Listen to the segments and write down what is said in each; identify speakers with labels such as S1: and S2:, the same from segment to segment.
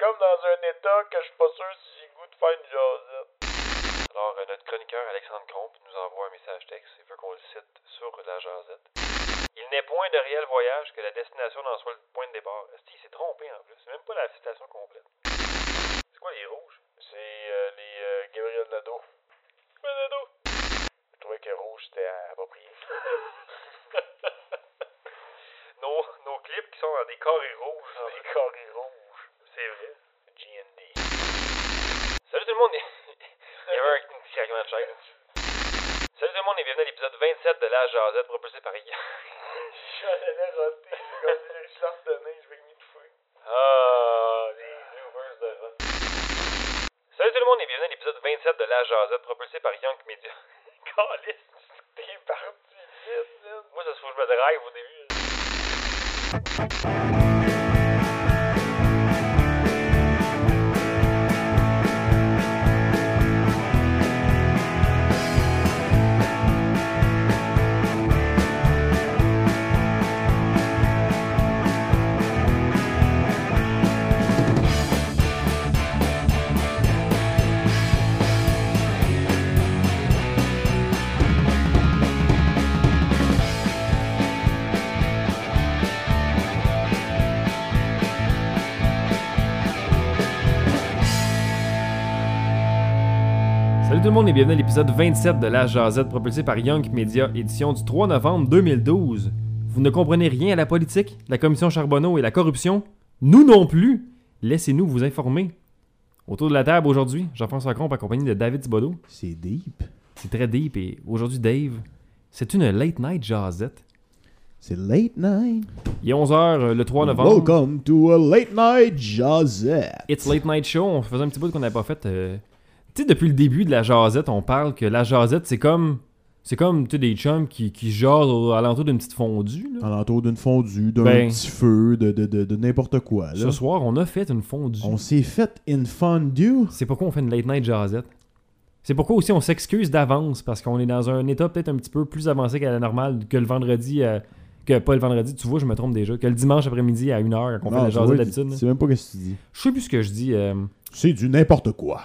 S1: dans un état que je suis pas sûr si j'ai le goût de faire une jasette.
S2: Alors, euh, notre chroniqueur Alexandre Comte nous envoie un message texte et veut qu'on le cite sur la jasette. Il n'est point de réel voyage que la destination n'en soit le point de départ. Esti, Il s'est trompé en plus. C'est même pas la citation complète. C'est quoi les rouges?
S1: C'est euh, les euh, Gabriel Nadeau. Gabriel Nadeau! Je trouvais que rouge c'était euh, approprié.
S2: Nos, nos clips qui sont dans des carrés rouges. en
S1: Les
S2: fait.
S1: carrés rouges.
S2: C'est vrai.
S1: GND.
S2: Salut tout le monde! Il y avait un petit craquement de chaise. Salut tout le monde et bienvenue à l'épisode 27 de La Jazette propulsé par Yann.
S1: J'en allais roter, c'est comme si j'avais Richard Denis, je vais venir de feu.
S2: Ah, les bloopers de ça. Salut tout le monde et bienvenue à l'épisode 27 de La Jazette propulsé par Young Media. Caliste, t'es parti vite, man. Moi, ça se fout que je me drive au début.
S3: Salut tout le monde et bienvenue à l'épisode 27 de La Jazette propulsé par Young Media, édition du 3 novembre 2012. Vous ne comprenez rien à la politique, la commission Charbonneau et la corruption Nous non plus Laissez-nous vous informer. Autour de la table aujourd'hui, Jean-François Combe accompagné de David Thibodeau.
S4: C'est deep.
S3: C'est très deep et aujourd'hui, Dave, c'est une late night jazette.
S4: C'est late night.
S3: Il est 11h le 3 novembre.
S4: Welcome to a late night jazzette.
S3: It's Late Night Show, on faisait un petit bout qu'on n'avait pas fait. euh, Tu sais, depuis le début de la jasette, on parle que la jasette, c'est comme. C'est comme tu sais, des chums qui, qui jasent au- à l'entour d'une petite fondue. là.
S4: À l'entour d'une fondue, d'un
S3: Ben.
S4: petit feu, de, de, de, de n'importe quoi. Là.
S3: Ce soir, on a fait une fondue.
S4: On s'est fait in fondue.
S3: C'est pourquoi on fait une Late Night jasette. C'est pourquoi aussi on s'excuse d'avance parce qu'on est dans un état peut-être un petit peu plus avancé qu'à la normale que le vendredi. à- Que pas le vendredi, tu vois, je me trompe déjà. Que le dimanche après-midi à 1h, qu'on fait
S4: Non,
S3: la
S4: tu vois,
S3: jasette d'habitude. hein. là.
S4: C'est même pas ce que tu dis.
S3: Je sais plus ce que je dis. euh,
S4: C'est du n'importe quoi.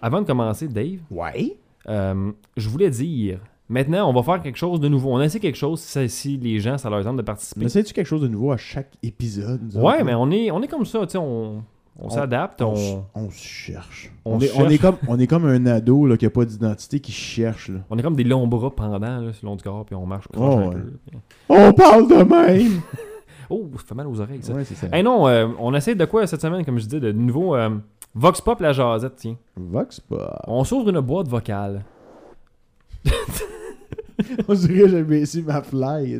S3: Avant de commencer, Dave.
S4: Ouais.
S3: Euh, je voulais dire, maintenant, on va faire quelque chose de nouveau. On essaie quelque chose si, si les gens, ça leur tente de participer.
S4: Mais sais-tu quelque chose de nouveau à chaque épisode? nous
S3: Ouais,
S4: autres,
S3: mais
S4: là?
S3: on est, on est comme ça, tu sais, on, on s'adapte,
S4: on, s-
S3: on,
S4: on se cherche.
S3: on
S4: On, est,
S3: se
S4: on, est
S3: cherche.
S4: comme, on est comme un ado là, qui a pas d'identité qui cherche. Là.
S3: on est comme des longs bras pendants, là, sur le long du corps, puis on marche. croche
S4: Oh,
S3: un
S4: ouais.
S3: peu, puis-
S4: On parle de même!
S3: Oh, ça fait mal aux oreilles, ça.
S4: ouais, c'est ça.
S3: Eh non, euh, on essaie de quoi cette semaine, comme je dis, de nouveau euh, Vox Pop la jasette, tiens.
S4: Vox pas.
S3: On s'ouvre une boîte vocale.
S4: on dirait que j'ai baissé ma fly.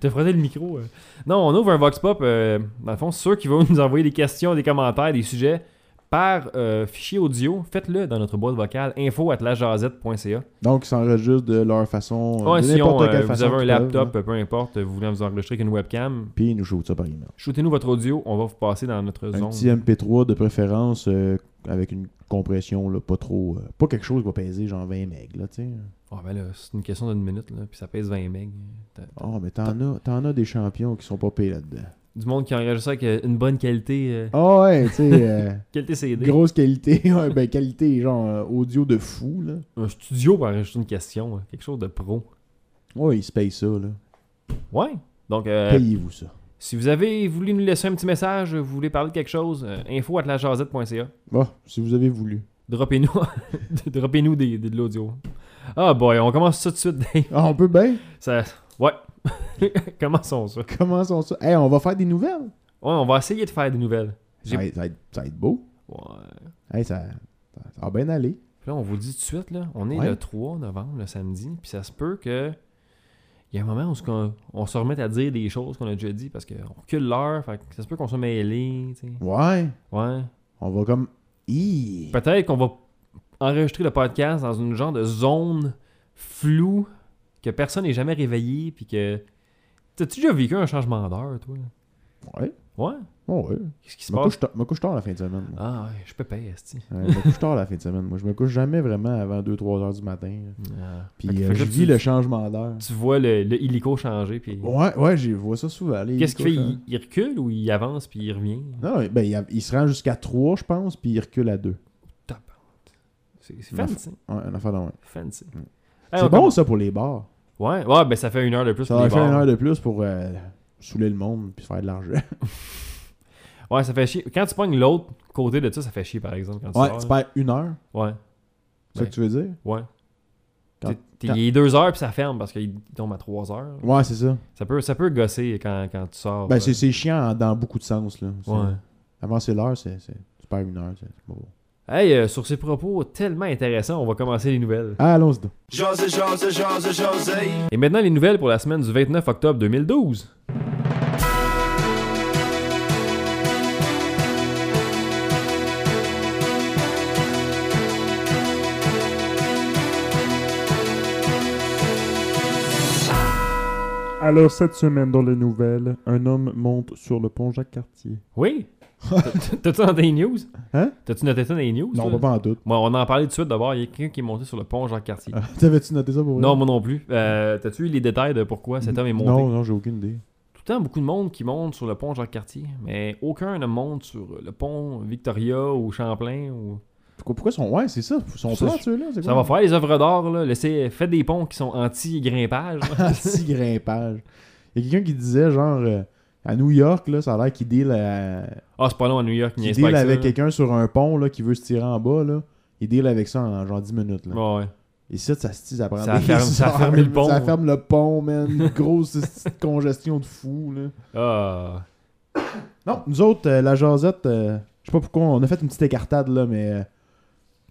S3: T'as frotté le micro. euh. Non, on ouvre un Vox Pop. euh, dans le fond, ceux qui vont nous envoyer des questions, des commentaires, des sujets par euh, fichier audio, faites-le dans notre boîte vocale info at lajazette.ca.
S4: Donc, ils s'enregistrent de leur façon. euh,
S3: Ouais,
S4: de
S3: si on,
S4: n'importe
S3: euh,
S4: quelle
S3: vous
S4: façon
S3: avez un
S4: qu'ils peuvent,
S3: laptop,
S4: hein.
S3: peu importe, vous voulez vous enregistrer avec une webcam,
S4: Puis, ils nous jouent ça par email.
S3: shootez-nous votre audio, on va vous passer dans notre
S4: Un
S3: zone.
S4: petit MP3 de préférence euh, avec une compression, là, pas trop. euh, pas quelque chose qui va peser genre 20 megs, là, tu sais.
S3: Ah, ben là, c'est une question d'une minute, là, puis ça pèse 20 megs. T'as-
S4: Oh, mais t'en as, t'en as des champions qui sont pas payés là-dedans.
S3: Du monde qui enregistre ça avec euh, une bonne qualité, euh,
S4: Ah ouais, tu sais, euh,
S3: qualité CD.
S4: grosse qualité. ouais, ben, qualité, genre euh, audio de fou, là.
S3: Un studio pour enregistrer une question, hein, quelque chose de pro.
S4: Ouais, ils se payent ça, là.
S3: Ouais, donc... euh,
S4: Payez-vous ça.
S3: Si vous avez voulu nous laisser un petit message, vous voulez parler de quelque chose, euh, info at lajazette.ca.
S4: Bon, si vous avez voulu.
S3: Droppez-nous droppez-nous des- des- de l'audio. Ah boy, on commence tout de suite, Dave.
S4: Ah, on peut bien.
S3: Ça, ouais. Commençons ça. Ouais,
S4: Commençons ça. Hey, on va faire des nouvelles.
S3: on va essayer de faire des nouvelles. J'ai-
S4: Ça va, être, ça va être- ça va être beau.
S3: Ouais.
S4: Hey, ça, ça- ça va bien aller.
S3: Puis là, on vous le dit tout de suite, là, on est
S4: Ouais.
S3: le 3 novembre, le samedi, puis ça se peut que. Il y a un moment où ce qu'on- on, se remette à dire des choses qu'on a déjà dit parce qu'on recule l'heure, fait que ça se peut qu'on soit mêlé. tu sais.
S4: Ouais.
S3: Ouais.
S4: On va comme. Hi.
S3: Peut-être qu'on va enregistrer le podcast dans une genre de zone floue que personne n'est jamais réveillé puis que t'as-tu déjà vécu un changement d'heure toi
S4: Ouais.
S3: Ouais?
S4: Oh, ouais.
S3: Qu'est-ce qui se
S4: Je me
S3: passe?
S4: couche tard- me couche tard la fin de semaine. moi.
S3: Ah ouais, je peux payer, esti.
S4: Ouais, je me couche tard la fin de semaine. Moi, je me couche jamais vraiment avant 2-3 heures du matin. là.
S3: Ah.
S4: Puis
S3: Fait que-
S4: euh,
S3: fait que
S4: je
S3: là,
S4: vis
S3: tu-
S4: le changement d'heure.
S3: Tu vois le, le illico changer, puis...
S4: Ouais, ouais, je vois ça souvent. les
S3: Qu'est-ce qu'il fait?
S4: couches,
S3: Il, il recule ou il avance, puis il revient?
S4: hein. Non, ben, il, il se rend jusqu'à 3, je pense, puis il recule à 2.
S3: Tabarnak. C'est c'est
S4: Ma-
S3: fancy.
S4: Ouais, une affaire de même.
S3: Fancy.
S4: Mm.
S3: Hey,
S4: C'est
S3: on
S4: bon,
S3: commence-
S4: ça, pour les bars.
S3: Ouais, ouais, ben ça fait une heure de plus
S4: Ça
S3: Ah, pour
S4: va
S3: les
S4: faire une
S3: bars.
S4: heure de plus pour euh, saouler le monde puis se faire de l'argent.
S3: Ouais, ça fait chier. Quand tu pognes l'autre côté de ça, ça fait chier, par exemple. Quand tu
S4: Ouais,
S3: sors,
S4: tu
S3: là. Ben.
S4: perds une heure.
S3: Ouais,
S4: C'est ça que tu veux dire?
S3: ouais.
S4: Quand-
S3: T'es- t'es-
S4: quand-
S3: Il est deux heures, puis ça ferme, parce qu'il tombe à trois heures.
S4: Ouais, c'est ça.
S3: Ça peut, ça peut gosser quand, quand tu sors.
S4: Ben,
S3: euh,
S4: c'est- c'est chiant en- dans beaucoup de sens. Là. C'est-
S3: Ouais.
S4: Avancer l'heure, c'est c'est- tu perds une heure. c'est- c'est pas beau.
S3: Hey, euh, sur ces propos tellement intéressants, on va commencer les nouvelles.
S4: Ah, Allons-y donc.
S5: José, José, José, José.
S3: Et maintenant, les nouvelles pour la semaine du 29 octobre 2012.
S6: Alors cette semaine dans les nouvelles, un homme monte sur le pont Jacques-Cartier.
S3: Oui? T'as- T'as-tu noté les news?
S4: Hein?
S3: T'as-tu noté ça dans les news?
S4: Non, pas,
S3: toi?
S4: pas en tout.
S3: Bon, on en parlait tout de suite d'abord. Il y a quelqu'un qui est monté sur le pont
S4: Euh,
S3: Jean-Cartier.
S4: T'avais-tu noté ça pour vrai?
S3: Non, moi non plus. Euh, T'as-tu eu les détails de pourquoi cet homme est monté?
S4: Non, non, j'ai aucune idée.
S3: Tout le temps, beaucoup de monde qui monte sur le pont Jacques-Cartier, mais aucun ne monte sur le pont Victoria ou Champlain. Ou...
S4: Pourquoi, pourquoi son. Ouais, c'est ça. Son
S3: Ça,
S4: plan,
S3: je-
S4: celui-là. c'est
S3: Ça
S4: quoi?
S3: va faire les œuvres d'art, là. Laissez... Faites des ponts qui sont anti-grimpage.
S4: Anti-grimpage. Il y a quelqu'un qui disait, genre, euh, à New York, là, ça a l'air qu'il deal, à-
S3: ah, c'est pas long à New York,
S4: qu'il
S3: n'y a
S4: deal
S3: pas
S4: avec
S3: ça, là.
S4: quelqu'un sur un pont là, qui veut se tirer en bas. Là. Il deal avec ça en genre 10 minutes. Là.
S3: Ouais, ouais.
S4: Et ça, ça se tire, ça prend
S3: Ça
S4: des
S3: ferme- ça
S4: heures,
S3: ferme le pont.
S4: Ça ferme le pont, man. Une grosse petite congestion de fou, là.
S3: Ah.
S4: Non, nous autres, euh, la jasette, euh, je sais pas pourquoi, on a fait une petite écartade, là, mais euh,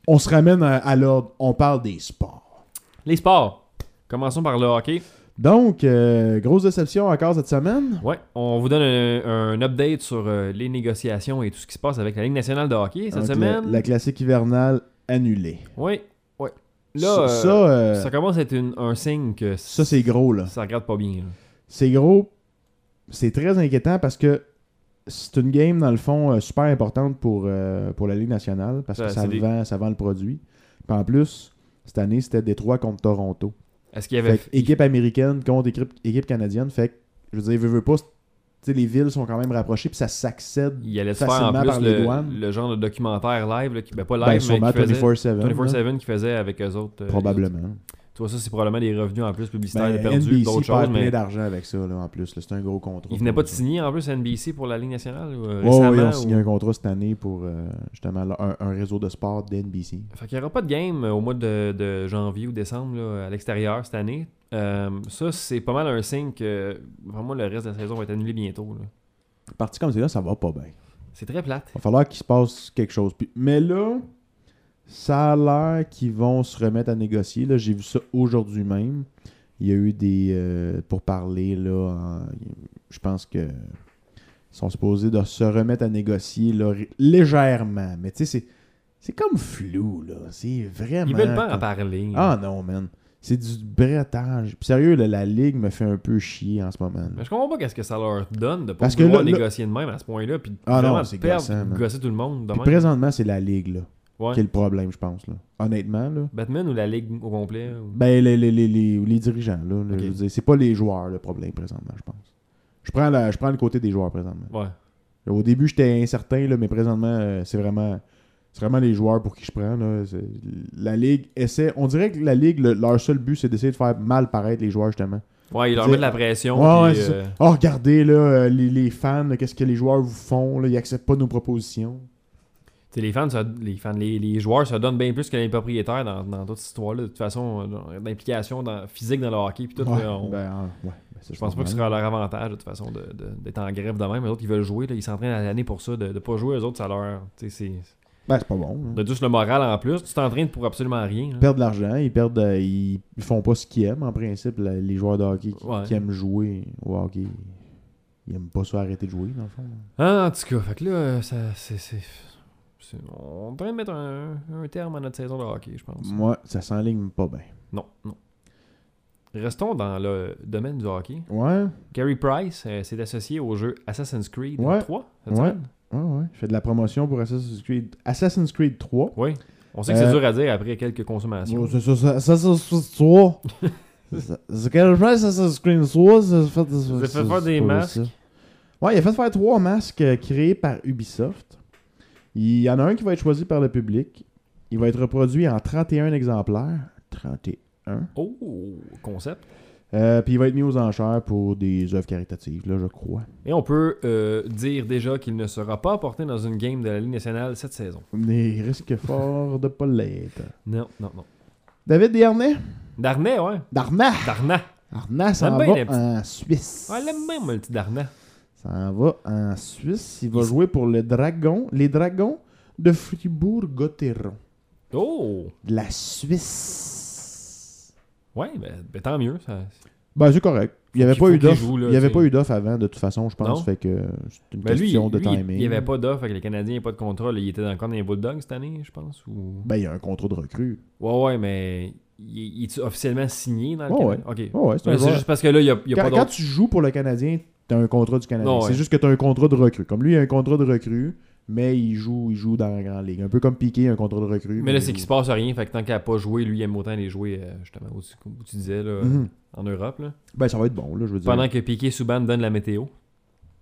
S4: on se ramène à, à l'ordre. On parle des sports.
S3: Les sports. Commençons par le hockey.
S4: Donc, euh, grosse déception encore cette semaine.
S3: Ouais, on vous donne un, un update sur euh, les négociations et tout ce qui se passe avec la Ligue nationale de hockey cette
S4: Donc,
S3: semaine.
S4: La, la classique hivernale annulée.
S3: Oui, oui.
S4: ça,
S3: Là,
S4: ça,
S3: euh,
S4: euh,
S3: ça commence à être une- un signe que
S4: ça, c'est gros, là.
S3: ça regarde pas bien. là.
S4: C'est gros. C'est très inquiétant parce que c'est une game, dans le fond, euh, super importante pour, euh, pour la Ligue nationale parce
S3: Ça,
S4: que ça
S3: c'est des-
S4: vend, ça vend le produit. Puis en plus, cette année, c'était Détroit contre Toronto.
S3: Est-ce qu'il y avait.
S4: Fait que équipe américaine contre équipe, équipe canadienne. Fait que, je veux dire, veux, veux pas, c'est- tu sais, les villes sont quand même rapprochées puis ça s'accède.
S3: Il allait se faire en
S4: facilement
S3: plus
S4: par les
S3: le,
S4: douanes.
S3: le genre de documentaire live, là, qui, ben pas
S4: ben,
S3: live,
S4: sûrement
S3: mais qui faisait,
S4: 24-7. là,
S3: 24-7 qui faisait avec eux autres. euh,
S4: Probablement.
S3: Toi, ça, c'est probablement des revenus en plus publicitaires
S4: Ben,
S3: perdus,
S4: NBC
S3: d'autres choses,
S4: perd
S3: mais.
S4: plein d'argent avec ça, là, en plus. là. C'est un gros contrat.
S3: Il venait pas de
S4: Ouais,
S3: signer en plus à NBC pour la Ligue nationale ou, euh,
S4: ouais,
S3: récemment.
S4: ils ont
S3: ou-
S4: signé un contrat cette année pour euh, justement là, un, un réseau de sport d'NBC.
S3: Fait qu'il n'y aura pas de game euh, au mois de, de janvier ou décembre là, à l'extérieur cette année. Euh, ça, c'est pas mal un signe que vraiment le reste de la saison va être annulé bientôt. là.
S4: Parti comme c'est là, ça va pas bien.
S3: C'est très plate.
S4: Va falloir qu'il se passe quelque chose. Puis- mais là, ça a l'air qu'ils vont se remettre à négocier. Là, j'ai vu ça aujourd'hui même. Il y a eu des euh, pour parler là. en- je pense que ils sont supposés de se remettre à négocier là, ré- légèrement. Mais tu sais, c'est c'est comme flou là. C'est vraiment.
S3: Ils veulent pas en
S4: comme-
S3: parler.
S4: Ah non, man. C'est du bretage. Puis sérieux, là, la ligue me fait un peu chier en ce moment. là.
S3: Mais je comprends pas qu'est-ce que ça leur donne de pas
S4: Parce que
S3: vouloir
S4: là- là-
S3: négocier de même à ce point-là, puis de
S4: Ah non,
S3: vraiment
S4: c'est
S3: de perdre,
S4: gossant,
S3: puis de
S4: man.
S3: gosser tout le monde de
S4: Puis
S3: même.
S4: présentement, c'est la ligue là,
S3: Ouais.
S4: qui est le problème, je pense. Là. Honnêtement là.
S3: Batman ou la Ligue au complet. ou-
S4: Ben, les, les, les, les, les dirigeants, là. là,
S3: Ok.
S4: je veux dire, c'est pas les joueurs le problème présentement, je pense. Je prends, la- je prends le côté des joueurs présentement.
S3: Ouais.
S4: Au début, j'étais incertain, là, mais présentement, euh, c'est vraiment, c'est vraiment les joueurs pour qui je prends. là. C'est- La Ligue essaie. On dirait que la Ligue, le- leur seul but, c'est d'essayer de faire mal paraître les joueurs, justement.
S3: Ouais, ils leur
S4: C'est-
S3: mettent de la pression.
S4: Ouais,
S3: puis,
S4: ouais, c'est
S3: euh,
S4: Oh, regardez, là, euh, les, les fans, là, qu'est-ce que les joueurs vous font, là, ils acceptent pas nos propositions.
S3: tu sais, les fans, se- les, fans les, les joueurs se donnent bien plus que les propriétaires dans, dans toute cette histoire-là. De toute façon, euh, dans- d'implication dans- physique dans le hockey, puis tout.
S4: Ouais,
S3: là, on-
S4: ben, ah, ouais, ben, ça,
S3: Je pense pas que ce
S4: normal.
S3: sera à leur avantage de toute façon de- de- d'être en grève de même. Les autres, ils veulent jouer. là. ils s'entraînent à l'année pour ça. De, de pas jouer, eux autres, ça leur. tu sais, c'est-
S4: Ben, c'est pas bon. là.
S3: De juste le moral en plus. Tu t'entraînes pour absolument rien.
S4: Ils
S3: là.
S4: perdent de l'argent, ils perdent, euh, ils ils font pas ce qu'ils aiment en principe. la- les joueurs de hockey qui,
S3: Ouais.
S4: qui aiment jouer au hockey, ils aiment pas ça arrêter de jouer dans le fond.
S3: Ah, en tout cas, fait que là, euh, ça, c'est, c'est- c'est- on est en train de mettre
S4: Mm.
S3: un, un terme à notre saison de hockey, je pense.
S4: Moi, ça s'enligne pas bien.
S3: Non, non. Restons dans le domaine du hockey.
S4: Ouais,
S3: Gary Price euh, s'est associé au jeu Assassin's Creed
S4: Ouais.
S3: 3 cette
S4: Ouais.
S3: semaine.
S4: ouais, ouais. Je fais de la promotion pour Assassin's Creed, Assassin's Creed 3.
S3: Oui. On sait que c'est
S4: Euh,
S3: dur à dire après quelques consommations.
S4: Bon, c'est ça, ça- ça, ça, ça, c'est trois. Ça- C'est quand je pense que Assassin's Creed 3, ça fait,
S3: avez fait faire des masques.
S4: Ouais, il a fait faire trois masques euh, créés par Ubisoft. Il y en a un qui va être choisi par le public. Il va être reproduit en 31 exemplaires. 31.
S3: Oh, concept.
S4: Euh, Puis il va être mis aux enchères pour des œuvres caritatives, là, je crois.
S3: Et on peut euh, dire déjà qu'il ne sera pas apporté dans une game de la Ligue nationale cette saison.
S4: Mais il risque fort de pas l'être.
S3: Non, non, non.
S4: David Desharnais?
S3: Darnay, ouais.
S4: Darna!
S3: Darna.
S4: Darna s'en
S3: J'aime
S4: va
S3: bien les petits-
S4: en Suisse.
S3: Ouais, l'aime bien, moi, le petit Darna.
S4: Ça en va en Suisse. Il va
S3: Il-
S4: jouer pour le Dragon, les Dragons de Fribourg-Gotteron.
S3: Oh!
S4: De la Suisse.
S3: Ouais, ben, ben, tant mieux. Ça...
S4: Ben, c'est correct. Il n'y avait
S3: qu'il-
S4: pas
S3: faut
S4: eu
S3: qu'il
S4: d'offre.
S3: joue, là,
S4: Il n'y avait
S3: tu sais.
S4: pas eu d'offre avant, de toute façon, je pense.
S3: Non.
S4: Fait que euh, c'est une
S3: Ben, lui,
S4: question de
S3: lui,
S4: timing.
S3: il n'y avait pas d'offre avec les Canadiens, pas de contrat. là. il était encore dans les Bulldogs cette année, je pense. Ou...
S4: Ben, il y a un contrat de recrue.
S3: Ouais, ouais, mais il, il est officiellement signé dans le
S4: Ouais,
S3: Canada? Ok.
S4: Oh, ouais, c'est un
S3: Ouais, c'est
S4: joueur.
S3: juste parce que là, il n'y a, il y a
S4: quand,
S3: pas
S4: quand
S3: d'autre.
S4: tu joues pour le Canadien, t'as un contrat du Canadien.
S3: Non, ouais.
S4: C'est juste que t'as un contrat de recrue. Comme lui, il a un contrat de recrue, mais il joue, il joue dans la Grande Ligue. Un peu comme Piqué, un contrat de recrue.
S3: Mais là, c'est qu'il se passe rien. Fait que tant qu'il n'a pas joué, lui, il aime autant les jouer, euh, justement, où tu, où tu disais, là,
S4: Mhm.
S3: en Europe. Là.
S4: Ben, ça va être bon, là, je veux dire.
S3: Pendant que Piqué Souban donne la météo.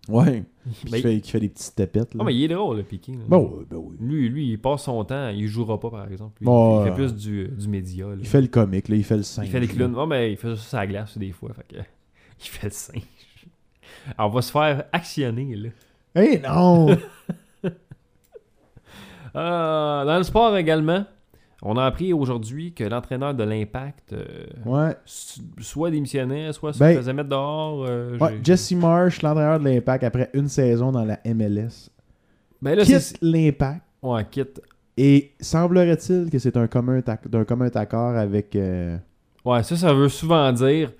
S4: Ouais. Puis
S3: Ben,
S4: qui, fait, qui fait des petites tapettes, là.
S3: Ah, mais il est drôle, le Piqué. là.
S4: Bon, ouais, ben oui.
S3: Lui, lui, il passe son temps, il jouera pas, par exemple. Lui,
S4: Bon,
S3: il fait
S4: euh,
S3: plus du, du média. là.
S4: Il fait le comique, là. Il fait le singe.
S3: Il fait les
S4: là.
S3: clowns. Non, mais il fait ça sur la glace des fois. Fait que... Il fait le singe. Alors, on va se faire actionner, là.
S4: Hey, non!
S3: Euh, dans le sport également, on a appris aujourd'hui que l'entraîneur de l'Impact euh,
S4: ouais.
S3: s- soit démissionnait, soit se
S4: Ben-
S3: faisait mettre dehors. euh,
S4: Ouais,
S3: j'ai-
S4: Jesse Marsh, l'entraîneur de l'Impact, après une saison dans la MLS,
S3: ben là, c'est-
S4: quitte l'Impact.
S3: Ouais, quitte.
S4: Et semblerait-il que c'est un commun tac- d'un commun accord avec. euh,
S3: Ouais, ça, ça veut souvent dire.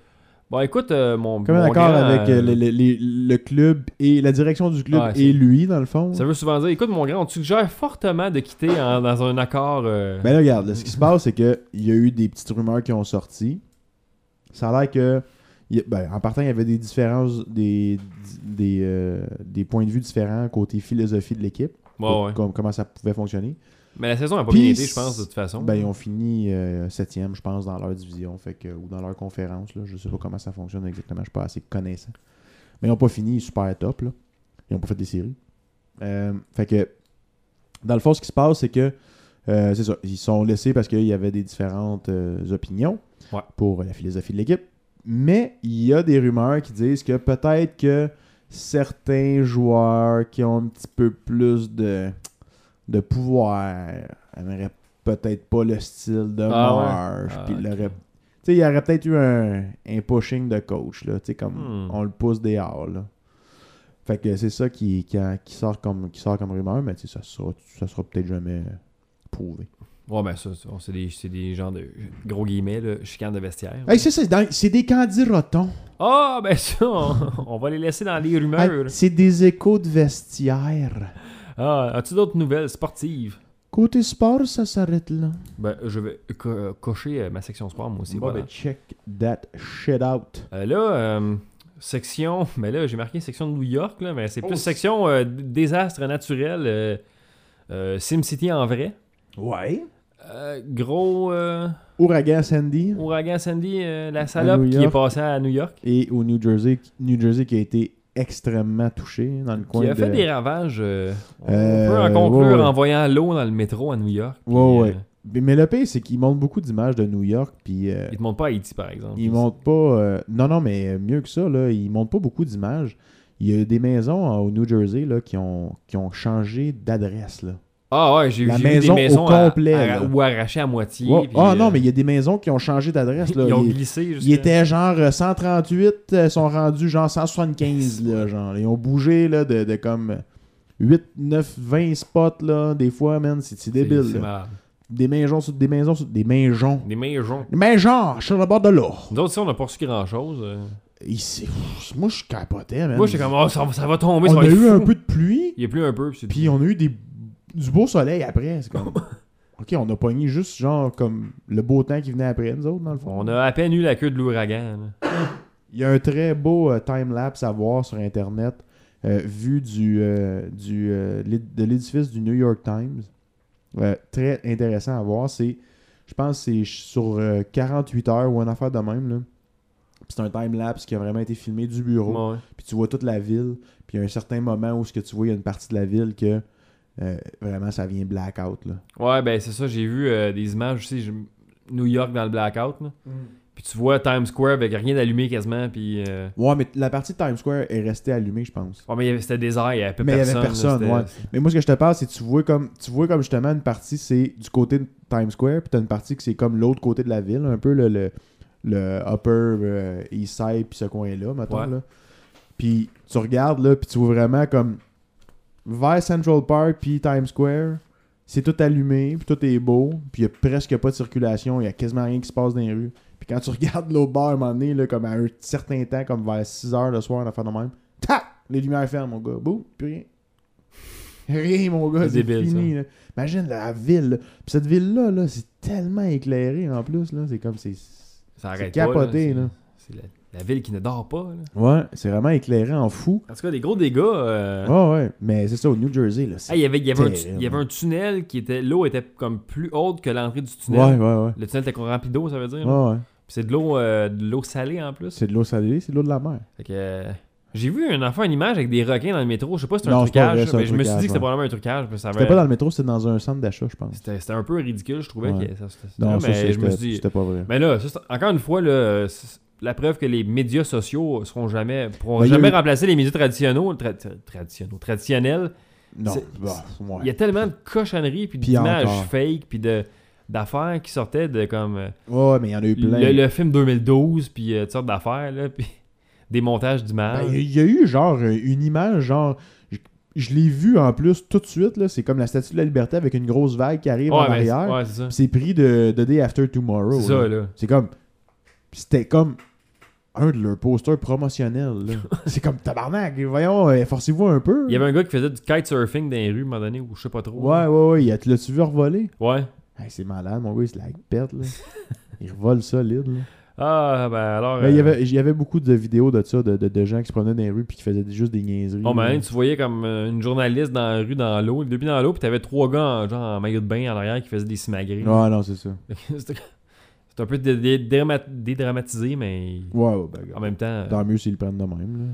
S3: Bon, écoute, euh, mon.
S4: commun
S3: mon
S4: accord
S3: grand,
S4: avec euh,
S3: euh,
S4: le, le- le- le club et la direction du club
S3: Ouais, c'est-
S4: et lui, dans le fond.
S3: euh, Ça veut souvent dire, écoute, mon grand, on te suggère fortement de quitter en- dans un accord. euh,
S4: Ben là, regarde, là, ce qui se passe, c'est qu'il y a eu des petites rumeurs qui ont sorti. Ça a l'air que. il y a- ben, en partant, il y avait des différences, des, des, euh, des points de vue différents côté philosophie de l'équipe,
S3: ouais, ouais.
S4: comme, comment ça pouvait fonctionner.
S3: Mais la saison a pas
S4: Puis-
S3: bien été, je pense, de toute façon.
S4: Ben, ils ont fini euh, septième, je pense, dans leur division, fait que, ou dans leur conférence. Là, je sais pas comment ça fonctionne exactement, je suis pas assez connaissant. Mais ils n'ont pas fini super top. Là. Ils n'ont pas fait des séries. Euh, fait que, dans le fond, ce qui se passe, c'est que, euh, c'est ça, ils sont laissés parce qu'il y avait des différentes euh, opinions
S3: Ouais.
S4: pour la philosophie de l'équipe. Mais il y a des rumeurs qui disent que peut-être que certains joueurs qui ont un petit peu plus de, de pouvoir aimeraient peut-être pas le style de
S3: Ah ouais?
S4: Marsh.
S3: Ah,
S4: puis il
S3: ok.
S4: aurait- tu sais, il y aurait peut-être eu un, un pushing de coach, là, tu sais, comme
S3: Hmm.
S4: on le pousse des halls, là. Fait que c'est ça qui, qui, qui sort comme, qui sort comme rumeur, mais tu sais, ça sera, ça sera peut-être jamais prouvé.
S3: Ouais, ben ça, ça, c'est des, c'est des gens de gros guillemets, là, chicanes de vestiaire.
S4: Hey, c'est ça, c'est dans- c'est des candidatons.
S3: Ah, ben ça, on, on va les laisser dans les rumeurs.
S4: c'est des échos de vestiaire.
S3: Ah, as-tu d'autres nouvelles sportives?
S4: Côté sport, ça s'arrête là.
S3: Ben, je vais co- cocher euh, ma section sport, moi aussi.
S4: Bon,
S3: voilà.
S4: ben, check that shit out.
S3: Euh, là, euh, section... Mais là, j'ai marqué section de New York, là, mais c'est
S4: Oh.
S3: plus section euh, d- désastre naturel, euh, euh, SimCity en vrai.
S4: Ouais.
S3: Euh, gros euh,
S4: Ouragan Sandy
S3: ouragan Sandy, euh, la salope
S4: New
S3: qui est
S4: York.
S3: passée à New York,
S4: et au New Jersey, New Jersey qui a été extrêmement touché dans le coin
S3: qui a
S4: de...
S3: fait des ravages. euh, on
S4: Euh,
S3: peut en conclure
S4: ouais, ouais.
S3: en voyant l'eau dans le métro à New York. puis,
S4: Ouais, ouais.
S3: euh,
S4: Mais, mais le pire, c'est qu'ils montrent beaucoup d'images de New York, puis euh,
S3: Ils te montrent pas Haïti, par exemple.
S4: ils montrent pas. euh, non, non, mais euh, mieux que ça, là, ils montrent pas beaucoup d'images. Il y a des maisons euh, au New Jersey là, qui, ont, qui ont changé d'adresse. là.
S3: Ah ouais, j'ai
S4: La
S3: j'ai vu des
S4: maison au
S3: maisons à-
S4: complet,
S3: à-
S4: là.
S3: ou arrachées à moitié.
S4: Ouais.
S3: puis,
S4: Ah
S3: euh,
S4: non, mais il y a des maisons qui ont changé d'adresse. là.
S3: ils ont
S4: Ils-
S3: glissé.
S4: Ils
S3: jusqu'à-
S4: étaient genre euh, 138, euh, sont rendus genre 175, là, genre. Ils ont bougé là, de, de comme 8, 9, 20 spots, là, des fois, man, c'est c'est
S3: C'est-
S4: débile.
S3: c'est
S4: là.
S3: marrant.
S4: Des maisons sur des maisons sur des maisons.
S3: Des maisons.
S4: Des maisons sur le bord de l'eau.
S3: Nous autres, ici, on n'a pas reçu grand-chose. euh.
S4: Ici, pff, moi, je capotais, man.
S3: Moi, j'étais comme, oh, ça, va- ça va tomber, ça
S4: on
S3: va
S4: a
S3: être
S4: eu
S3: fou.
S4: un peu de pluie,
S3: Il y a plus un peu. Puis c'est
S4: puis on a eu des, du beau soleil après. C'est comme... OK, on a pogné juste, genre, comme le beau temps qui venait après nous autres, dans le fond.
S3: On a à peine eu la queue de l'ouragan. là.
S4: Il y a un très beau euh, time-lapse à voir sur Internet, euh, vu du, euh, du, euh, l'é- de l'édifice du New York Times. Euh, très intéressant à voir. C'est, je pense que c'est ch- sur euh, 48 heures ou une affaire de même. là. Puis C'est un time-lapse qui a vraiment été filmé du bureau.
S3: Ouais.
S4: Puis tu vois toute la ville. Puis il y a un certain moment où ce que tu vois, il y a une partie de la ville que euh, vraiment ça vient blackout. Là.
S3: Ouais, ben c'est ça, j'ai vu euh, des images aussi, je- New York dans le blackout. là.
S4: Mm.
S3: Puis tu vois Times Square avec rien d'allumé quasiment, puis... euh,
S4: Ouais, mais t- la partie de Times Square est restée allumée, je pense.
S3: Ouais, mais il y avait- c'était désert, il y avait peu
S4: Mais il y avait
S3: personne. là,
S4: personne,
S3: c'était-
S4: ouais. Mais moi, ce que je te parle, c'est que tu vois comme tu vois comme justement une partie, c'est du côté de Times Square, puis t'as une partie que c'est comme l'autre côté de la ville, un peu le, le, le Upper euh, East Side, puis ce coin-là, mettons.
S3: Ouais.
S4: Là. Puis tu regardes, là, puis tu vois vraiment comme vers Central Park, puis Times Square, c'est tout allumé, puis tout est beau, puis il y a presque pas de circulation, il y a quasiment rien qui se passe dans les rues. Puis quand tu regardes l'autre bord, à un moment donné, là, comme à un certain temps, comme vers 6 heures le soir, on a fait de même. Tac! Les lumières ferment, mon gars. Boum, plus rien. Rien, mon gars,
S3: C'est
S4: c'est
S3: débile,
S4: fini. là. Imagine la ville. là. Puis cette ville-là, là, c'est tellement éclairé en plus. là C'est comme c'est.
S3: Ça
S4: C'est
S3: arrête pas,
S4: capoté, là.
S3: C'est la, la ville qui ne dort pas, là.
S4: Ouais, c'est vraiment éclairé en fou.
S3: En tout cas, des gros dégâts. euh,
S4: Ouais, ouais. Mais c'est ça, au New Jersey, là. c'est-
S3: hey, il y avait, il y avait un, tu-
S4: terrible.
S3: il y avait un tunnel qui était... L'eau était comme plus haute que l'entrée du tunnel.
S4: Ouais, ouais, ouais.
S3: Le tunnel était rempli d'eau, ça veut dire. là.
S4: Ouais, ouais.
S3: Puis c'est de l'eau euh, de l'eau salée, en plus.
S4: C'est de l'eau salée, c'est de l'eau de la mer.
S3: Fait que, euh, J'ai vu un enfant une image avec des requins dans le métro. Je sais pas si c'est un
S4: Non, c'est pas
S3: trucage,
S4: vrai, c'est un
S3: mais je me suis
S4: trucage,
S3: dit que c'était
S4: ouais.
S3: probablement un trucage. parce que ça
S4: C'était
S3: avait-
S4: pas dans le métro, c'était dans un centre d'achat, je pense.
S3: C'était c'était un peu ridicule, je trouvais.
S4: Ouais.
S3: Que ça, c'était-
S4: Non,
S3: là,
S4: ça,
S3: mais
S4: c'est-
S3: je me
S4: c'était
S3: suis dit. ben,
S4: c'était pas vrai.
S3: Mais là, ça, c'est- encore une fois, là, euh, c'est- la preuve que les médias sociaux seront jamais, pourront
S4: Ben, il y a
S3: jamais
S4: eu-
S3: remplacer les médias traditionnels. tra- tra- traditionnels, traditionnels.
S4: Non,
S3: c'est-
S4: bah, ouais.
S3: Il y a tellement de cochonneries, puis
S4: Puis
S3: d'images
S4: encore.
S3: fake, puis de d'affaires qui sortaient de comme euh,
S4: Ouais, mais il y en a eu plein.
S3: le, le film 2012, puis euh, toutes sortes d'affaires, là, puis des montages
S4: Ben,
S3: d'images.
S4: Il y a eu genre euh, une image, genre. Je, je l'ai vu en plus tout de suite, là. C'est comme la statue de la liberté avec une grosse vague qui arrive en
S3: ouais, mais-
S4: arrière.
S3: ouais, c'est ça.
S4: Puis C'est pris de, de Day After Tomorrow.
S3: C'est ça,
S4: là.
S3: là.
S4: C'est comme. C'était comme un de leurs posters promotionnels. là. C'est comme tabarnak. Voyons, euh, forcez-vous un peu.
S3: Il y avait un gars qui faisait du kitesurfing dans les rues, à un moment donné, ou je sais pas trop.
S4: Ouais, ouais, ouais. il a- L'as-tu vu revoler
S3: Ouais.
S4: Hey, C'est malade, mon gars, il se la pète. Là. il revole solide. Là.
S3: Ah, ben alors.
S4: Mais il y
S3: euh,
S4: avait, il y avait beaucoup de vidéos de ça, de, de- de gens qui se promenaient dans les rues puis qui faisaient juste des niaiseries.
S3: Bon,
S4: là.
S3: ben, tu voyais comme euh, une journaliste dans la rue, dans l'eau, depuis dans l'eau, puis t'avais trois gars en, genre, en maillot de bain en arrière qui faisaient des simagrées.
S4: Ouais, non, c'est ça.
S3: C'était c'est un peu dé- dé- dédrama- dédramatisé, mais
S4: Ouais, ouais, ben, gars.
S3: en même temps. euh,
S4: Tant mieux s'ils le prennent de même. là.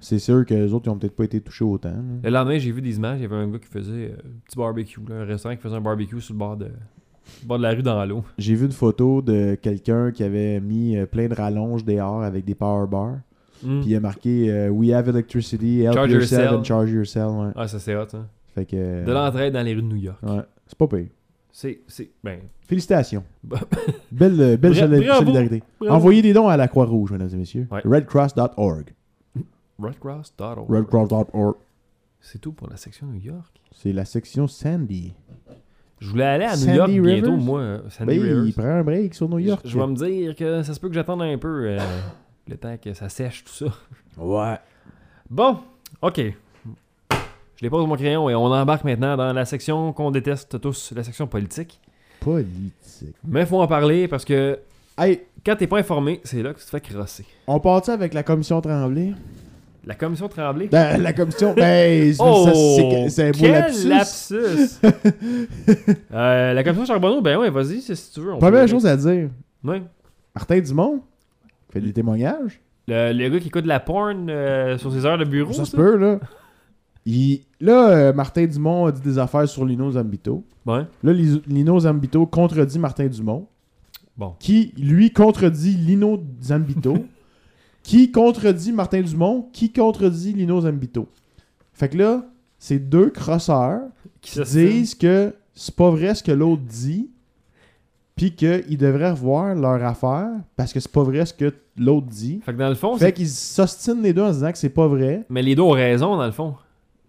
S4: C'est sûr que les autres, ils ont peut-être pas été touchés autant. là.
S3: Le lendemain, j'ai vu des images, il y avait un gars qui faisait euh, un petit barbecue, là, un restaurant qui faisait un barbecue sur le bord de, le bord de la rue dans l'eau.
S4: J'ai vu une photo de quelqu'un qui avait mis euh, plein de rallonges dehors avec des power bars.
S3: Hmm.
S4: Puis il a marqué euh, We have electricity, help
S3: Charge
S4: yourself
S3: yourself.
S4: and charge yourself. Ouais.
S3: Ah, ça c'est hot, ça.
S4: Fait que. euh,
S3: De l'entraide dans les rues de New York.
S4: ouais. C'est pas payé.
S3: C'est. c'est- Ben.
S4: Félicitations.
S3: Bah-
S4: belle euh, belle
S3: Bra-
S4: soli-
S3: bravo.
S4: solidarité.
S3: Bravo.
S4: Envoyez des dons à la Croix-Rouge, mesdames et messieurs.
S3: Ouais.
S4: Redcross.org.
S3: Redcross.org.
S4: Redcross.org.
S3: C'est tout pour la section New York.
S4: C'est la section Sandy.
S3: Je voulais aller à New
S4: Sandy
S3: York bientôt,
S4: Rivers?
S3: moi. euh, Sandy
S4: Ben,
S3: Rivers.
S4: il prend un break sur New York.
S3: Je, je vais me dire que ça se peut que j'attende un peu euh, le temps que ça sèche tout ça.
S4: Ouais.
S3: Bon, ok. Je dépose mon crayon et on embarque maintenant dans la section qu'on déteste tous, la section politique.
S4: Politique.
S3: Mais faut en parler parce que
S4: Hey,
S3: quand t'es pas informé, c'est là que tu te fais crosser.
S4: on part avec la commission Tremblay?
S3: La commission Tremblay.
S4: Ben, la commission. Ben, ça, c'est- c'est un beau
S3: Oh, quel
S4: lapsus.
S3: lapsus. Euh, la commission Charbonneau, ben ouais, vas-y si si tu veux. on
S4: Première
S3: peut-
S4: chose à dire,
S3: Ouais.
S4: Martin Dumont fait des témoignages.
S3: Le, le gars qui écoute de la porn euh, sur ses heures de bureau.
S4: ça se
S3: ça.
S4: peut, là. Il- Là, euh, Martin Dumont a dit des affaires sur Lino Zambito.
S3: Ouais.
S4: Là, Li- Lino Zambito contredit Martin Dumont.
S3: Bon.
S4: Qui, lui, contredit Lino Zambito. qui contredit Martin Dumont. Qui contredit Lino Zambito. Fait que là, c'est deux crosseurs
S3: Qui
S4: qui
S3: s'ostine.
S4: disent que c'est pas vrai ce que l'autre dit, puis qu'ils devraient revoir leur affaire parce que c'est pas vrai ce que l'autre dit.
S3: Fait que dans le fond, c'est
S4: Fait qu'ils s'ostinent les deux en se disant que c'est pas vrai
S3: Mais les deux ont raison, dans le fond.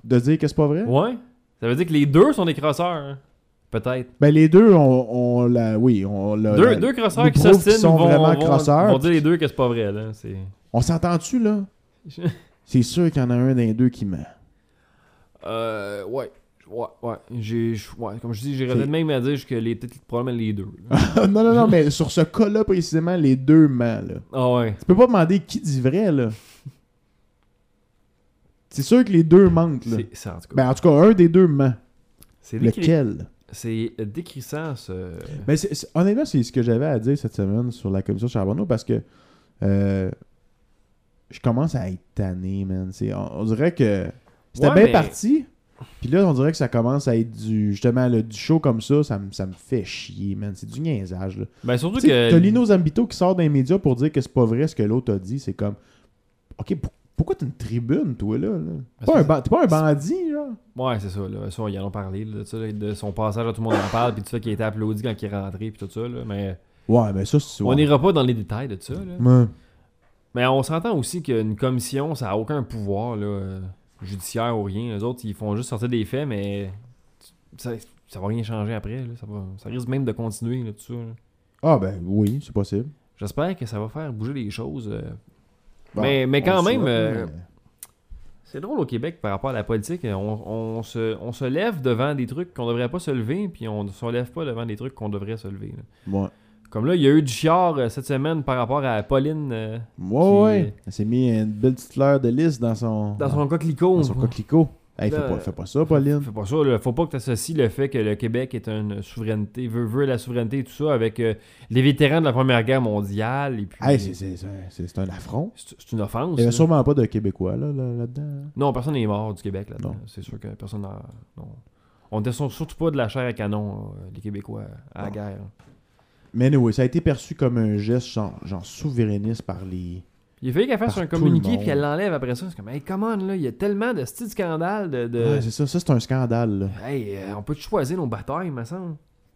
S4: de dire que c'est pas vrai.
S3: Ouais. Ça veut dire que les deux sont des crosseurs. hein. Peut-être.
S4: Ben les deux, on, on la, oui, on la-
S3: Deux,
S4: Euh, la-
S3: deux crosseurs
S4: nous
S3: qui
S4: prouve
S3: s'ostinent
S4: qu'ils sont
S3: vont,
S4: vraiment
S3: vont-
S4: crosseurs,
S3: vont dire les deux que c'est pas vrai. Là. C'est...
S4: On s'entend-tu là C'est sûr qu'il y en a un des deux qui ment.
S3: euh, ouais. Ouais, ouais. J'ai, je- ouais, comme je dis, j'irais peut-être même à dire que les peut-être le problème les deux. là.
S4: non, non, non, mais sur ce cas-là, précisément, les deux ments, là.
S3: Ah ouais.
S4: Tu peux pas demander qui dit vrai, là. C'est sûr que les deux mentent, là.
S3: C'est ça en tout cas.
S4: Ben, en tout cas, un des deux ment.
S3: c'est décri-
S4: Lequel?
S3: c'est euh, décrissant ce.
S4: Mais Ben, c'est- c'est- honnêtement, c'est ce que j'avais à dire cette semaine sur la commission Charbonneau parce que euh, je commence à être tanné, man. C'est- On, on dirait que c'était
S3: Ouais,
S4: bien
S3: mais-
S4: parti. Puis là, on dirait que ça commence à être du. Justement, le, du show comme ça, ça me, ça me fait chier, man. C'est du niaisage, là.
S3: Ben surtout
S4: Tu sais,
S3: que.
S4: T'as Lino Zambito qui sort dans les médias pour dire que c'est pas vrai ce que l'autre a dit. C'est comme. Ok, pour- pourquoi t'as une tribune, toi, là? là? T'es
S3: Parce
S4: pas,
S3: que
S4: un ban- t'es pas un bandit, genre.
S3: Ouais, c'est ça. Là. Ça, ils en ont parlé là, de ça, là, de son passage, là, tout le monde en parle, puis tout ça qui a été applaudi quand il est rentré, puis tout ça. Là. Mais
S4: Ouais, mais ça, c'est.
S3: on n'ira pas dans les détails de ça. Là.
S4: Ouais.
S3: Mais on s'entend aussi qu'une commission, ça n'a aucun pouvoir là, euh, judiciaire ou rien. Les autres, ils font juste sortir des faits, mais ça, ça va rien changer après. là. Ça, va- ça risque même de continuer, là, tout ça. là.
S4: Ah, ben oui, c'est possible.
S3: J'espère que ça va faire bouger les choses. euh.
S4: Bon,
S3: mais, mais quand
S4: on le
S3: même,
S4: souhaite,
S3: euh,
S4: mais-
S3: c'est drôle au Québec par rapport à la politique. On, on se, on se lève devant des trucs qu'on devrait pas se lever, puis on ne se lève pas devant des trucs qu'on devrait se lever. là.
S4: Ouais.
S3: Comme là, il y a eu du chiard euh, cette semaine par rapport à Pauline euh,
S4: Ouais,
S3: Qui-
S4: ouais. Elle s'est mis une belle petite fleur de lys dans son,
S3: dans son coquelicot.
S4: dans son coquelicot. Hey, fais,
S3: Là,
S4: pas, fais pas ça, Pauline.
S3: Fais pas ça, là. faut pas que tu associes le fait que le Québec est une souveraineté, veut, veut la souveraineté et tout ça avec euh, les vétérans de la Première Guerre mondiale. Et puis,
S4: Hey, c'est- Eh, c'est- c'est un- c'est c'est un affront.
S3: c'est c'est une offense.
S4: Il y
S3: là.
S4: avait sûrement pas de Québécois là- là- là-dedans. hein. là
S3: Non, personne n'est mort du Québec là-dedans.
S4: Non.
S3: C'est sûr que personne n'a. non. On était sur- surtout pas de la chair à canon, euh, les Québécois, à la
S4: Non.
S3: guerre.
S4: Mais anyway, ça a été perçu comme un geste genre, genre souverainiste par les.
S3: Il a fallu qu'elle fasse
S4: Par
S3: un
S4: tout le
S3: communiqué
S4: monde.
S3: puis elle l'enlève après ça. C'est comme, hey, come on, là, il y a tellement de styles scandales. De, de-
S4: Ouais, c'est ça, ça c'est un scandale. là.
S3: hey, euh, on peut choisir nos batailles, me semble.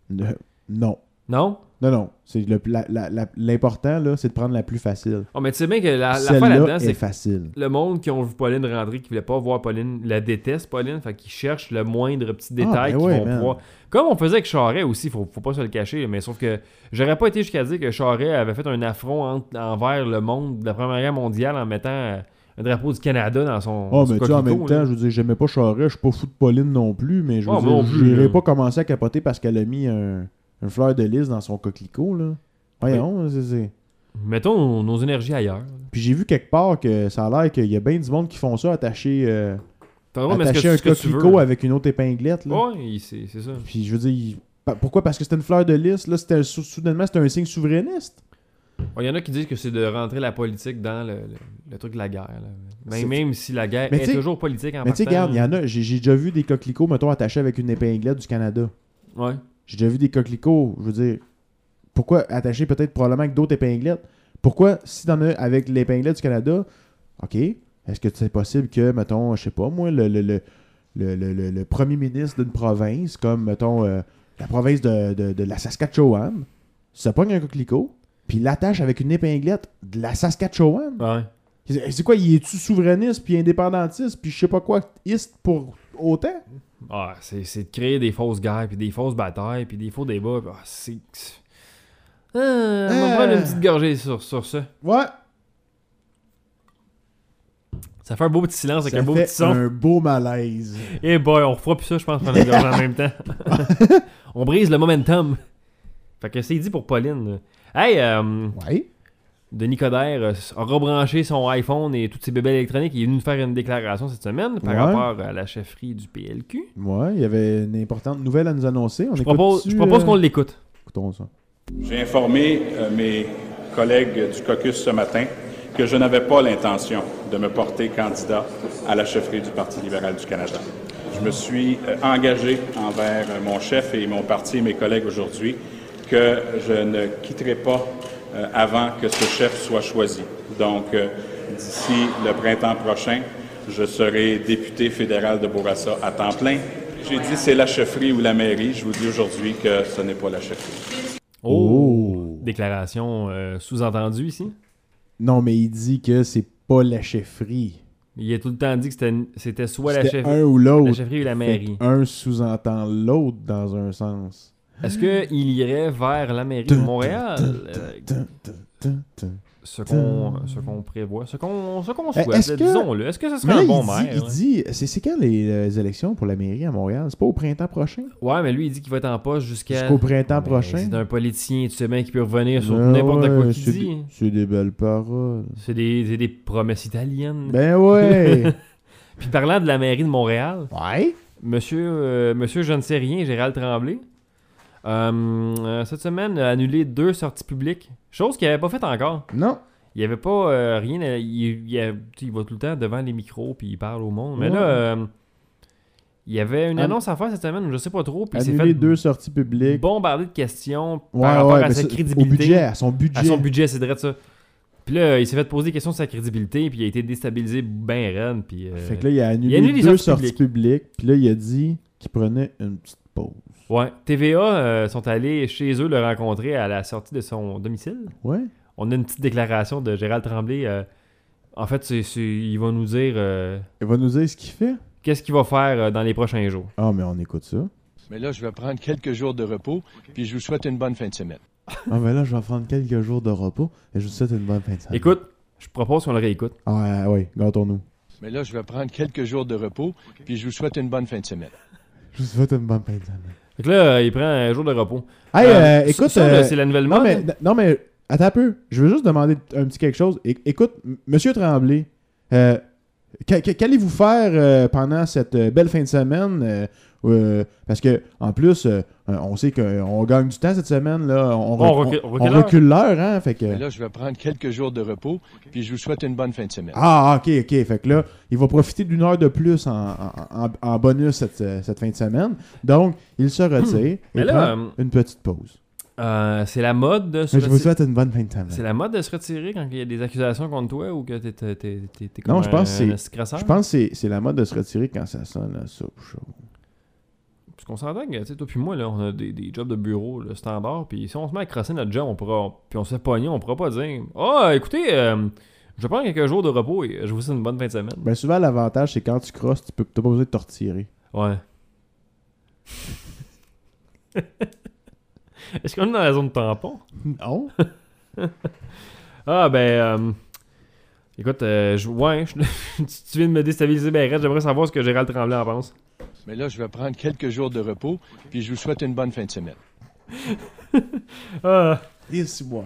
S4: Ne- Non.
S3: Non?
S4: Non, non. C'est le- la- la- la- L'important, là, c'est de prendre la plus facile.
S3: Oh, mais tu sais bien que la, la fin
S4: Celle-là
S3: là-dedans,
S4: est
S3: c'est
S4: facile.
S3: le monde qui ont vu Pauline rentrer, qui voulait pas voir Pauline, la déteste Pauline, fait qu'ils cherchent le moindre petit détail
S4: ben
S3: qu'ils
S4: ouais,
S3: vont
S4: man.
S3: pouvoir. Comme on faisait avec Charret aussi, faut, faut pas se le cacher, mais sauf que j'aurais pas été jusqu'à dire que Charret avait fait un affront en- envers le monde de la Première Guerre mondiale en mettant euh, un drapeau du Canada dans son.
S4: Ah,
S3: son
S4: mais tu sais, en même
S3: coquelicot, là.
S4: temps, je veux dire, j'aimais pas Charest, je suis pas fou de Pauline non plus, mais je veux
S3: Ah, moi
S4: dire,
S3: non plus,
S4: j'irais
S3: là.
S4: pas commencer à capoter parce qu'elle a mis un, une fleur de lys dans son coquelicot, là. Voyons, c'est- c'est-
S3: Mettons nos, nos énergies ailleurs.
S4: Puis j'ai vu quelque part que ça a l'air qu'il y a bien du monde qui font ça, attacher, euh,
S3: T'as le droit de mettre ce
S4: attacher
S3: que,
S4: un
S3: ce que tu veux. Oh!
S4: coquelicot avec une autre épinglette, là.
S3: Ouais, c'est c'est ça.
S4: Puis je veux dire, il- pa- pourquoi? Parce que c'était une fleur de lys, là, c'était sou- soudainement, c'était un signe souverainiste.
S3: Il y en a qui disent que c'est de rentrer la politique dans le, le- le truc de la guerre. là.
S4: C'est-
S3: Mais même si la guerre
S4: Mais tu
S3: est
S4: sais-
S3: toujours politique en
S4: mais tu sais,
S3: partant,
S4: regarde, il y en a, j'ai j'ai déjà vu des coquelicots, mettons, attachés avec une épinglette du Canada.
S3: Ouais.
S4: J'ai déjà vu des coquelicots, je veux dire, pourquoi attacher peut-être probablement avec d'autres épinglettes? Pourquoi, si t'en as avec l'épinglette du Canada, ok, est-ce que c'est possible que, mettons, je sais pas moi, le, le, le, le, le- le- le premier ministre d'une province, comme, mettons, euh, la province de, de, de la Saskatchewan, se pogne un coquelicot, puis l'attache avec une épinglette de la Saskatchewan?
S3: Ouais.
S4: C'est c'est quoi, il est-tu souverainiste, puis indépendantiste, puis je sais pas quoi, iste pour autant?
S3: Ah, c'est c'est de créer des fausses guerres, puis des fausses batailles, puis des faux débats. puis, Ah, c'est. c'est- Ah, on va
S4: Euh.
S3: prendre une petite gorgée sur, sur ça.
S4: Ouais!
S3: Ça fait un beau petit silence avec
S4: Ça
S3: un beau
S4: fait
S3: petit son.
S4: un beau malaise.
S3: Eh boy, on refera plus ça, je pense, pendant une gorgée en même temps. on brise le momentum. Fait que c'est dit pour Pauline. Hey, euh,
S4: Ouais.
S3: Denis Coderre euh, a rebranché son iPhone et toutes ses bébés électroniques. Il est venu nous faire une déclaration cette semaine par
S4: Ouais.
S3: rapport à la chefferie du PLQ.
S4: Ouais, il y avait une importante nouvelle à nous annoncer. On
S3: Je propose, je propose
S4: euh,
S3: qu'on l'écoute.
S4: l'écoute. ça.
S7: J'ai informé euh, mes collègues du caucus ce matin que je n'avais pas l'intention de me porter candidat à la chefferie du Parti libéral du Canada. Je me suis euh, engagé envers euh, mon chef et mon parti et mes collègues aujourd'hui que je ne quitterai pas euh, avant que ce chef soit choisi. Donc, euh, d'ici le printemps prochain, je serai député fédéral de Bourassa à temps plein. J'ai dit c'est la chefferie ou la mairie. Je vous dis aujourd'hui que ce n'est pas la chefferie.
S3: Oh! Déclaration euh, sous-entendue ici.
S4: Non, mais il dit que c'est pas la chefferie.
S3: Il a tout le temps dit que c'était, une- c'était soit la,
S4: C'était
S3: chef-
S4: un ou l'autre.
S3: la chefferie ou la
S4: Fait
S3: mairie.
S4: que Un sous-entend l'autre dans un sens.
S3: Est-ce qu'il irait vers la mairie de Montréal? Euh,
S4: Tun, tun, tun, tun.
S3: ce qu'on ce qu'on prévoit, ce qu'on ce qu'on
S4: Eh,
S3: souhaite,
S4: est-ce
S3: là,
S4: que-
S3: disons-le. Est-ce que ce serait
S4: Mais là,
S3: un
S4: il
S3: bon
S4: dit,
S3: maire?
S4: il
S3: hein?
S4: dit c'est, c'est quand les, euh, les élections pour la mairie à Montréal? C'est pas au printemps prochain?
S3: Ouais, mais lui, il dit qu'il va être en poste jusqu'à...
S4: Jusqu'au printemps
S3: Mais
S4: prochain?
S3: C'est un politicien, tu sais bien qu'il peut revenir sur
S4: Ben
S3: n'importe quoi
S4: ouais,
S3: qu'il
S4: c'est
S3: dit.
S4: des- C'est des belles paroles.
S3: C'est des, c'est des promesses italiennes.
S4: Ben ouais!
S3: Puis parlant de la mairie de Montréal,
S4: ouais?
S3: Monsieur, euh, Monsieur Je ne sais rien, Gérald Tremblay, euh, euh, cette semaine a annulé deux sorties publiques, chose qu'il n'avait pas faite encore.
S4: Non.
S3: Il avait pas euh, rien. à- il, il a- tu sais, il va tout le temps devant les micros puis il parle au monde. Mais
S4: Ouais.
S3: là, euh, il y avait une
S4: Ann-
S3: annonce à faire cette semaine, je sais pas trop. Puis il s'est
S4: Annuler
S3: fait
S4: deux sorties publiques.
S3: bombarder de questions
S4: Ouais,
S3: par rapport
S4: ouais,
S3: à
S4: mais
S3: sa
S4: ça-
S3: crédibilité.
S4: Au budget, à son budget.
S3: À son budget, c'est vrai de ça. Puis là, il s'est fait poser des questions sur sa crédibilité, puis il a été déstabilisé ben raide, puis... euh,
S4: Fait que là, il a annulé
S3: annulé les
S4: deux
S3: sorties
S4: sorties publiques. Puis là, il a dit qu'il prenait une petite pause.
S3: Ouais. TVA euh, sont allés chez eux le rencontrer à la sortie de son domicile.
S4: Ouais.
S3: On a une petite déclaration de Gérald Tremblay. euh, en fait, c'est, c'est- il va nous dire euh,
S4: Il va nous dire ce qu'il fait.
S3: qu'est-ce qu'il va faire euh, dans les prochains jours.
S4: Ah, mais on écoute ça.
S8: Mais là, je vais prendre quelques jours de repos, puis je vous souhaite une bonne fin de semaine.
S4: Ah, mais là, je vais prendre quelques jours de repos et je vous souhaite une bonne fin de semaine.
S3: Écoute, je propose qu'on le réécoute.
S4: Ah, ouais, ouais, gâtons-nous.
S8: Mais là, je vais prendre quelques jours de repos, puis je vous souhaite une bonne fin de semaine.
S4: Je vous souhaite une bonne fin de semaine.
S3: Fait que là, euh, il prend un jour de repos.
S4: Hey,
S3: Euh,
S4: euh, écoute.
S3: ça, là,
S4: euh,
S3: c'est la nouvelle
S4: non,
S3: mode,
S4: mais,
S3: hein.
S4: non, mais attends un peu. Je veux juste demander un petit quelque chose. É- écoute, M- Monsieur Tremblay, euh, qu'a- qu'a- qu'allez-vous faire euh, pendant cette euh, belle fin de semaine? euh, euh, parce que en plus, euh, euh, on sait qu'on gagne du temps cette semaine. Là. On,
S3: Bon, on
S4: on-
S3: recule-
S4: on
S3: recule l'heure.
S4: recule l'heure, hein? Fait que...
S8: Mais là, je vais prendre quelques jours de repos, puis je vous souhaite une bonne fin de semaine.
S4: Ah, ok, ok. Fait que là, il va profiter d'une heure de plus en, en- en- en bonus cette, euh, cette fin de semaine. Donc, il se retire et
S3: Mais là,
S4: prend
S3: euh,
S4: une petite pause.
S3: Euh, c'est la mode de se
S4: Je vous
S3: retirer-
S4: souhaite une bonne fin de semaine.
S3: C'est la mode de se retirer quand il y a des accusations contre toi ou que t'es, t'es, t'es, t'es- t'es comme
S4: Non, je pense
S3: un,
S4: que c'est-
S3: escrasseur.
S4: Je pense que c'est- c'est la mode de se retirer quand ça sonne la soupe chaude.
S3: Parce qu'on s'entend que, tu sais, toi puis moi, là, on a des, des jobs de bureau là, standard, puis si on se met à crasser notre job, on pourra, puis on se fait pogner, on pourra pas dire « Ah, écoutez, euh, je prends quelques jours de repos et je vous souhaite une bonne fin de semaine.
S4: Ben souvent l'avantage c'est quand tu crosses, tu peux t'as pas besoin de te retirer.
S3: Ouais. Est-ce qu'on est dans la zone tampon?
S4: Non.
S3: Ah, ben, euh, écoute, euh, je- ouais, je- tu- tu viens de me déstabiliser, ben, arrête, j'aimerais savoir ce que Gérald Tremblay en pense.
S8: Mais là, je vais prendre quelques jours de repos, puis je vous souhaite une bonne fin de semaine.
S3: Ah,
S4: Ici moi.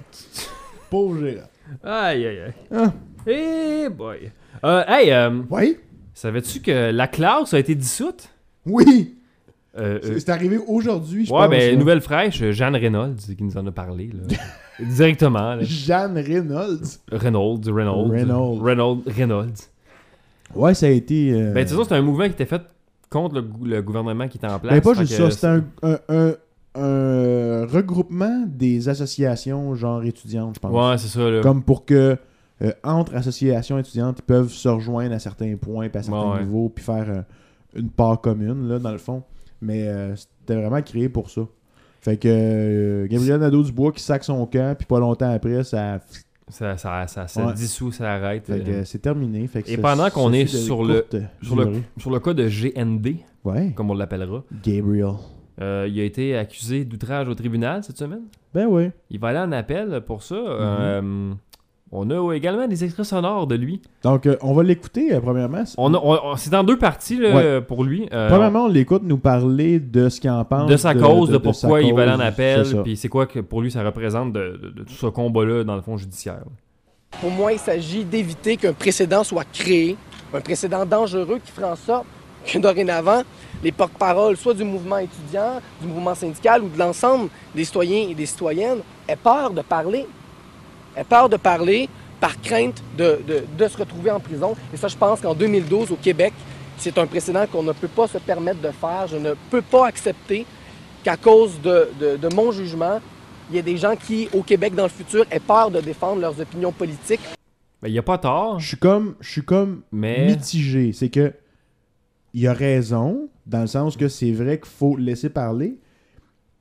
S4: Pauvre Gérard.
S3: aïe, aïe, aïe.
S4: Ah.
S3: Eh boy. Euh, hey, euh,
S4: Oui?
S3: savais-tu que la classe a été dissoute?
S4: Oui!
S3: Euh,
S4: C'est
S3: euh,
S4: c'est arrivé aujourd'hui, je
S3: ouais,
S4: pense.
S3: ben,
S4: là.
S3: nouvelle fraîche, euh, Jeanne Reynolds qui nous en a parlé. Là. Directement. là.
S4: Jeanne Reynolds.
S3: Reynolds, Reynolds.
S4: Reynolds.
S3: Reynolds, Reynolds.
S4: Ouais, ça a été. euh,
S3: Ben, tu sais, c'est un mouvement qui était fait contre le, gou- le gouvernement qui était en place.
S4: ben, pas
S3: Fait
S4: juste
S3: que-
S4: ça, c'était un, un, un- un regroupement des associations genre étudiantes, je pense.
S3: Ouais, c'est ça. Là.
S4: Comme pour que euh, entre associations étudiantes, ils peuvent se rejoindre à certains points, puis à certains
S3: Ouais, ouais.
S4: niveaux, puis faire euh, une part commune, là, dans le fond. Mais euh, c'était vraiment créé pour ça. Fait que euh, Gabriel Nadeau-Dubois qui sac son camp, puis pas longtemps après, ça,
S3: Ça, ça, ça, ça
S4: Ouais.
S3: dissout, ça arrête.
S4: fait que,
S3: euh.
S4: euh, c'est terminé. Fait que
S3: Et
S4: ça-
S3: pendant qu'on
S4: ça
S3: est
S4: fut de
S3: sur le-
S4: courte
S3: sur, le,
S4: durée.
S3: sur le cas de GND,
S4: Ouais,
S3: comme on l'appellera,
S4: Gabriel.
S3: euh, il a été accusé d'outrage au tribunal cette semaine.
S4: Ben ouais.
S3: Il va aller en appel pour
S4: Mhm.
S3: ça. Euh, on a également des extraits sonores de lui.
S4: Donc, euh, on va l'écouter, euh, premièrement.
S3: On a- on- on- c'est en deux parties là,
S4: Ouais.
S3: euh, pour lui. Euh,
S4: Premièrement, on l'écoute nous parler de ce qu'il en pense.
S3: de sa cause, de,
S4: sa
S3: pourquoi il va aller en
S4: cause,
S3: appel,
S4: c'est ça.
S3: puis c'est quoi que pour lui ça représente de, de- de tout ce combat-là dans le fond judiciaire.
S9: Pour moi, il s'agit d'éviter qu'un précédent soit créé, un précédent dangereux qui ferait en sorte que dorénavant, les porte-paroles, soit du mouvement étudiant, du mouvement syndical ou de l'ensemble des citoyens et des citoyennes, aient peur de parler. Aient peur de parler par crainte de, de- de se retrouver en prison. Et ça, je pense qu'en 2012, au Québec, c'est un précédent qu'on ne peut pas se permettre de faire. Je ne peux pas accepter qu'à cause de- de- de mon jugement, il y a des gens qui, au Québec, dans le futur, aient peur de défendre leurs opinions politiques.
S3: Ben, il n'y a pas tort,
S4: Je suis comme, je suis comme
S3: mais
S4: mitigé. C'est que il a raison, dans le sens que c'est vrai qu'il faut le laisser parler.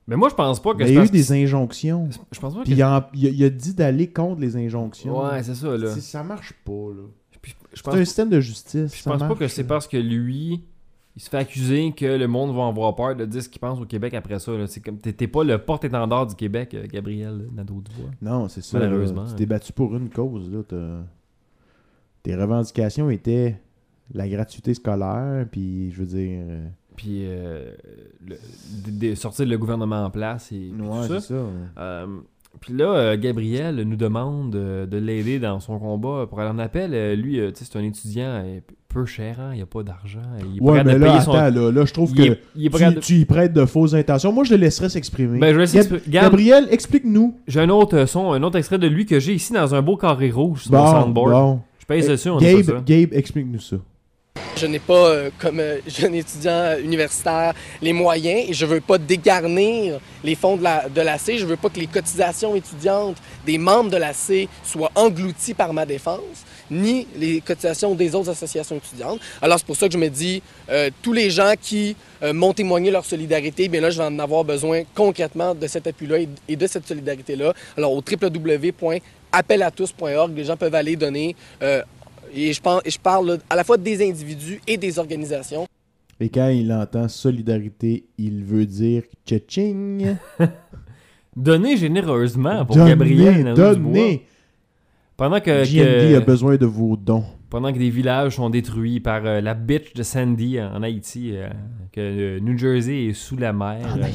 S3: mais moi je pense pas que
S4: Mais
S3: c'est
S4: il y a eu
S3: parce
S4: des injonctions.
S3: que- je pense pas que
S4: Puis il a, il a- il a dit d'aller contre les injonctions.
S3: ouais c'est ça là.
S4: C'est- Ça marche pas, là.
S3: Puis je
S4: C'est un
S3: pense,
S4: système de justice.
S3: je
S4: ça
S3: pense pas
S4: marche,
S3: que c'est
S4: là.
S3: parce que lui il se fait accuser que le monde va en avoir peur de dire ce qu'il pense au Québec après ça. là. C'est comme t'es t'es pas le porte-étendard du Québec, euh, Gabriel Nadeau-Dubois.
S4: Non, c'est ça.
S3: Malheureusement,
S4: là. tu
S3: hein.
S4: t'es battu pour une cause. Là, t'as- Tes revendications étaient la gratuité scolaire, puis je veux dire. euh,
S3: Puis euh, le- de- de sortir le gouvernement en place et, puis
S4: ouais,
S3: tout ça.
S4: c'est ça. ouais.
S3: Euh, Puis là, euh, Gabriel nous demande euh, de l'aider dans son combat pour aller en appel. Euh, lui, euh, tu sais, c'est un étudiant euh, peu cher, hein, il n'y a pas d'argent. Il est prêt
S4: Ouais,
S3: à
S4: mais là,
S3: payer
S4: attends,
S3: son...
S4: là, là, je trouve
S3: il
S4: que
S3: est, il est prêt à-
S4: tu, tu y prêtes de fausses intentions. Moi, je le laisserais s'exprimer.
S3: Ben, je vais essayer
S4: Gab-
S3: de- Gab-
S4: Gabriel, explique-nous.
S3: J'ai un autre euh, son, un autre extrait de lui que j'ai ici dans un beau carré rouge sur mon
S4: Bon,
S3: soundboard.
S4: bon. Eh,
S3: Je pèse dessus, on
S4: Gabe,
S3: est pas ça.
S4: Gabe, explique-nous ça.
S9: Je n'ai pas, euh, comme euh, jeune étudiant universitaire, les moyens et je veux pas dégarnir les fonds de la, de la C. Je veux pas que les cotisations étudiantes des membres de la C soient englouties par ma défense, ni les cotisations des autres associations étudiantes. Alors, c'est pour ça que je me dis, euh, tous les gens qui euh, m'ont témoigné leur solidarité, bien là, je vais en avoir besoin concrètement de cet appui-là et- et de cette solidarité-là. Alors, au www.appelatus.org, les gens peuvent aller donner euh, et je, pense, et je parle là, à la fois des individus et des organisations.
S4: Et quand il entend solidarité, il veut dire tching
S3: Donnez généreusement pour Gabriel
S4: Donnez,
S3: Nadeau-Dubois.
S4: donnez.
S3: Pendant que,
S4: GND
S3: Euh, que-
S4: a besoin de vos dons.
S3: pendant que des villages sont détruits par euh, la bitch de Sandy en, en Haïti, euh, que euh, New Jersey est sous la mer,
S4: Ah, ben.
S3: euh,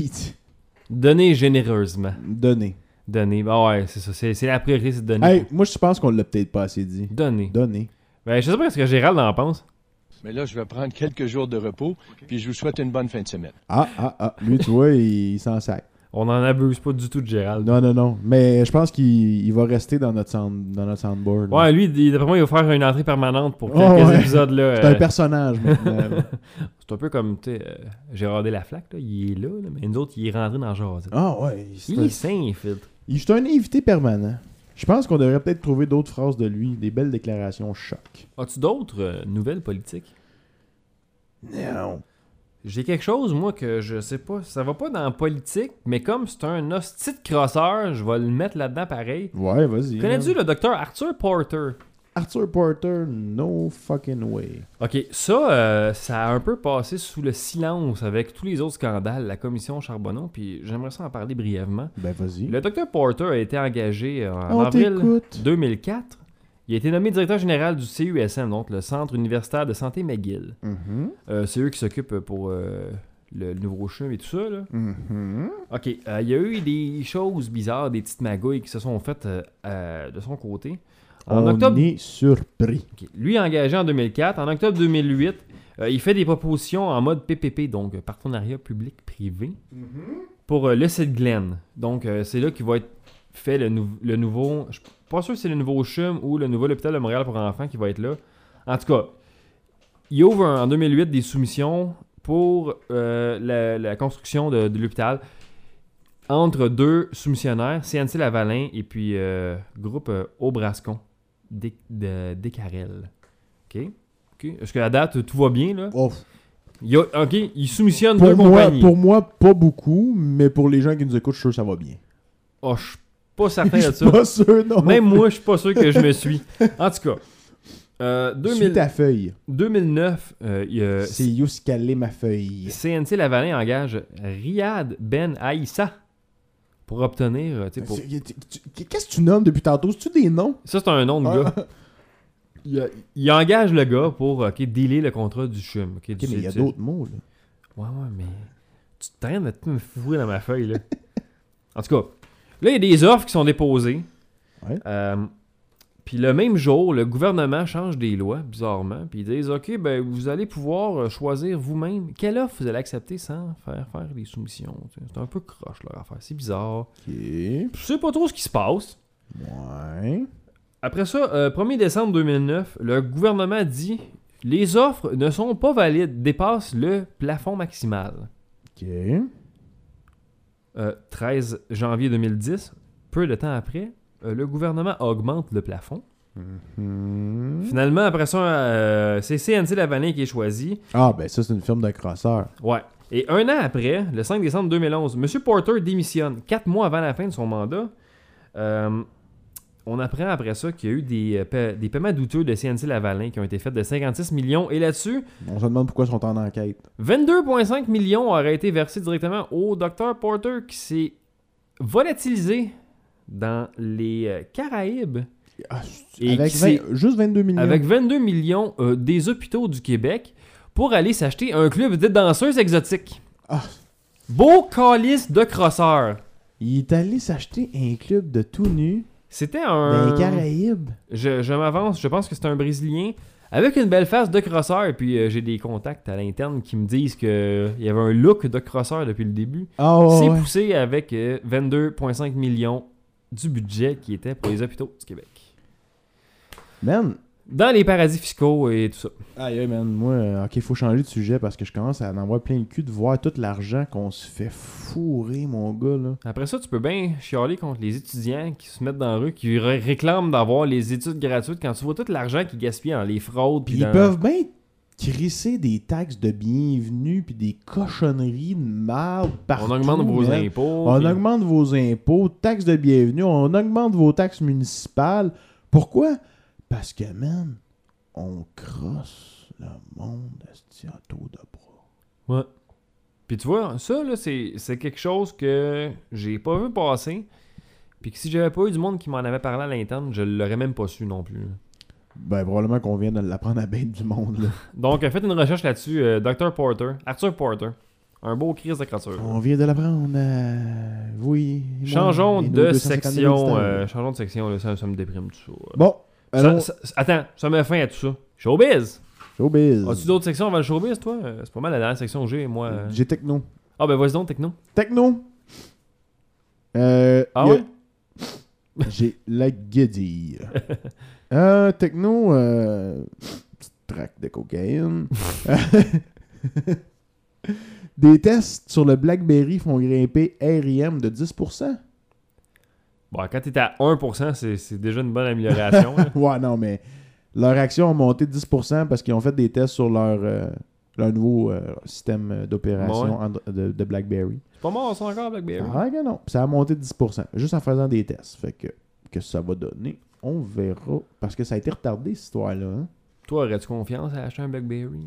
S3: donnez généreusement.
S4: Donnez.
S3: Donner. Ah ouais, c'est ça. C'est, c'est la priorité, c'est de donner.
S4: Hey, moi, je pense qu'on l'a peut-être pas assez dit.
S3: Donner.
S4: Donnez.
S3: Ben, je sais pas ce que Gérald en pense.
S8: Mais là, je vais prendre quelques jours de repos, puis je vous souhaite une bonne fin de semaine.
S4: Ah, ah, ah. Lui, tu vois, il, il s'en sert.
S3: On en abuse pas du tout de Gérald.
S4: Non, non, non. Mais je pense qu'il il va rester dans notre, sound- dans notre soundboard. là.
S3: Ouais, lui, il- d'après moi, il va faire une entrée permanente pour
S4: Oh,
S3: quelques
S4: ouais.
S3: épisodes. Là,
S4: C'est un
S3: Euh,
S4: personnage maintenant. là.
S3: c'est un peu comme tu sais, euh, Gérard Delaflaque, là, il est là, là, mais nous autres, il est rentré dans Jazz.
S4: Ah ouais. c'est
S3: Il
S4: un-
S3: s'infiltre.
S4: Il est un invité permanent. Je pense qu'on devrait peut-être trouver d'autres phrases de lui, des belles déclarations choc.
S3: As-tu d'autres euh, nouvelles politiques?
S4: Non.
S3: J'ai quelque chose, moi, que je sais pas. Ça va pas dans la politique, mais comme c'est un hostie de crosseur, je vais le mettre là-dedans pareil.
S4: Ouais, vas-y.
S3: Connais-tu
S4: man.
S3: le docteur Arthur Porter?
S4: Arthur Porter, no fucking way.
S3: OK, ça, euh, ça a un peu passé sous le silence avec tous les autres scandales, la commission Charbonneau, puis j'aimerais ça en parler brièvement.
S4: Ben vas-y.
S3: Le Dr Porter a été engagé en
S4: On
S3: avril
S4: t'écoute.
S3: 2004. Il a été nommé directeur général du CUSM, donc le Centre universitaire de santé McGill.
S4: Mhm,
S3: Euh, C'est eux qui s'occupent pour euh, le nouveau CHUM et tout ça, là.
S4: mhm.
S3: OK, euh, il y a eu des choses bizarres, des petites magouilles qui se sont faites euh, euh, de son côté. En
S4: On
S3: octobre
S4: est surpris.
S3: Ok. Lui, engagé en 2004, en octobre 2008, euh, il fait des propositions en mode PPP, donc euh, partenariat public-privé, pour euh, le site Glen. Donc, euh, c'est là qu'il va être fait le, nou- le nouveau. Je suis pas sûr si c'est le nouveau CHUM ou le nouveau hôpital de Montréal pour enfants qui va être là. En tout cas, il ouvre un- en 2008 des soumissions pour euh, la, la construction de, de l'hôpital entre deux soumissionnaires, CNC Lavalin et puis euh, groupe euh, Aubrascon des, de, des Carrel. OK? OK? Est-ce que la date, tout va bien, là?
S4: Oh,
S3: Il y a- OK, il soumissionne deux
S4: pour, moi,
S3: compagnies.
S4: pour moi, pas beaucoup, mais pour les gens qui nous écoutent, je suis sûr que ça va bien.
S3: Oh, je suis pas certain
S4: Je
S3: de
S4: suis
S3: ça.
S4: pas sûr, non.
S3: Même moi, je suis pas sûr que je me suis. En tout cas, euh, 2000
S4: Suis ta feuille.
S3: 2009, euh, il y a-
S4: C'est Youscalé ma feuille.
S3: CNC Lavalin engage Riyad Ben Aïssa pour obtenir... euh, tu sais, pour-
S4: Ben, C'est- Qu'est-ce que tu nommes depuis tantôt? C'est-tu des noms?
S3: Ça, c'est un nom
S4: Ah.
S3: de gars. Il, a- il engage le gars pour OK, dealer le contrat du chum. OK, du-
S4: Ok, mais il y a
S3: du-
S4: d'autres mots, là.
S3: Ouais, ouais, mais tu te traînes à tout me fourrer dans ma feuille, là. en tout cas, là, il y a des offres qui sont déposées.
S4: Ouais.
S3: Euh, puis le même jour, le gouvernement change des lois, bizarrement. Puis ils disent OK, ben vous allez pouvoir euh, choisir vous-même quelle offre vous allez accepter sans faire faire des soumissions. Tu sais, C'est un peu croche, leur affaire. C'est bizarre.
S4: Ok. Ouais.
S3: Je sais pas trop ce qui se passe. Après ça, euh, 1er décembre 2009, le gouvernement dit les offres ne sont pas valides, dépassent le plafond maximal.
S4: Ok.
S3: Euh, 13 janvier 2010, peu de temps après, euh, le gouvernement augmente le plafond.
S4: Hmm.
S3: Finalement, après ça, euh, c'est CNC Lavalin qui est choisi.
S4: Ah, ben ça, c'est une firme de crosseur.
S3: Ouais. Et un an après, le 5 décembre 2011, M. Porter démissionne, quatre mois avant la fin de son mandat. Euh, on apprend après ça qu'il y a eu des, euh, pa- des paiements douteux de CNC Lavalin qui ont été faits de 56 millions. Et là-dessus,
S4: On se demande pourquoi ils sont en enquête.
S3: 22,5 millions auraient été versés directement au Dr. Porter qui s'est volatilisé dans les euh, Caraïbes
S4: Ah,
S3: Et
S4: avec
S3: qui c'est-
S4: 20 juste 22 millions.
S3: avec 22 millions euh, des hôpitaux du Québec pour aller s'acheter un club de danseuses exotiques.
S4: Ah.
S3: Beau calice de crosseurs.
S4: Il est allé s'acheter un club de tout nu
S3: C'était
S4: dans
S3: un.
S4: les Caraïbes.
S3: Je, je m'avance, je pense que c'est un Brésilien avec une belle face de crosseur. Et puis euh, j'ai des contacts à l'interne qui me disent qu'il y avait un look de crosseur depuis le début.
S4: Ah ouais,
S3: c'est
S4: ouais.
S3: poussé avec euh, 22,5 millions du budget qui était pour les hôpitaux du Québec.
S4: Man.
S3: Dans les paradis fiscaux et tout ça.
S4: Aïe, aïe, man. Moi, euh, ok, faut changer de sujet parce que je commence à en avoir plein le cul de voir tout l'argent qu'on se fait fourrer, mon gars, là.
S3: Après ça, tu peux bien chialer contre les étudiants qui se mettent dans la rue, qui ré- réclament d'avoir les études gratuites quand tu vois tout l'argent qu'ils gaspillent dans les fraudes.
S4: Puis
S3: puis
S4: ils
S3: dans-
S4: peuvent bien crisser des taxes de bienvenue puis des cochonneries de marde partout.
S3: On augmente vos
S4: man.
S3: impôts.
S4: On
S3: puis-
S4: augmente vos impôts, taxes de bienvenue, on augmente vos taxes municipales. Pourquoi? Parce que, man, on crosse le monde esti, à taux de bras.
S3: Ouais. Puis tu vois, ça, là, c'est, c'est quelque chose que j'ai pas vu passer. Puis que si j'avais pas eu du monde qui m'en avait parlé à l'interne, je l'aurais même pas su non plus.
S4: Ben, probablement qu'on vient de l'apprendre à bête du monde, là.
S3: Donc, euh, faites une recherche là-dessus. euh, Dr. Porter, Arthur Porter. Un beau crise de crature.
S4: On vient de l'apprendre, euh, oui. et moi,
S3: Changeons
S4: et nos
S3: de
S4: 250 000
S3: section.
S4: auditeurs.
S3: euh, changeons de section, là, ça, ça me déprime tout ça.
S4: Bon,
S3: Ça-
S4: alors,
S3: ça- ça- attends, ça met fin à tout ça. Showbiz!
S4: showbiz.
S3: As-tu d'autres sections avant le showbiz, toi? Euh, C'est pas mal la dernière section que j'ai, moi. euh.
S4: J'ai techno.
S3: Ah, ben vas-y donc, techno.
S4: Techno! Euh,
S3: Ah
S4: il y a-
S3: ouais?
S4: J'ai la guédille. Euh, techno, euh, petite traque de cocaïne. Des tests sur le BlackBerry font grimper RIM de 10%.
S3: Bon, quand t'es à 1%, c'est, c'est déjà une bonne amélioration. là.
S4: Ouais, non, mais leur action a monté de 10% parce qu'ils ont fait des tests sur leur, euh, leur nouveau euh, système d'opération Andro- de, de BlackBerry.
S3: C'est pas mort, ça encore, Blackberry.
S4: Ah, que non. Puis Ça a monté de 10%, juste en faisant des tests. Fait que, que ça va donner, on verra. Parce que ça a été retardé, cette histoire-là. hein.
S3: Toi, aurais-tu confiance à acheter un Blackberry?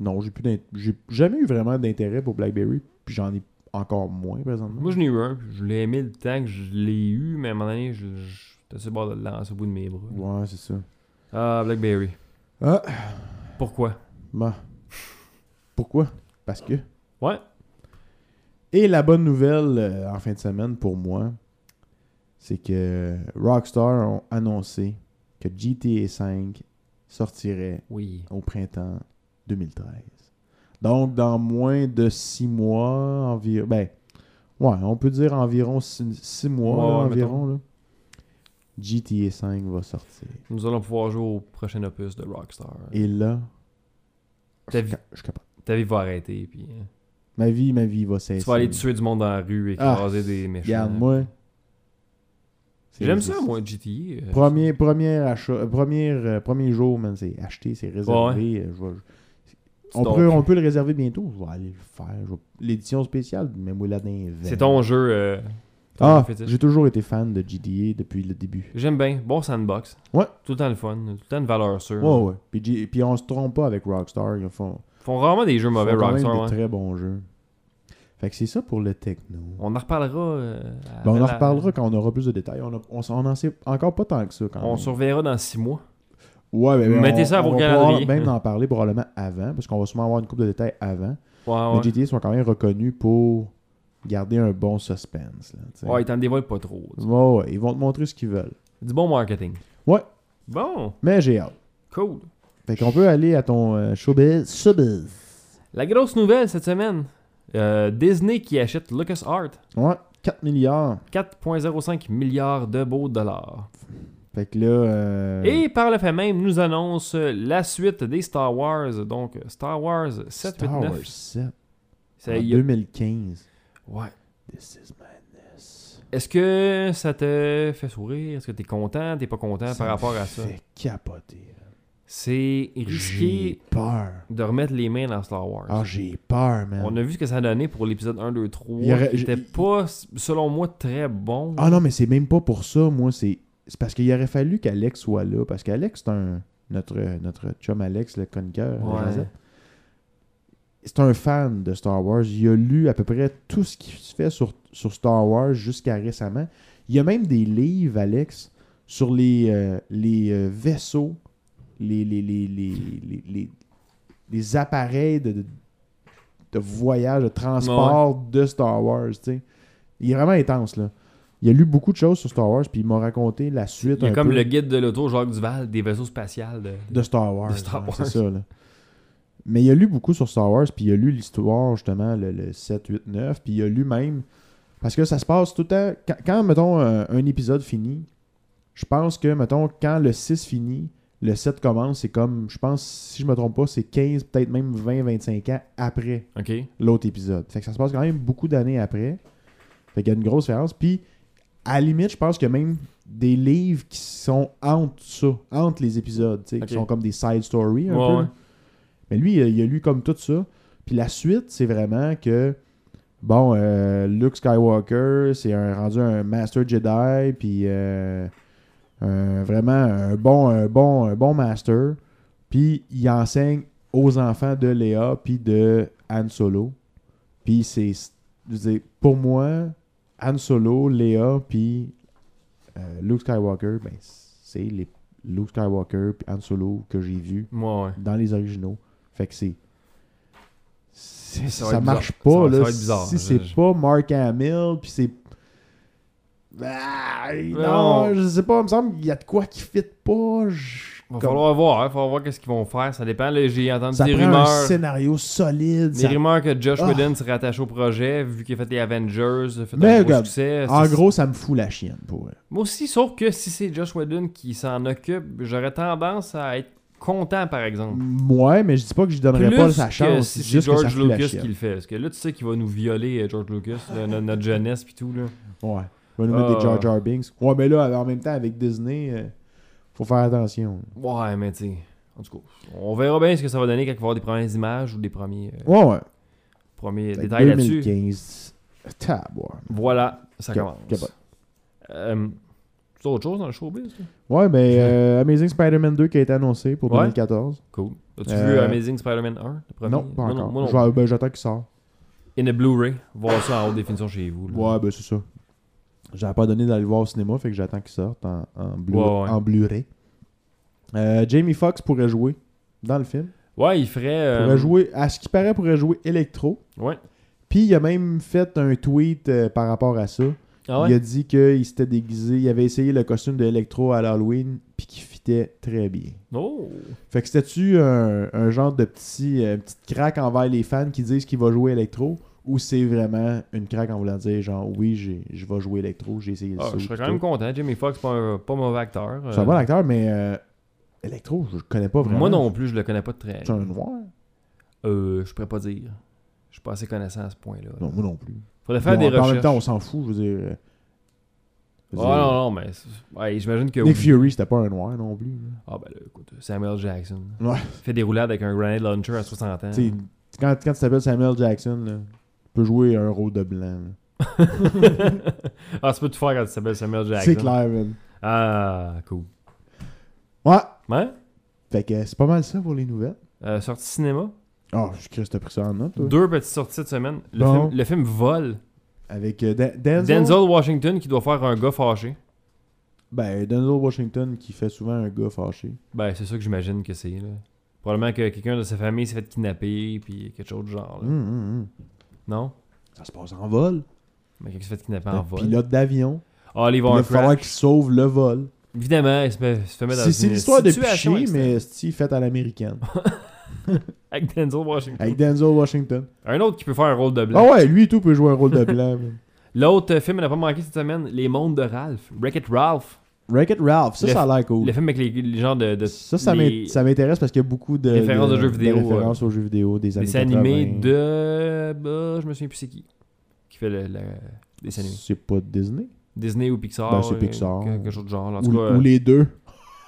S4: Non, j'ai plus d'int- j'ai jamais eu vraiment d'intérêt pour BlackBerry, puis j'en ai encore moins présentement.
S3: Moi, j'en ai eu un. puis Je l'ai aimé le temps que je l'ai eu, mais à un moment donné, je- je- j'étais sur le bord de le lancer au bout de mes bras.
S4: Ouais, c'est ça.
S3: Ah, Blackberry.
S4: Ah,
S3: Pourquoi?
S4: bah. Pourquoi Parce que.
S3: Ouais.
S4: Et la bonne nouvelle euh, en fin de semaine pour moi, c'est que Rockstar ont annoncé que GTA V sortirait
S3: Oui.
S4: au printemps 2013. Donc, dans moins de six mois environ. Ben, ouais, on peut dire environ six, six mois
S3: Ouais,
S4: là,
S3: ouais,
S4: environ. là. GTA V va sortir.
S3: Nous allons pouvoir jouer au prochain opus de Rockstar.
S4: Et là,
S3: Ta vie,
S4: je suis capable.
S3: ta vie va arrêter, puis... hein.
S4: Ma vie, ma vie va cesser.
S3: Tu vas aller tuer du monde dans la rue et
S4: Ah,
S3: croiser des méchants.
S4: Regarde-moi. C'est
S3: J'aime
S4: réservé.
S3: ça, moi, GTA. euh,
S4: Premier, premier, achat, euh, premier, euh, premier jour, man, c'est acheté, c'est réservé. euh, je vais-
S3: c'est
S4: on,
S3: ton-
S4: peut, on peut le réserver bientôt. Je vais aller le faire. je vais- L'édition spéciale, mais moi là dans les veines.
S3: C'est ton jeu... euh, ton
S4: Ah,
S3: jeu fétiche.
S4: j'ai toujours été fan de GTA depuis le début.
S3: J'aime bien. Bon sandbox.
S4: Ouais.
S3: Tout le temps le fun. Tout le temps une valeur sûre.
S4: Ouais, ouais. Puis, G- puis on se trompe pas avec Rockstar. Ils font,
S3: Ils font rarement des jeux
S4: ils font
S3: mauvais,
S4: quand même
S3: Rockstar.
S4: des
S3: ouais.
S4: très bons jeux. Fait que c'est ça pour le techno.
S3: On en reparlera... euh,
S4: Ben, on en
S3: à Ah, la-
S4: reparlera quand on aura plus de détails. On, a- on, s'en- on en sait encore pas tant que ça quand
S3: On
S4: même.
S3: surveillera dans 6 mois.
S4: Ouais, ben, ben,
S3: Mettez
S4: on-
S3: ça à
S4: on
S3: vos
S4: va
S3: calendriers.
S4: pouvoir même en parler probablement avant, parce qu'on va sûrement avoir une coupe de détails avant.
S3: Ouais,
S4: Les
S3: Ah ouais.
S4: GTA sont quand même reconnus pour garder un bon suspense. Là, tu sais.
S3: Ouais, ils t'en dévoilent pas trop. tu sais.
S4: Ouais, ouais, ils vont te montrer ce qu'ils veulent.
S3: Du bon marketing.
S4: Ouais,
S3: Bon,
S4: mais j'ai hâte.
S3: cool.
S4: Fait qu'on peut aller à ton euh, showbiz. Showbiz.
S3: La grosse nouvelle cette semaine euh, Disney qui achète LucasArts.
S4: Ouais, 4 milliards.
S3: 4,05 milliards de beaux dollars.
S4: Fait que là. euh,
S3: Et par le fait même, nous annonce la suite des Star Wars. Donc, Star Wars 789.
S4: Star Wars 7
S3: Ça,
S4: en
S3: il y a-
S4: 2015.
S3: Ouais.
S4: This is madness.
S3: Est-ce que ça te fait sourire? Est-ce que t'es content? T'es pas content
S4: Ça
S3: par
S4: me
S3: rapport à ça?
S4: fait capoter.
S3: C'est
S4: J'ai
S3: risqué
S4: peur.
S3: de remettre les mains dans Star Wars.
S4: Ah, j'ai peur, man.
S3: On a vu ce que ça a donné pour l'épisode 1, 2, 3.
S4: Il y aurait-
S3: qui était
S4: je-
S3: pas, selon moi, très bon.
S4: Ah non, mais c'est même pas pour ça, moi, c'est c'est parce qu'il aurait fallu qu'Alex soit là, parce qu'Alex, c'est un. Notre, notre chum Alex, le chroniqueur, la
S3: Ouais.
S4: Josette, c'est un fan de Star Wars. Il a lu à peu près tout ce qui se fait sur, sur Star Wars jusqu'à récemment. Il y a même des livres, Alex, sur les, euh, les euh, vaisseaux, les, les, les, les, les, les- les appareils de, de- de voyage, de transport de Star Wars. tu sais. Il est vraiment intense, là. Il a lu beaucoup de choses sur Star Wars, puis il m'a raconté la suite
S3: Il y a
S4: un
S3: comme
S4: peu
S3: le guide de l'auto, Jacques Duval, des vaisseaux spatials. de-
S4: de Star Wars.
S3: de Star
S4: ouais,
S3: Wars.
S4: C'est ça, là. Mais il a lu beaucoup sur Star Wars, puis il a lu l'histoire, justement, le, le 7, 8, 9, puis il a lu même. Parce que ça se passe tout le temps. Quand, quand, mettons, un, un épisode finit, je pense que, mettons, quand le 6 finit, le 7 commence, c'est comme, je pense, si je me trompe pas, c'est 15, peut-être même 20, 25 ans après
S3: OK.
S4: l'autre épisode. Fait que ça se passe quand même beaucoup d'années après. Fait qu'il y a une grosse différence. Puis, à la limite, je pense qu'il y a même des livres qui sont entre ça, entre les épisodes, tu sais, qui
S3: Ok.
S4: sont comme des side stories un
S3: Ouais,
S4: peu.
S3: ouais.
S4: Mais lui, il a, il a lu comme tout ça. Puis la suite, c'est vraiment que, bon, euh, Luke Skywalker, c'est un, rendu un Master Jedi, puis euh, un- vraiment un bon, un bon, un bon Master. Puis il enseigne aux enfants de Léa puis de Han Solo. Puis c'est, je veux dire, pour moi, Han Solo, Léa puis euh, Luke Skywalker, ben, c'est les Luke Skywalker puis Han Solo que j'ai vu
S3: Moi, ouais.
S4: dans les originaux. Fait que c'est. c'est-
S3: Ça
S4: ça
S3: va être
S4: marche pas,
S3: bizarre. Ça va-
S4: là.
S3: ça va être bizarre.
S4: Si
S3: Je-
S4: c'est
S3: je-
S4: pas Mark Hamill, puis c'est. Ah, non,
S3: Non.
S4: je sais pas, il me semble qu'il y a de quoi qui fit pas. je-
S3: Va
S4: comme-
S3: falloir voir, hein, falloir voir qu'est-ce qu'ils vont faire. Ça dépend. là, J'ai entendu
S4: Ça
S3: des
S4: prend
S3: rumeurs.
S4: un scénario solide.
S3: Des
S4: ça-
S3: rumeurs que Josh
S4: Ah.
S3: Whedon serait attaché au projet, vu qu'il a fait les Avengers, a fait
S4: Mais
S3: un gros
S4: regarde,
S3: succès.
S4: En
S3: Euh, C'est-
S4: gros, ça me fout la chienne pour elle.
S3: Moi aussi, sauf que si c'est Josh Whedon qui s'en occupe, j'aurais tendance à être content, par exemple.
S4: Ouais, mais je dis pas que je lui donnerais
S3: Plus
S4: pas sa
S3: que
S4: chance.
S3: si c'est
S4: juste que ça
S3: George
S4: fout la
S3: Lucas
S4: chienne.
S3: qui le fait. Parce que là, tu sais qu'il va nous violer, euh, George Lucas, là, no- notre jeunesse pis tout. Là.
S4: Ouais. Il va nous mettre
S3: Ah.
S4: des Jar Jar Binks. Ouais, mais là, en même temps, avec Disney, euh, faut faire attention.
S3: Ouais, mais tu sais. En tout cas, on verra bien ce que ça va donner quand il va y avoir des premières images ou des premiers, euh,
S4: Ouais, ouais.
S3: premiers
S4: Fait que
S3: détails là-dessus.
S4: 2015. Tabouin.
S3: Voilà, ça
S4: Cap-
S3: commence.
S4: capote.
S3: Euh, c'est autre chose dans le showbiz? ça?
S4: Ouais, mais euh, Amazing Spider-Man 2 qui a été annoncé pour
S3: Ouais.
S4: 2014.
S3: Cool. As-tu
S4: Euh,
S3: vu Amazing Spider-Man 1, le premier?
S4: Non, pas
S3: Moi
S4: encore.
S3: moi
S4: Je vais- ben, J'attends qu'il sort.
S3: In a Blu-ray. Voir ça en haute définition chez vous. là.
S4: Ouais, ben c'est ça. J'avais pas donné d'aller le voir au cinéma, fait que j'attends qu'il sorte en, en Blu-
S3: Ouais, ouais.
S4: en Blu-ray. Euh, Jamie Foxx pourrait jouer dans le film.
S3: Ouais, il ferait. euh,
S4: Pourrait jouer, à ce qui paraît, pourrait jouer Electro.
S3: Ouais.
S4: Puis il a même fait un tweet euh, par rapport à ça.
S3: Ah ouais?
S4: Il a dit qu'il s'était déguisé, il avait essayé le costume de Electro à l'Halloween, puis qu'il fitait très bien.
S3: Oh!
S4: Fait que c'était-tu un, un genre de petit, euh, petite craque envers les fans qui disent qu'il va jouer électro ou c'est vraiment une craque en voulant dire genre oui, j'ai- je vais jouer électro, j'ai essayé
S3: Ah,
S4: ça.
S3: je serais
S4: ou
S3: quand même
S4: plutôt.
S3: content. Jimmy Fox, pas, un- pas mauvais acteur.
S4: C'est un
S3: Euh,
S4: bon acteur, mais euh, électro, je le connais pas vraiment.
S3: Moi non plus, je le connais pas de très.
S4: C'est un noir
S3: Euh, je pourrais pas dire. Je suis pas assez connaissant à ce point-là.
S4: Non, moi non plus.
S3: Faudrait faire
S4: Puis
S3: des
S4: on- En même
S3: recherches.
S4: temps, on s'en fout, je veux dire. euh, je veux
S3: Ah, non,
S4: dire,
S3: non, mais. c'est- ouais, j'imagine que.
S4: Nick
S3: oui.
S4: Fury, c'était pas un noir non plus. là.
S3: Ah, ben là, écoute, Samuel Jackson.
S4: Ouais.
S3: Il fait des roulades avec un grenade launcher à 60 ans.
S4: Tu sais, quand, quand tu t'appelles Samuel Jackson, là, tu peux jouer un rôle de blanc. là.
S3: ah, tu peux tout faire quand tu t'appelles Samuel Jackson.
S4: C'est clair, man.
S3: Ah, cool.
S4: Ouais.
S3: Ouais?
S4: Fait que euh, c'est pas mal ça pour les nouvelles.
S3: Euh, sortie cinéma.
S4: Oh, je suis curieux, t'as pris ça en note, toi.
S3: Deux petites sorties cette semaine. Le,
S4: Bon.
S3: film, le film Vol.
S4: Avec euh, Dan- Denzel.
S3: Denzel Washington qui doit faire un gars fâché.
S4: Ben, Denzel Washington qui fait souvent un gars fâché.
S3: Ben, c'est ça que j'imagine que c'est. là. Probablement que quelqu'un de sa famille s'est fait kidnapper, puis quelque chose de genre. là.
S4: Hum, hum, hum.
S3: Non?
S4: Ça se passe en vol.
S3: Mais quelqu'un s'est fait kidnapper en
S4: Un
S3: vol.
S4: Ben, pilote d'avion.
S3: Ah, il
S4: Il
S3: va avoir
S4: va
S3: un
S4: falloir
S3: crash.
S4: qu'il sauve le vol.
S3: Évidemment, il se, met- il se fait mettre dans
S4: C'est c'est
S3: une
S4: l'histoire de
S3: situation
S4: Piché,
S3: extrême.
S4: mais c'est fait à l'américaine.
S3: Avec Denzel Washington.
S4: Avec Denzel Washington.
S3: Un autre qui peut faire un rôle de
S4: Ah
S3: blanc.
S4: ouais, lui et tout peut jouer un rôle de blanc. man.
S3: L'autre euh, film, on n'a pas manqué cette semaine, Les Mondes de Ralph. Wreck-It Ralph.
S4: Wreck-It Ralph, ça,
S3: Le-
S4: ça a l'air cool.
S3: Le film avec les, les genres de... de-
S4: Ça, ça m'in-
S3: les-
S4: ça m'intéresse parce qu'il y a beaucoup de
S3: Références de jeux vidéo, euh,
S4: références aux jeux vidéo des années
S3: Dessin animé
S4: 80.
S3: de. Bah, je me souviens plus c'est qui. Qui fait le, le dessin animé.
S4: C'est pas de Disney.
S3: Disney ou Pixar.
S4: Ben, c'est
S3: euh,
S4: Pixar.
S3: que- Quelque chose de genre. En
S4: Ou,
S3: tout cas, euh,
S4: ou les deux.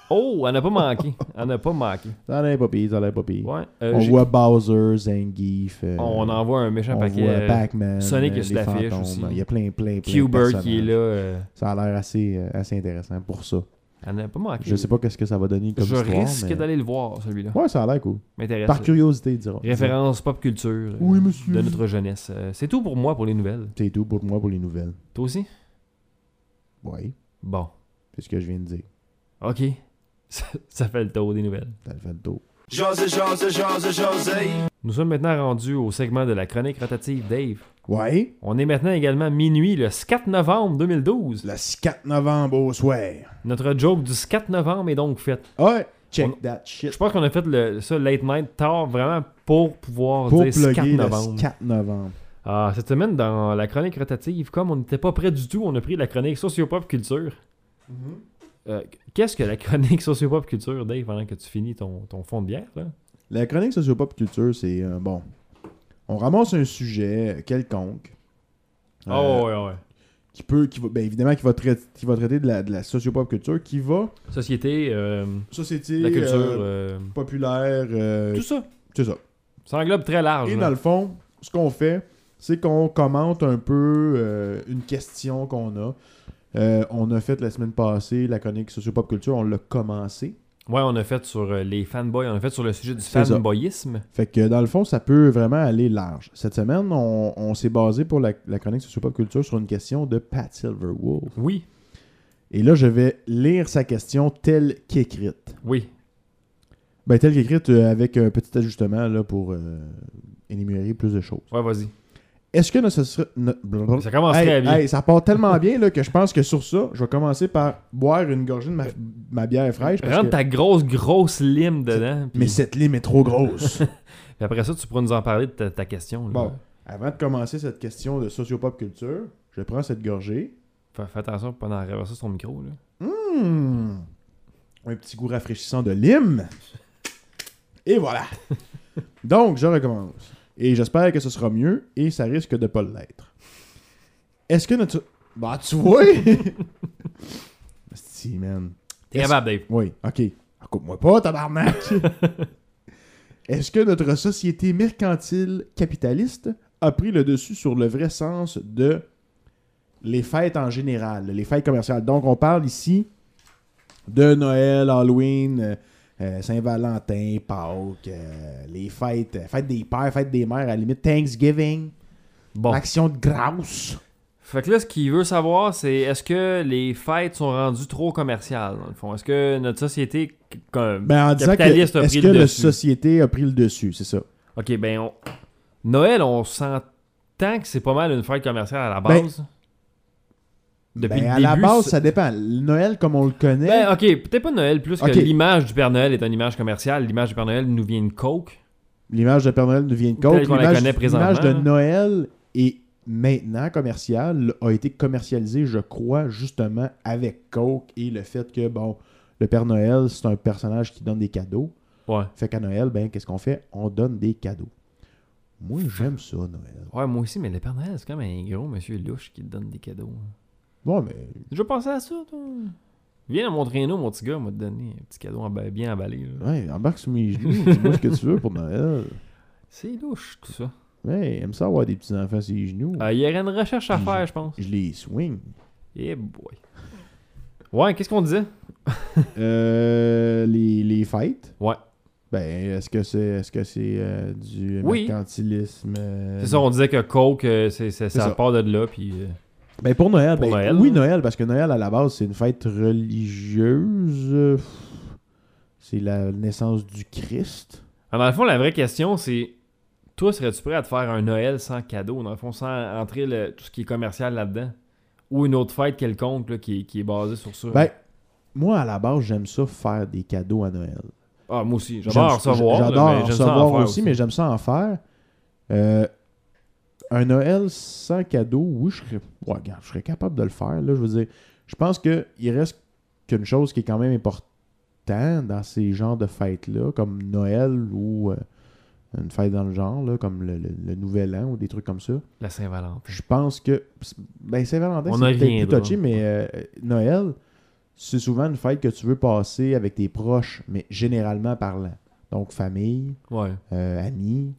S3: Oh, elle n'a pas manqué. Elle n'a pas manqué.
S4: Ça allait pas pire, ça allait pas pire.
S3: Ouais. euh,
S4: on
S3: j'ai-
S4: voit Bowser, Zangief. euh,
S3: on envoie un méchant
S4: on
S3: paquet.
S4: voit
S3: euh,
S4: Pac-Man.
S3: Sonic
S4: euh,
S3: est sur
S4: les
S3: l'affiche
S4: fantômes.
S3: aussi.
S4: Il y a plein, plein, plein. de
S3: Cuber qui est
S4: personnages.
S3: là. euh,
S4: Ça a l'air assez, euh, assez intéressant pour ça.
S3: elle n'a pas manqué.
S4: Je sais pas qu'est-ce que ça va donner comme
S3: Je
S4: histoire,
S3: risque
S4: mais-
S3: d'aller le voir, celui-là.
S4: Ouais, ça a l'air cool.
S3: M'intéresse.
S4: Par curiosité, dira.
S3: Référence pop culture euh,
S4: Oui, monsieur.
S3: de notre jeunesse. Euh, C'est tout pour moi pour les nouvelles.
S4: C'est tout pour moi pour les nouvelles.
S3: Toi aussi?
S4: Oui,
S3: Bon.
S4: c'est ce que je viens de dire.
S3: OK. Ça, ça fait le tour des nouvelles.
S4: T'as fait le tour.
S5: José, José, José, José.
S3: Nous sommes maintenant rendus au segment de la chronique rotative Dave.
S4: Ouais,
S3: On est maintenant également minuit le 4 novembre 2012.
S4: le 4 novembre au soir.
S3: Notre joke du 4 novembre est donc faite.
S4: Ouais, check
S3: On-
S4: that shit.
S3: Je pense qu'on a fait le, ça late night tard vraiment pour pouvoir
S4: Pour
S3: dire ce 4
S4: plugger
S3: novembre.
S4: le 4 novembre.
S3: Ah, cette semaine, dans la chronique rotative, comme on n'était pas prêt du tout, on a pris la chronique sociopop culture.
S4: Mhm.
S3: Euh, Qu'est-ce que la chronique sociopop culture, Dave, pendant que tu finis ton, ton fond de bière? Là?
S4: La chronique sociopop culture, c'est euh, bon. On ramasse un sujet quelconque. euh,
S3: oh, ouais, ouais.
S4: Qui peut, qui va, ben, évidemment, qui va, traiter, qui va traiter de la, de la sociopop culture, qui va,
S3: Société, euh,
S4: société,
S3: la culture,
S4: euh,
S3: euh,
S4: populaire, euh,
S3: tout ça.
S4: c'est ça.
S3: Ça englobe très large.
S4: Et
S3: là.
S4: dans le fond, ce qu'on fait, c'est qu'on commente un peu euh, une question qu'on a. Euh, on a fait la semaine passée la chronique sociopop culture, on l'a commencé.
S3: Ouais, on a fait sur euh, les fanboys, on a fait sur le sujet du
S4: C'est ça.
S3: fanboyisme.
S4: Fait que dans le fond, ça peut vraiment aller large. Cette semaine, on, on s'est basé pour la, la chronique sociopop culture sur une question de Pat Silverwolf.
S3: Oui,
S4: Et là, je vais lire sa question telle qu'écrite.
S3: oui.
S4: Ben, telle qu'écrite euh, avec un petit ajustement là, pour euh, énumérer plus de choses.
S3: Ouais, vas-y.
S4: Est-ce que ne ce serait. ne- blablabla.
S3: Ça commence très
S4: Hey,
S3: bien.
S4: hey, ça part tellement bien là, que je pense que sur ça, je vais commencer par boire une gorgée de ma, ma bière fraîche. parce
S3: Rentre
S4: que-
S3: ta grosse, grosse lime dedans. Puis,
S4: Mais cette lime est trop grosse.
S3: puis après ça, tu pourras nous en parler de ta, ta question. là.
S4: bon, avant de commencer cette question de sociopop culture, je prends cette gorgée.
S3: Fais, fais attention pour pas en renverser sur ton micro. Là.
S4: Hmm. Un petit goût rafraîchissant de lime. Et voilà. Donc, je recommence. Et j'espère que ce sera mieux et ça risque de pas l'être. Est-ce que notre. Bah, tu vois! si, man.
S3: T'es
S4: Est-ce-
S3: capable, Dave.
S4: Oui, ok. Ah, Coupe-moi pas, tabarnak! Est-ce que notre société mercantile capitaliste a pris le dessus sur le vrai sens de les fêtes en général, les fêtes commerciales? Donc, on parle ici de Noël, Halloween, euh, euh, Saint-Valentin, Pâques, euh, les fêtes, euh, fêtes des pères, fêtes des mères, à la limite Thanksgiving,
S3: Bon.
S4: action de grâce.
S3: Fait que là, ce qu'il veut savoir, c'est est-ce que les fêtes sont rendues trop commerciales, dans le fond? Est-ce que notre société c- comme
S4: Ben, en disant que,
S3: capitaliste a
S4: est-ce
S3: pris
S4: que
S3: le
S4: la
S3: dessus?
S4: société a pris le dessus, c'est ça?
S3: OK, ben, on- Noël, on s'entend que c'est pas mal une fête commerciale à la
S4: Ben,
S3: base. Depuis
S4: Ben,
S3: le
S4: à la
S3: début,
S4: base,
S3: c'est-
S4: ça dépend. Noël, comme on le connaît,
S3: Ben, OK, peut-être pas Noël, plus
S4: Ok.
S3: que l'image du Père Noël est une image commerciale. L'image du Père Noël nous vient de Coke.
S4: l'image de Père Noël nous vient de
S3: Telle
S4: Coke.
S3: qu'on la
S4: L'image-
S3: connaît présentement,
S4: L'image de
S3: là.
S4: Noël est maintenant commerciale, a été commercialisée, je crois, justement avec Coke et le fait que, bon, le Père Noël, c'est un personnage qui donne des cadeaux.
S3: Ouais.
S4: Fait qu'à Noël, ben, qu'est-ce qu'on fait? On donne des cadeaux. Moi, j'aime ça, Noël.
S3: Ouais, moi aussi, mais le Père Noël, c'est comme un gros monsieur louche qui te donne des cadeaux.
S4: Bon, mais
S3: Je pensais à ça, toi. Viens à mon traîneau, mon petit gars, on va te donner un petit cadeau emba- bien emballé. là.
S4: ouais, embarque sur mes genoux, dis-moi ce que tu veux pour Noël.
S3: C'est louche, tout ça.
S4: Ouais, aime ça avoir des petits-enfants sur les genoux.
S3: Euh, il y aurait une recherche à faire, je pense.
S4: Je les swing.
S3: Eh boy. Ouais, qu'est-ce qu'on disait?
S4: Euh, les, les fêtes.
S3: Ouais.
S4: Ben, est-ce que c'est est-ce que c'est euh, du
S3: Oui.
S4: mercantilisme euh,
S3: C'est ça, on disait que Coke, euh, c'est, c'est- ça
S4: ça.
S3: part de là, puis... euh,
S4: Ben pour Noël,
S3: Pour
S4: ben,
S3: Noël,
S4: oui
S3: hein.
S4: Noël parce que Noël à la base c'est une fête religieuse. Euh, pff, C'est la naissance du Christ.
S3: Alors, Ah, dans le fond, la vraie question, c'est... Toi, serais-tu prêt à te faire un Noël sans cadeau, dans le fond, sans entrer le- tout ce qui est commercial là-dedans? Ou une autre fête quelconque là, qui, est- qui est basée sur ça?
S4: Ben moi à la base j'aime ça faire des cadeaux à Noël.
S3: ah, moi aussi,
S4: J'aime-
S3: j'adore en recevoir. là,
S4: J'adore
S3: mais
S4: en
S3: j'aime ça en
S4: recevoir
S3: faire
S4: aussi, mais j'aime ça en faire. Euh, un Noël sans cadeau, oui, je serais, ouais, regarde, je serais capable de le faire. Là, je veux dire, je pense qu'il reste qu'une chose qui est quand même importante dans ces genres de fêtes-là, comme Noël ou euh, une fête dans le genre, là, comme le, le- le Nouvel An ou des trucs comme ça.
S3: La Saint-Valentin.
S4: Je pense que. Ben, Saint-Valentin,
S3: On
S4: c'est
S3: en
S4: peut-être plus
S3: reviendra.
S4: touché, mais euh, Noël, c'est souvent une fête que tu veux passer avec tes proches, mais généralement parlant. Donc, famille,
S3: Ouais.
S4: euh, amis.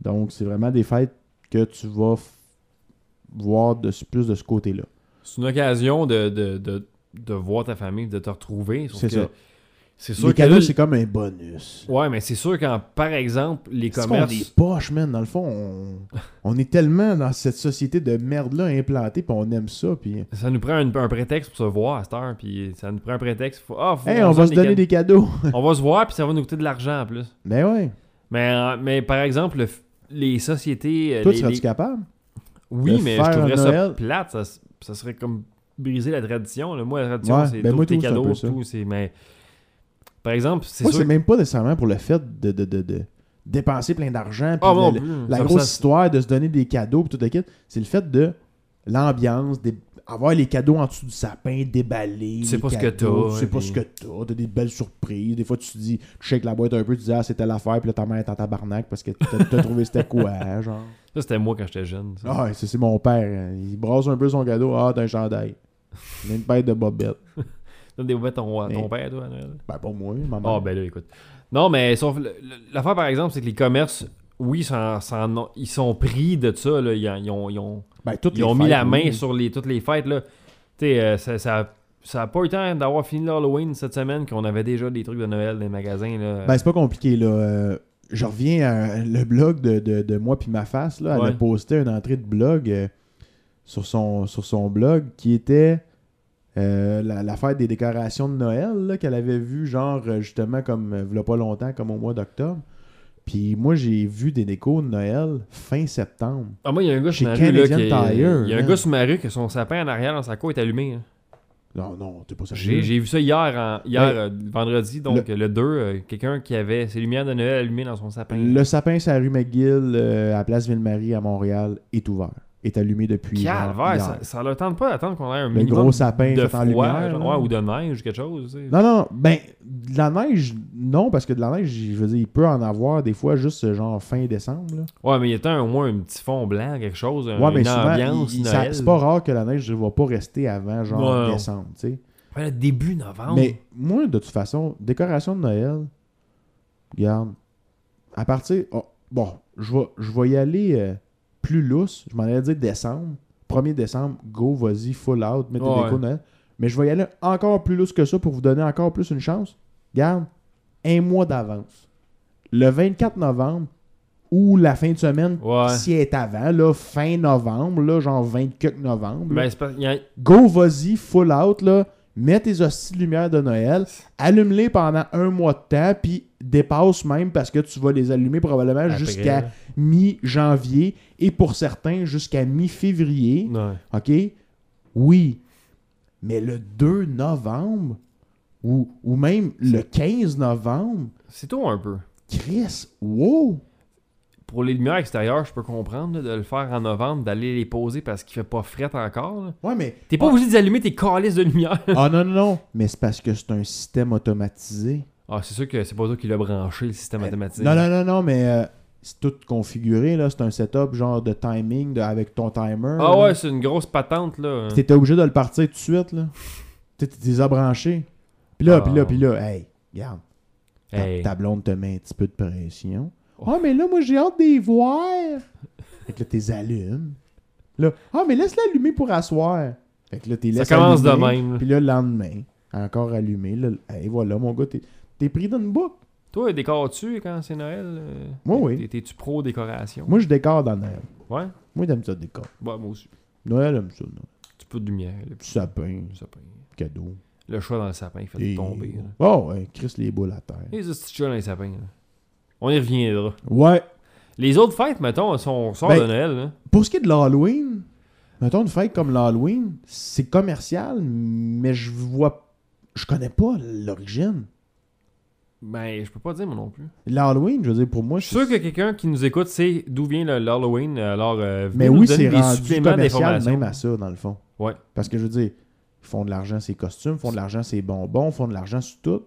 S4: Donc, c'est vraiment des fêtes que tu vas f- voir de, ce- plus de ce côté-là.
S3: C'est une occasion de, de, de, de voir ta famille, de te retrouver. sauf
S4: C'est
S3: que
S4: ça.
S3: C'est sûr
S4: Les
S3: que
S4: cadeaux,
S3: là,
S4: c'est comme un bonus.
S3: Ouais, mais c'est sûr qu'en, par exemple, les
S4: C'est qu'on a
S3: commerces.
S4: des poches, man. Dans le fond, on, on est tellement dans cette société de merde-là implantée, puis on aime ça, puis...
S3: Ça nous prend un, un prétexte pour se voir à cette heure, puis ça nous prend un prétexte. Faut, ah, faut
S4: Hey,
S3: qu'on
S4: on va
S3: donne
S4: se donner
S3: cade-
S4: des cadeaux.
S3: On va se voir, puis ça va nous coûter de l'argent en plus.
S4: Ben ouais.
S3: Mais, euh, mais par exemple, le f- les sociétés. euh,
S4: Toi,
S3: les-
S4: tu serais-tu
S3: les-
S4: capable?
S3: Oui,
S4: de
S3: mais
S4: faire
S3: je trouverais
S4: un
S3: ça
S4: Noël?
S3: plate. Ça, s- ça serait comme briser la tradition. là. Moi, la tradition,
S4: Ouais,
S3: c'est
S4: ben
S3: tous
S4: moi,
S3: tes
S4: tout, c'est un
S3: cadeaux,
S4: peu ça.
S3: tout. c'est- Mais par exemple, c'est
S4: Moi,
S3: sûr.
S4: c'est même pas nécessairement pour le fait de, de, de, de dépenser plein d'argent. puis
S3: Ah,
S4: le-
S3: non,
S4: le-
S3: plus,
S4: la
S3: ça me
S4: grosse
S3: sens-
S4: histoire de se donner des cadeaux puis tout le kit, c'est le fait de l'ambiance, des- avoir les cadeaux en dessous du sapin, déballés.
S3: Tu sais
S4: les
S3: pas ce que
S4: cadeaux,
S3: t'as,
S4: Tu sais
S3: hein,
S4: pas
S3: puis-
S4: ce que t'as. T'as des belles surprises. Des fois, tu te dis, tu shakes la boîte un peu, tu dis, ah, c'était l'affaire, puis là, ta mère est en tabarnak parce que t'as t'as trouvé c'était quoi, hein, genre.
S3: Ça, c'était moi quand j'étais jeune. ça.
S4: Ah, ouais, ça, c'est mon père. hein. Il brasse un peu son cadeau. Ah, t'as un chandail. Une paire de bobettes.
S3: Donne des bobettes à ton, à ton
S4: Mais-
S3: père, toi, à Noël.
S4: Ben, pas moi, maman.
S3: Ah, ben là, écoute. Non, mais sauf. le- le- L'affaire, par exemple, c'est que les commerces, oui, s'en- s'en ont- ils sont pris de ça. Là. Ils, en- ils ont. ils ont-
S4: Ben, toutes
S3: Ils
S4: les
S3: ont mis
S4: fêtes,
S3: la main
S4: oui.
S3: sur les, toutes les fêtes. Là. Tu sais, euh, ça, ça, ça a pas eu le temps d'avoir fini l'Halloween cette semaine qu'on avait déjà des trucs de Noël dans les magasins. Là.
S4: Ben, c'est pas compliqué, là. Euh, je reviens à le blog de, de, de moi puis ma face, là. Elle a
S3: Ouais.
S4: posté une entrée de blog euh, sur, son, sur son blog qui était euh, la, la fête des décorations de Noël, là, qu'elle avait vue, genre, euh, justement, comme, euh, v'là pas longtemps, comme au mois d'octobre. Puis moi, j'ai vu des décos de Noël fin septembre.
S3: Ah, moi, il y a un gars
S4: chez
S3: sur ma rue. là,
S4: Canadian
S3: qui- Il y a
S4: Tire,
S3: un
S4: hein.
S3: gars sur ma rue que son sapin en arrière dans sa cour est allumé. hein.
S4: Non, non, t'es pas ça.
S3: J'ai j'ai vu ça hier, en- hier
S4: Ouais.
S3: euh, vendredi, donc le, 2, euh, quelqu'un qui avait ses lumières de Noël allumées dans son sapin.
S4: Le sapin, c'est la rue McGill, euh, à Place Ville-Marie, à Montréal, est ouvert. Est allumé depuis. genre,
S3: Calvaire,
S4: hier.
S3: ça, ça leur tente pas d'attendre qu'on ait un
S4: Le
S3: minimum
S4: gros sapin
S3: de
S4: fait en
S3: froid
S4: lumière,
S3: genre,
S4: là.
S3: ouais, ou de neige ou quelque chose. tu sais.
S4: Non, non, ben, de la neige, non, parce que de la neige, je veux dire, il peut en avoir des fois juste euh, genre fin décembre. là.
S3: Ouais, mais il y a un- au moins un petit fond blanc, quelque chose, un-
S4: Ouais, mais
S3: Euh, une
S4: souvent,
S3: ambiance
S4: il- il- ça-
S3: Noël.
S4: c'est pas rare que la neige ne va pas rester avant genre
S3: Non, non.
S4: décembre, tu sais.
S3: Ouais, début novembre.
S4: Mais moi, de toute façon, décoration de Noël, regarde, à partir. oh, bon, je vais, je vais y aller euh, plus lousse. Je m'en allais dire décembre. 1er décembre, go, vas-y, full out, mets tes
S3: Ouais.
S4: décos de Noël. Mais je vais y aller encore plus lousse que ça pour vous donner encore plus une chance. Garde, un mois d'avance. Le 24 novembre ou la fin de semaine,
S3: Ouais.
S4: si elle est avant, là, fin novembre, là, genre 24 novembre. là,
S3: Ben, c'est parce qu'il y a-
S4: Go, vas-y, full out, là. Mets tes hosties de lumière de Noël, allume-les pendant un mois de temps, puis dépasse même parce que tu vas les allumer probablement
S3: Après,
S4: jusqu'à
S3: là.
S4: mi-janvier et pour certains jusqu'à mi-février.
S3: Ouais.
S4: OK? Oui. Mais le 2 novembre ou, ou même le 15 novembre,
S3: C'est tôt un peu.
S4: Chris, wow!
S3: Pour les lumières extérieures, je peux comprendre là, de le faire en novembre, d'aller les poser parce qu'il fait pas fret encore. là.
S4: Ouais, mais.
S3: T'es pas obligé d'allumer tes calices de lumière.
S4: Ah non, non, non. Mais c'est parce que c'est un système automatisé.
S3: Ah, c'est sûr que c'est pas toi qui l'as branché, le système automatique.
S4: Euh, Non, non, non, non, mais euh, c'est tout configuré, là. C'est un setup genre de timing de- avec ton timer.
S3: Ah
S4: là.
S3: ouais, c'est une grosse patente, là.
S4: Puis T'étais obligé de le partir tout de suite, là. T'es déjà branché. Puis là,
S3: Ah.
S4: puis là, puis là, hey, regarde. Ta,
S3: Hey. Oh.
S4: ta blonde te met un petit peu de pression. Ah, mais là, moi, j'ai hâte d'y voir. Fait que là, t'es allumes. Là, ah, mais laisse-la allumer pour asseoir. Fait que là, t'es laissé
S3: commence de
S4: allumer,
S3: même.
S4: Puis là, le lendemain, encore allumé. Là, hey, voilà, mon gars, t'es- t'es pris dans une boucle.
S3: Toi, décores-tu quand c'est Noël? euh,
S4: Moi,
S3: t'es-
S4: oui.
S3: t'es- T'es-tu pro décoration?
S4: Moi, je décore dans Noël.
S3: Ouais?
S4: Moi, j'aime ça, décore.
S3: Bah, moi aussi.
S4: Noël aime ça, Noël.
S3: Tu peux de lumière, le
S4: Petit
S3: petit
S4: sapin,
S3: sapin.
S4: cadeau.
S3: Le chat dans le sapin, il fait
S4: Et-
S3: tomber. là.
S4: Oh, ouais, crisse les boules à terre.
S3: Les petits chats dans les sapins. là. On y reviendra.
S4: Ouais.
S3: Les autres fêtes, mettons, sont, on sort
S4: Ben,
S3: de Noël. là.
S4: Pour ce qui est de l'Halloween, mettons une fête comme l'Halloween, c'est commercial, mais je vois. Je connais pas l'origine.
S3: Ben, je peux pas dire moi non plus.
S4: L'Halloween, je veux dire, pour moi,
S3: Je suis sûr que quelqu'un qui nous écoute sait d'où vient le- l'Halloween. Alors, euh, venez
S4: Mais
S3: nous
S4: Ben oui,
S3: donner
S4: c'est
S3: des
S4: rendu
S3: suppléments
S4: commercial
S3: d'informations.
S4: même à ça, dans le fond.
S3: Ouais.
S4: Parce que je veux dire, ils font de l'argent sur les costumes, font de l'argent sur les bonbons, font de l'argent sur tout.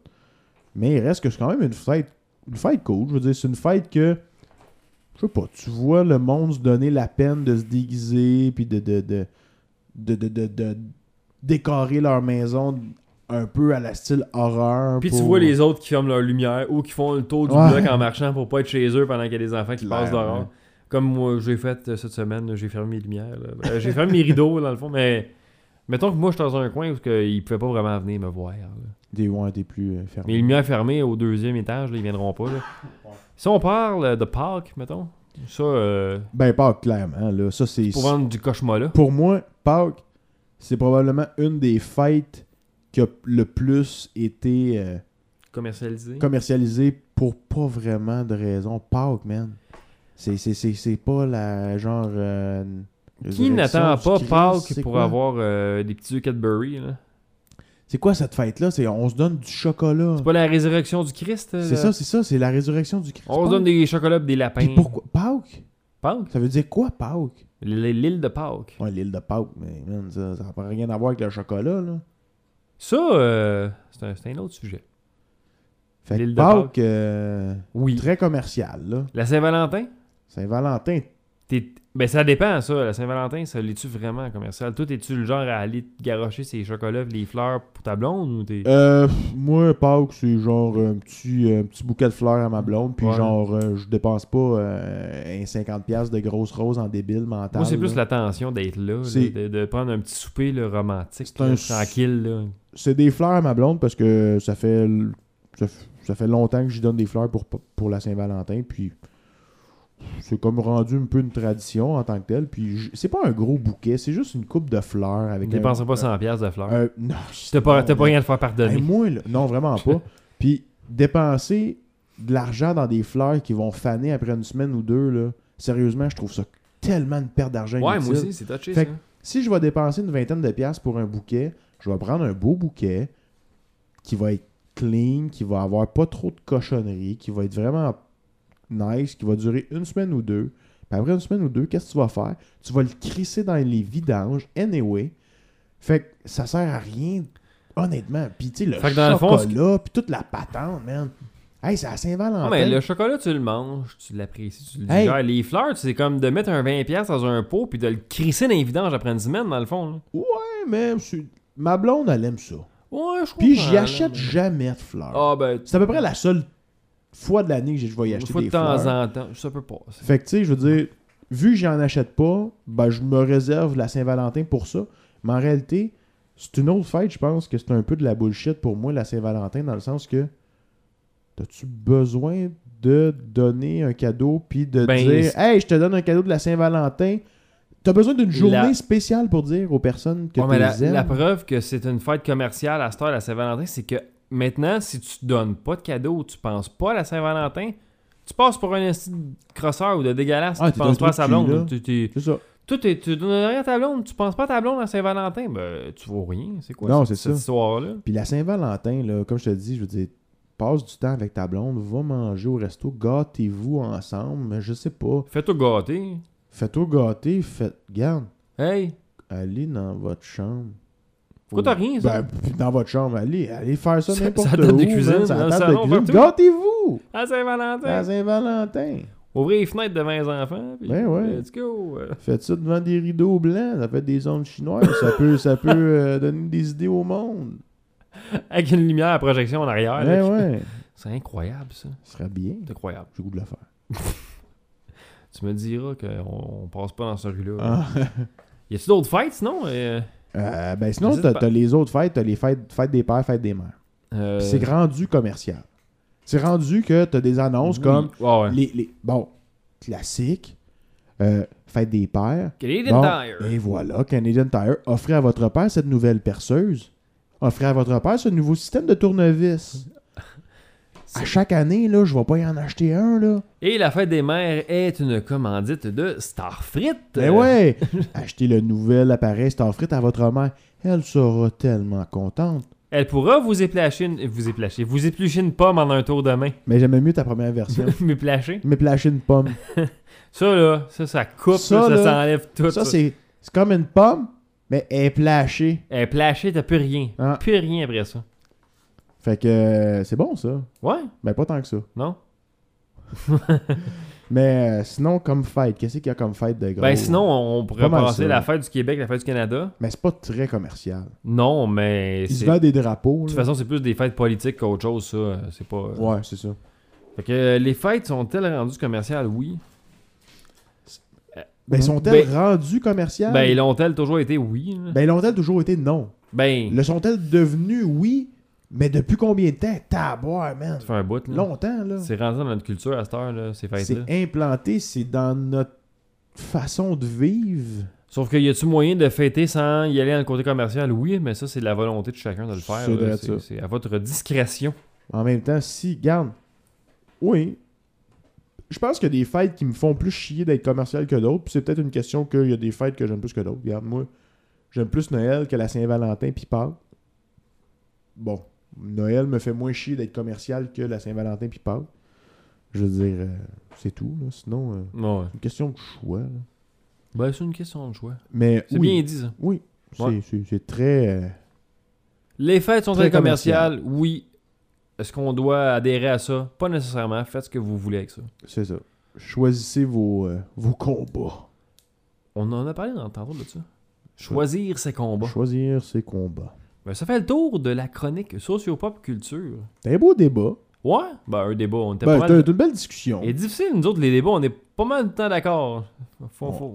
S4: Mais il reste que c'est quand même une fête, une fête cool. Je veux dire, c'est une fête que, je sais pas, tu vois le monde se donner la peine de se déguiser, puis de, de, de, de, de, de- de décorer leur maison un peu à la style horreur.
S3: Puis tu
S4: pour-
S3: vois les autres qui ferment leur lumière ou qui font le tour du
S4: Ouais.
S3: bloc en marchant pour pas être chez eux pendant qu'il y a des enfants qui
S4: Clairement.
S3: passent dehors. Comme moi, j'ai fait euh, cette semaine, j'ai fermé mes lumières. là. Euh, J'ai fermé mes rideaux, dans le fond, mais mettons que moi, je suis dans un coin où que ils pouvaient pas vraiment venir me voir. là.
S4: Des ouais, des plus euh, fermés.
S3: Mes lumières fermées au deuxième étage, là, ils viendront pas. là. Si on parle euh, de Pâques, mettons, ça, euh,
S4: Ben, Pâques, clairement. Là. Ça, c'est.
S3: pour vendre du cauchemar-là.
S4: Pour moi, Pâques, c'est probablement une des fêtes qui a le plus été euh,
S3: commercialisé.
S4: commercialisée pour pas vraiment de raison. Pâques, man. C'est, c'est, c'est, c'est pas la genre. euh,
S3: Qui
S4: résurrection
S3: n'attend
S4: du
S3: pas
S4: Christ,
S3: Pâques
S4: c'est
S3: pour
S4: quoi? Ah.
S3: avoir euh, des petits œufs Cadbury? là?
S4: C'est quoi cette fête-là C'est on se donne du chocolat.
S3: C'est pas la résurrection du Christ? euh,
S4: C'est
S3: là?
S4: ça, c'est ça, c'est la résurrection du Christ.
S3: On se donne des chocolats pis des lapins.
S4: Puis pourquoi Pâques
S3: Pâques?
S4: Ça veut dire quoi Pâques
S3: L- L'île de Pâques.
S4: Ouais, l'île de Pâques, mais man, ça n'a rien à voir avec le chocolat, là.
S3: Ça, euh, c'est un, c'est un autre sujet.
S4: Fait
S3: L'île
S4: que
S3: de Pâques.
S4: Pâques, euh,
S3: Oui.
S4: très commercial, là.
S3: La Saint-Valentin?
S4: Saint-Valentin,
S3: t'es- Ben, ça dépend, ça. La Saint-Valentin, ça l'est-tu vraiment commercial? Toi, es-tu le genre à aller te garocher ses chocolats pis les fleurs pour ta blonde? ou t'es-
S4: Euh, pff, moi, Pâques, c'est genre un petit, euh, un petit bouquet de fleurs à ma blonde, puis
S3: Ouais.
S4: genre, euh, je dépense pas euh, un 50$ de grosses roses en débile mental.
S3: Moi, c'est plus
S4: là.
S3: la tension d'être là, là,
S4: C'est-
S3: de, de prendre un petit souper là, romantique,
S4: C'est un
S3: là,
S4: sou-
S3: tranquille. là.
S4: C'est des fleurs à ma blonde parce que ça fait, l- ça, f- ça fait longtemps que je lui donne des fleurs pour, p- pour la Saint-Valentin, puis c'est comme rendu un peu une tradition en tant que telle, puis j- c'est pas un gros bouquet, c'est juste une coupe de fleurs
S3: Tu
S4: avec un-
S3: dépenseras pas 100$ piastres de fleurs.
S4: un- non,
S3: T'as pas, t'as
S4: non,
S3: pas rien à te faire
S4: Euh, Hey,
S3: pardonner.
S4: Ben, moi, là, non, vraiment pas. Puis dépenser de l'argent dans des fleurs qui vont faner après une semaine ou deux, là, sérieusement, je trouve ça tellement une perte d'argent.
S3: ouais, moi
S4: inutile.
S3: aussi, c'est touché,
S4: Fait
S3: ça.
S4: que- Si je vais dépenser une vingtaine de pièces pour un bouquet, je vais prendre un beau bouquet qui va être clean, qui va avoir pas trop de cochonneries, qui va être vraiment nice, qui va durer une semaine ou deux. Puis après une semaine ou deux, qu'est-ce que tu vas faire? Tu vas le crisser dans les vidanges, anyway. Fait que ça sert à rien, honnêtement. Puis tu sais, le
S3: Fait que dans
S4: chocolat,
S3: le fond,
S4: puis toute la patente, man. Hey, c'est à Saint-Valentin.
S3: Non, mais le chocolat, tu le manges, tu l'apprécies, tu le
S4: Ah, ben. Hey.
S3: digères. Les fleurs, c'est comme de mettre un 20$ dans un pot puis de le crisser dans les vidanges après une semaine, dans le fond. là.
S4: Ouais, mais c'est- ma blonde, elle aime ça.
S3: Ouais, je comprends.
S4: Puis j'y
S3: là,
S4: achète
S3: mais-
S4: jamais de fleurs.
S3: Ah, ben,
S4: C'est à peu près la seule fois de l'année que je vais y
S3: une
S4: acheter
S3: fois de
S4: des
S3: temps
S4: fleurs.
S3: en temps, ça peut passer.
S4: Fait que tu sais, je veux dire, vu que j'en achète pas, ben je me réserve la Saint-Valentin pour ça. Mais en réalité, c'est une autre fête, je pense que c'est un peu de la bullshit pour moi, la Saint-Valentin, dans le sens que t'as-tu besoin de donner un cadeau puis de
S3: Ben,
S4: dire
S3: c'est-
S4: Hey, je te donne un cadeau de la Saint-Valentin. T'as besoin d'une journée
S3: La-
S4: spéciale pour dire aux personnes que
S3: Ouais,
S4: tu
S3: mais la,
S4: les aimes.
S3: la preuve que c'est une fête commerciale à cette heure, la Saint-Valentin, c'est que maintenant, si tu te donnes pas de cadeau, tu penses pas à la Saint-Valentin, tu passes pour un esti de crosseur ou de dégueulasse,
S4: Ah,
S3: tu
S4: t'es
S3: penses
S4: dans
S3: pas à
S4: ce
S3: sa
S4: trou de cul,
S3: blonde.
S4: là.
S3: Tu- tu-
S4: C'est ça.
S3: Toi, t'es- tu donnes rien à ta blonde, tu penses pas à ta blonde à Saint-Valentin, ben tu vaux rien, c'est quoi
S4: Non,
S3: cette,
S4: c'est
S3: cette
S4: ça.
S3: histoire-là?
S4: Puis la Saint-Valentin, là, comme je te dis, je veux dire, passe du temps avec ta blonde, va manger au resto, gâtez-vous ensemble, mais je sais pas.
S3: Fais-toi gâter.
S4: Faites-toi gâter, faites. Garde,
S3: Hey,
S4: allez dans votre chambre.
S3: pourquoi t'as rien, ça?
S4: Ben, pff, dans votre chambre, allez, allez faire ça
S3: Ça-
S4: n'importe
S3: ça
S4: où.
S3: table de
S4: man,
S3: cuisine,
S4: ça
S3: dans le
S4: table
S3: salon,
S4: de
S3: partout.
S4: cuisine. Gâtez-vous!
S3: à Saint-Valentin!
S4: À Saint-Valentin!
S3: Ouvrez les fenêtres devant les enfants, puis
S4: Ben ouais.
S3: let's go! euh.
S4: Faites ça devant des rideaux blancs, ça fait des ondes chinoises, ça peut, ça peut euh, donner des idées au monde.
S3: Avec une lumière à projection en arrière. là,
S4: Ben ouais,
S3: qui-
S4: ouais,
S3: C'est incroyable, ça.
S4: ce serait bien.
S3: C'est incroyable.
S4: J'ai le goût de le faire.
S3: Tu me diras qu'on on passe pas dans ce rue-là.
S4: Ah.
S3: Y a-tu d'autres fêtes, sinon? Euh,
S4: Euh, ben sinon,
S3: J'hésite
S4: t'as
S3: pas.
S4: t'as les autres fêtes, t'as les fêtes, fêtes des pères, fêtes des mères.
S3: euh,
S4: Puis c'est rendu commercial. C'est rendu que t'as des annonces
S3: oui.
S4: comme
S3: Ah ouais.
S4: les, les- Bon, classique, euh, fête des pères. Bon,
S3: Canadian Tire.
S4: et voilà, Canadian Tire, offrez à votre père cette nouvelle perceuse. Offrez à votre père ce nouveau système de tournevis.
S3: C'est-
S4: À chaque année, là, je vais pas y en acheter un, là.
S3: Et la fête des mères est une commandite de Starfrit.
S4: Mais Ben ouais! Achetez le nouvel appareil Starfrit à votre mère. Elle sera tellement contente.
S3: Elle pourra vous éplacher, une- vous éplacher, vous éplucher une pomme en un tour de main.
S4: Mais j'aimais mieux ta première version.
S3: Mais placher.
S4: Mais placher une pomme.
S3: Ça là, ça, ça coupe, là,
S4: Ça,
S3: ça,
S4: là,
S3: s'enlève tout.
S4: Ça, c'est c'est comme une pomme, mais elle est plachée.
S3: Elle plachée, t'as plus rien.
S4: Ah.
S3: Plus rien après ça.
S4: Fait que euh, c'est bon, ça.
S3: Ouais,
S4: Mais pas tant que ça.
S3: non?
S4: Mais euh, sinon, comme fête, qu'est-ce qu'il y a comme fête de gros?
S3: Ben sinon, on pourrait
S4: Oh. Pas mal
S3: passer
S4: ça.
S3: la fête du Québec, la fête du Canada.
S4: Mais c'est pas très commercial.
S3: Non, mais
S4: Ils se
S3: c'est-
S4: vendent des drapeaux.
S3: de toute
S4: là.
S3: façon, c'est plus des fêtes politiques qu'autre chose, ça. Euh, C'est pas. euh,
S4: Ouais, c'est ça.
S3: Fait que euh, les fêtes sont-elles rendues commerciales? Oui.
S4: Ben, sont-elles
S3: Ben-
S4: rendues commerciales?
S3: Ben, l'ont-elles toujours été? Oui. là.
S4: Ah. Ben, l'ont-elles toujours été non?
S3: Ben,
S4: Le sont-elles devenues oui? Mais depuis combien de temps? Taboire, man.
S3: ça fait un bout. Là.
S4: Longtemps, là.
S3: C'est rentré dans notre culture à cette heure, là, ces fêtes-là.
S4: C'est implanté, c'est dans notre façon de vivre.
S3: Sauf qu'il y a-tu moyen de fêter sans y aller dans le côté commercial? Oui, mais ça, c'est de la volonté de chacun de le faire.
S4: C'est
S3: là.
S4: vrai,
S3: C'est
S4: ça.
S3: c'est à votre discrétion.
S4: En même temps, si, garde. Oui. Je pense qu'il y a des fêtes qui me font plus chier d'être commercial que d'autres. Puis c'est peut-être une question qu'il y a des fêtes que j'aime plus que d'autres. Regarde, moi, j'aime plus Noël que la Saint-Valentin puis Pâques. Bon, Noël me fait moins chier d'être commercial que la Saint-Valentin puis Pâques. Je veux dire, euh, c'est tout. là. Sinon, euh,
S3: Ouais.
S4: une question de choix. là.
S3: Ben, c'est une question de choix.
S4: Mais
S3: C'est
S4: oui,
S3: bien dit, ça.
S4: oui, c'est-
S3: Ouais.
S4: c'est c'est très... euh,
S3: Les fêtes sont-elles
S4: Très
S3: commerciales? Oui. Est-ce qu'on doit adhérer à ça? Pas nécessairement. Faites ce que vous voulez avec ça.
S4: c'est ça. Choisissez vos, euh, vos combats.
S3: On en a parlé dans tantôt de ça. Choisir ses combats.
S4: Choisir ses combats.
S3: Ben, ça fait le tour de la chronique Sociopop Culture.
S4: C'est un beau débat.
S3: Ouais? Ben, un débat, on était
S4: Ben,
S3: pas
S4: t'as
S3: mal...
S4: t'as une belle discussion.
S3: Et difficile, nous autres, les débats, on est pas mal de temps d'accord. Faut- faut-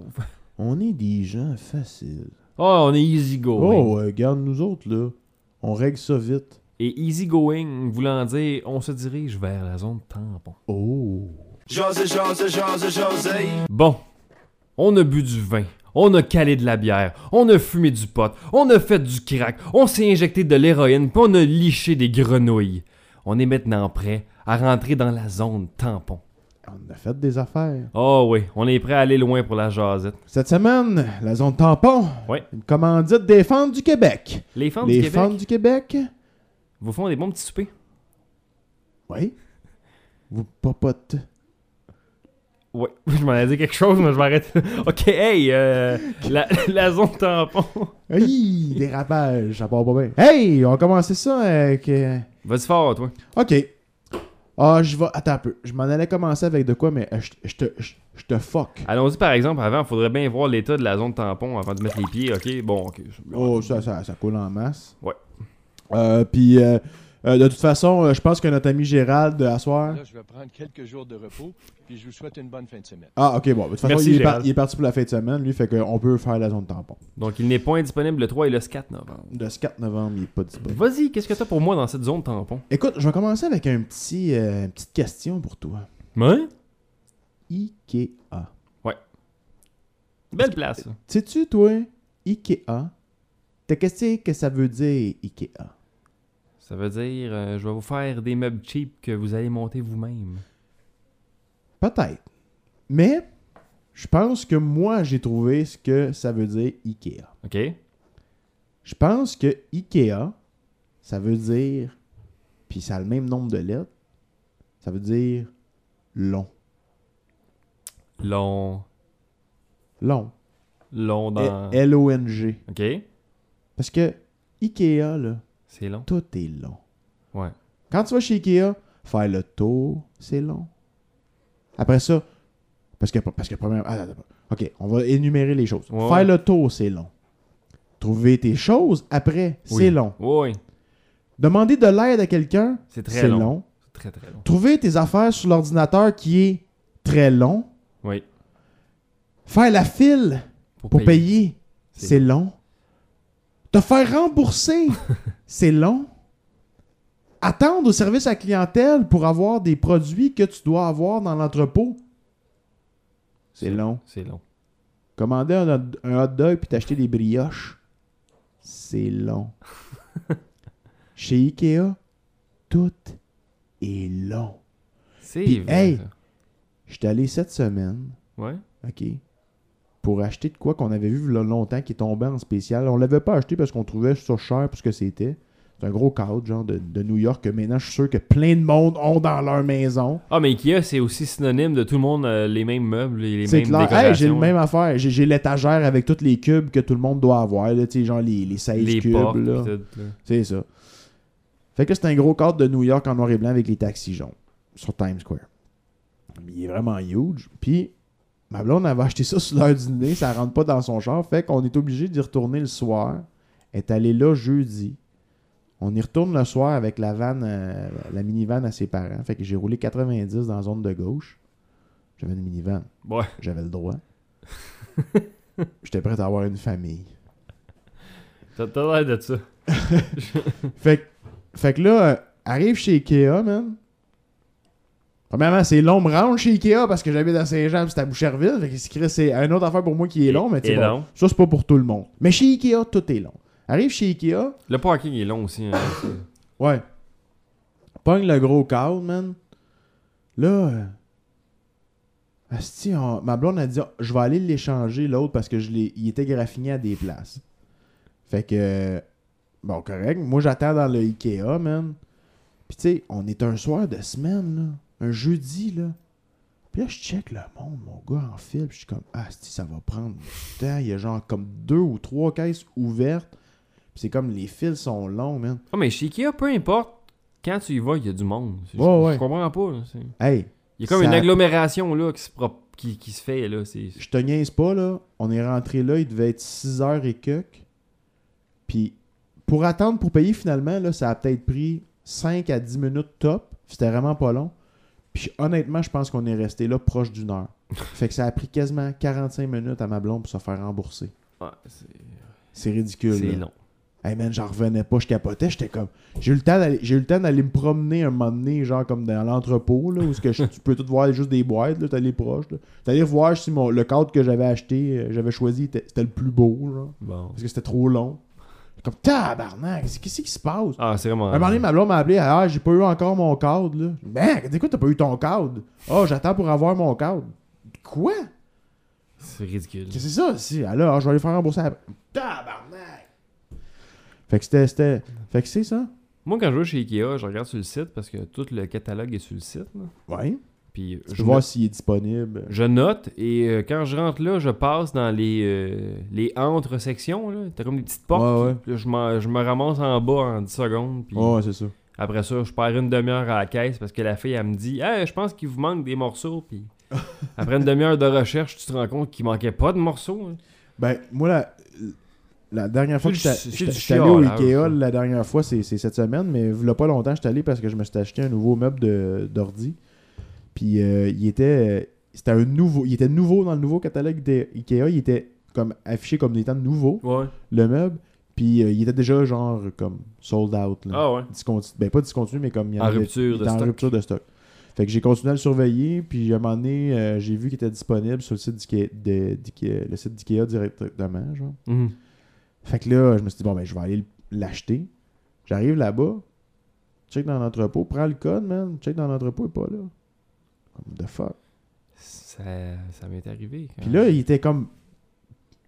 S4: On est des gens faciles.
S3: Ah, on est easy going.
S4: Oh, euh, regarde nous autres, là. On règle ça vite.
S3: Et easy going voulant dire on se dirige vers la zone tampon.
S4: Oh.
S5: José, José, José, José.
S3: Bon, on a bu du vin, on a calé de la bière, on a fumé du pot, on a fait du crack, on s'est injecté de l'héroïne, puis on a liché des grenouilles. On est maintenant prêt à rentrer dans la zone tampon.
S4: On a fait des affaires.
S3: Oh oui, on est prêt à aller loin pour la jasette.
S4: Cette semaine, la zone tampon.
S3: Ouais.
S4: Une commandite des fans du Québec.
S3: Les fans
S4: Les
S3: du Québec
S4: fans du Québec.
S3: vous font des bons petits soupers.
S4: Oui. Vous popotes.
S3: Ouais, je m'en ai dit quelque chose, mais je m'arrête. ok, hey, euh, la, la zone tampon.
S4: Aïe, dérapage, ça part pas bien. Hey, on a commencé ça avec... euh,
S3: Vas-y fort, toi.
S4: OK. Ah, je vais... Attends un peu. Je m'en allais commencer avec de quoi, mais euh, je je te... je- Je te fuck.
S3: Allons-y par exemple, avant, faudrait bien voir l'état de la zone tampon avant de mettre les pieds, ok? Bon, ok.
S4: Oh, ça, ça, ça coule en masse.
S3: Ouais.
S4: Euh, Puis, euh, euh, de toute façon, euh, je pense que notre ami Gérald, euh, à soir.
S8: Là, je vais prendre quelques jours de repos, puis je vous souhaite une bonne fin de semaine.
S4: Ah, ok, bon. De toute façon,
S3: Merci,
S4: il, est par-
S3: Gérald.
S4: il est parti pour la fin de semaine, lui, fait qu'on peut faire la zone tampon.
S3: Donc il n'est pas indisponible le 3 et le 4 novembre.
S4: Le 4 novembre, il est pas disponible.
S3: Vas-y, qu'est-ce que t'as pour moi dans cette zone tampon?
S4: Écoute, je vais commencer avec un petit, euh, une petite question pour toi.
S3: Ouais?
S4: Ikea.
S3: Belle place.
S4: Sais-tu, toi, Ikea, t'as qu'est-ce que ça veut dire, Ikea?
S3: Ça veut dire, euh, je vais vous faire des meubles cheap que vous allez monter vous-même.
S4: Peut-être. Mais, je pense que moi, j'ai trouvé ce que ça veut dire, Ikea.
S3: Ok?
S4: Je pense que IKEA, ça veut dire, puis ça a le même nombre de lettres, ça veut dire long.
S3: Long.
S4: Long.
S3: Long dans.
S4: E- L-O-N-G.
S3: Ok?
S4: Parce que IKEA, là,
S3: C'est long.
S4: tout est long.
S3: Ouais.
S4: Quand tu vas chez IKEA, faire le tour, c'est long. Après ça, parce que, parce que première. ah, attends, attends. ok, on va énumérer les choses.
S3: Ouais.
S4: Faire le tour, c'est long. Trouver tes choses après,
S3: Oui.
S4: c'est long.
S3: Oui, oui.
S4: Demander de l'aide à quelqu'un,
S3: C'est très
S4: c'est
S3: long.
S4: long.
S3: C'est Très très long.
S4: Trouver tes affaires sur l'ordinateur qui est très long.
S3: Oui.
S4: Faire la file pour payer,
S3: C'est
S4: c'est long. Te faire rembourser, c'est long. Attendre au service à clientèle pour avoir des produits que tu dois avoir dans l'entrepôt, c'est long.
S3: C'est long.
S4: Commander un, hot- un hot dog puis t'acheter des brioches, c'est long. Chez Ikea, tout est long.
S3: C'est
S4: Puis,
S3: vrai.
S4: hey!
S3: ça.
S4: J'étais allé cette semaine
S3: Ouais?
S4: OK. Pour acheter de quoi qu'on avait vu v'là longtemps qui tombait en spécial. On l'avait pas acheté parce qu'on trouvait ça cher pour ce que c'était. C'est un gros cadre, genre de, de New York, que maintenant je suis sûr que plein de monde ont dans leur maison.
S3: Ah, mais Ikea, c'est aussi synonyme de tout le monde, euh, les mêmes meubles et les
S4: C'est
S3: mêmes
S4: clair.
S3: décorations. hein.
S4: Hey, j'ai le même affaire. J'ai, j'ai l'étagère avec tous les cubes que tout le monde doit avoir. Là, tu sais, genre les, les 16
S3: Les
S4: cubes.
S3: portes,
S4: là.
S3: pis tout, là.
S4: C'est ça. Fait que c'est un gros cadre de New York en noir et blanc avec les taxis jaunes sur Times Square. Il est vraiment huge. Puis, ma blonde avait acheté ça sur l'heure du dîner, ça rentre pas dans son char. Fait qu'on est obligé d'y retourner le soir. Elle est allée là jeudi. On y retourne le soir avec la van, euh, la minivan à ses parents. Fait que j'ai roulé 90 dans la zone de gauche. J'avais une minivan.
S3: Ouais.
S4: J'avais le droit. J'étais prêt à avoir une famille.
S3: T'as t'as l'air de ça.
S4: Fait, que- fait que là, euh, arrive chez Ikea, man. Premièrement, c'est long me rendre chez Ikea parce que j'habite à Saint-Jean, puis c'est à Boucherville. Fait que c'est Chris, c'est une autre affaire pour moi qui est long, mais tu sais,
S3: Et
S4: bon,
S3: long.
S4: ça c'est pas pour tout le monde. Mais chez Ikea, tout est long. Arrive chez Ikea,
S3: Le parking est long aussi. hein.
S4: Ouais. Pogne le gros cadre, man. Là, euh, asti, on- ma blonde a dit Ah, Je vais aller l'échanger, l'autre, parce que je l'ai- il était graffiné à des places. Fait que, euh, bon, correct. Moi, j'attends dans le Ikea, man. Puis, tu sais, on est un soir de semaine, là. Un jeudi, là. Puis là, je check le monde, mon gars, en file. Puis je suis comme Ah, Asti, ça va prendre du temps. Il y a genre comme deux ou trois caisses ouvertes. Puis c'est comme les fils sont longs, man.
S3: Ah, mais chez Ikea, peu importe, quand tu y vas, il y a du monde. Je-
S4: Ouais, ouais.
S3: Je comprends pas. là, c'est-
S4: Hey,
S3: Il y a comme
S4: Ça-
S3: une agglomération là, qui, se pro- qui, qui se fait. là. C'est...
S4: je te niaise pas, là. On est rentré là, il devait être 6 heures et quelques. Puis, pour attendre pour payer, finalement, là, ça a peut-être pris 5 à 10 minutes top. C'était vraiment pas long. Puis, honnêtement, je pense qu'on est resté là proche d'une heure. fait que ça a pris quasiment 45 minutes à ma blonde pour se faire rembourser.
S3: Ouais, c'est...
S4: C'est ridicule.
S3: c'est
S4: là.
S3: long.
S4: Hey man, j'en revenais pas, je capotais, j'étais comme. J'ai eu le temps d'aller, j'ai eu le temps d'aller me promener un moment donné, genre comme dans l'entrepôt, là, où ce que je- tu peux tout voir juste des boîtes, là, t'es allé proche, là. T'es allé voir si mon, le cadre que j'avais acheté, euh, j'avais choisi, était- c'était le plus beau, genre.
S3: Bon.
S4: Parce que c'était trop long. Comme tabarnak, c'est- qu'est-ce qui se passe?
S3: Ah, c'est vraiment.
S4: Un moment donné, ma blonde m'a appelé, ah, j'ai pas eu encore mon cadre, là. Ben, dis quoi, t'as pas eu ton cadre? Ah, j'attends pour avoir mon cadre. Quoi?
S3: C'est ridicule.
S4: Qu'est-ce que c'est ça? Si, alors, je vais aller faire rembourser après. Tabarnak! Fait que c'était, c'était. Fait que c'est ça?
S3: Moi, quand je vais chez Ikea, je regarde sur le site parce que tout le catalogue est sur le site. là.
S4: Ouais.
S3: Puis euh,
S4: Tu
S3: je,
S4: peux voir
S3: note,
S4: s'il est disponible.
S3: je note et euh, quand je rentre là, je passe dans les, euh, les entre-sections. Là. T'as comme des petites portes.
S4: Ouais, ouais.
S3: Puis là, je, m'en- je me ramasse en bas en 10 secondes. Puis
S4: Ouais, ouais, c'est ça.
S3: après ça, je perds une demi-heure à la caisse parce que la fille, elle me dit Hey, je pense qu'il vous manque des morceaux. Puis après une demi-heure de recherche, tu te rends compte qu'il manquait pas de morceaux. hein.
S4: Ben, moi, la, la dernière fois que
S3: C'est
S4: j'étais
S3: du- c'est
S4: j'étais-
S3: du
S4: j'étais allé au
S3: chiolage, ça.
S4: Ikea, la dernière fois, c'est c'est cette semaine, mais il a pas longtemps, j'étais allé parce que je me suis acheté un nouveau meuble de- d'ordi. Puis, euh, il était. euh, C'était un nouveau. Il était nouveau dans le nouveau catalogue de Ikea. Il était comme affiché comme étant nouveau,
S3: Ouais.
S4: le meuble. Puis, euh, il était déjà genre comme sold out. Là.
S3: Ah ouais.
S4: discontinu- ben pas discontinu, mais comme il y
S3: En
S4: avait-
S3: rupture
S4: il
S3: de
S4: était en
S3: stock.
S4: rupture de stock. Fait que j'ai continué à le surveiller, puis à un moment donné, euh, j'ai vu qu'il était disponible sur le site d'Ikea, de- d'Ikea- le site d'Ikea directement, genre.
S3: Mhm.
S4: Fait que là, je me suis dit, bon, ben, je vais aller l'acheter. J'arrive là-bas, check dans l'entrepôt, prends le code, man, check dans l'entrepôt, il est pas là. Comme, the fuck.
S3: Ça, ça m'est arrivé. quand-
S4: Puis là, il était comme,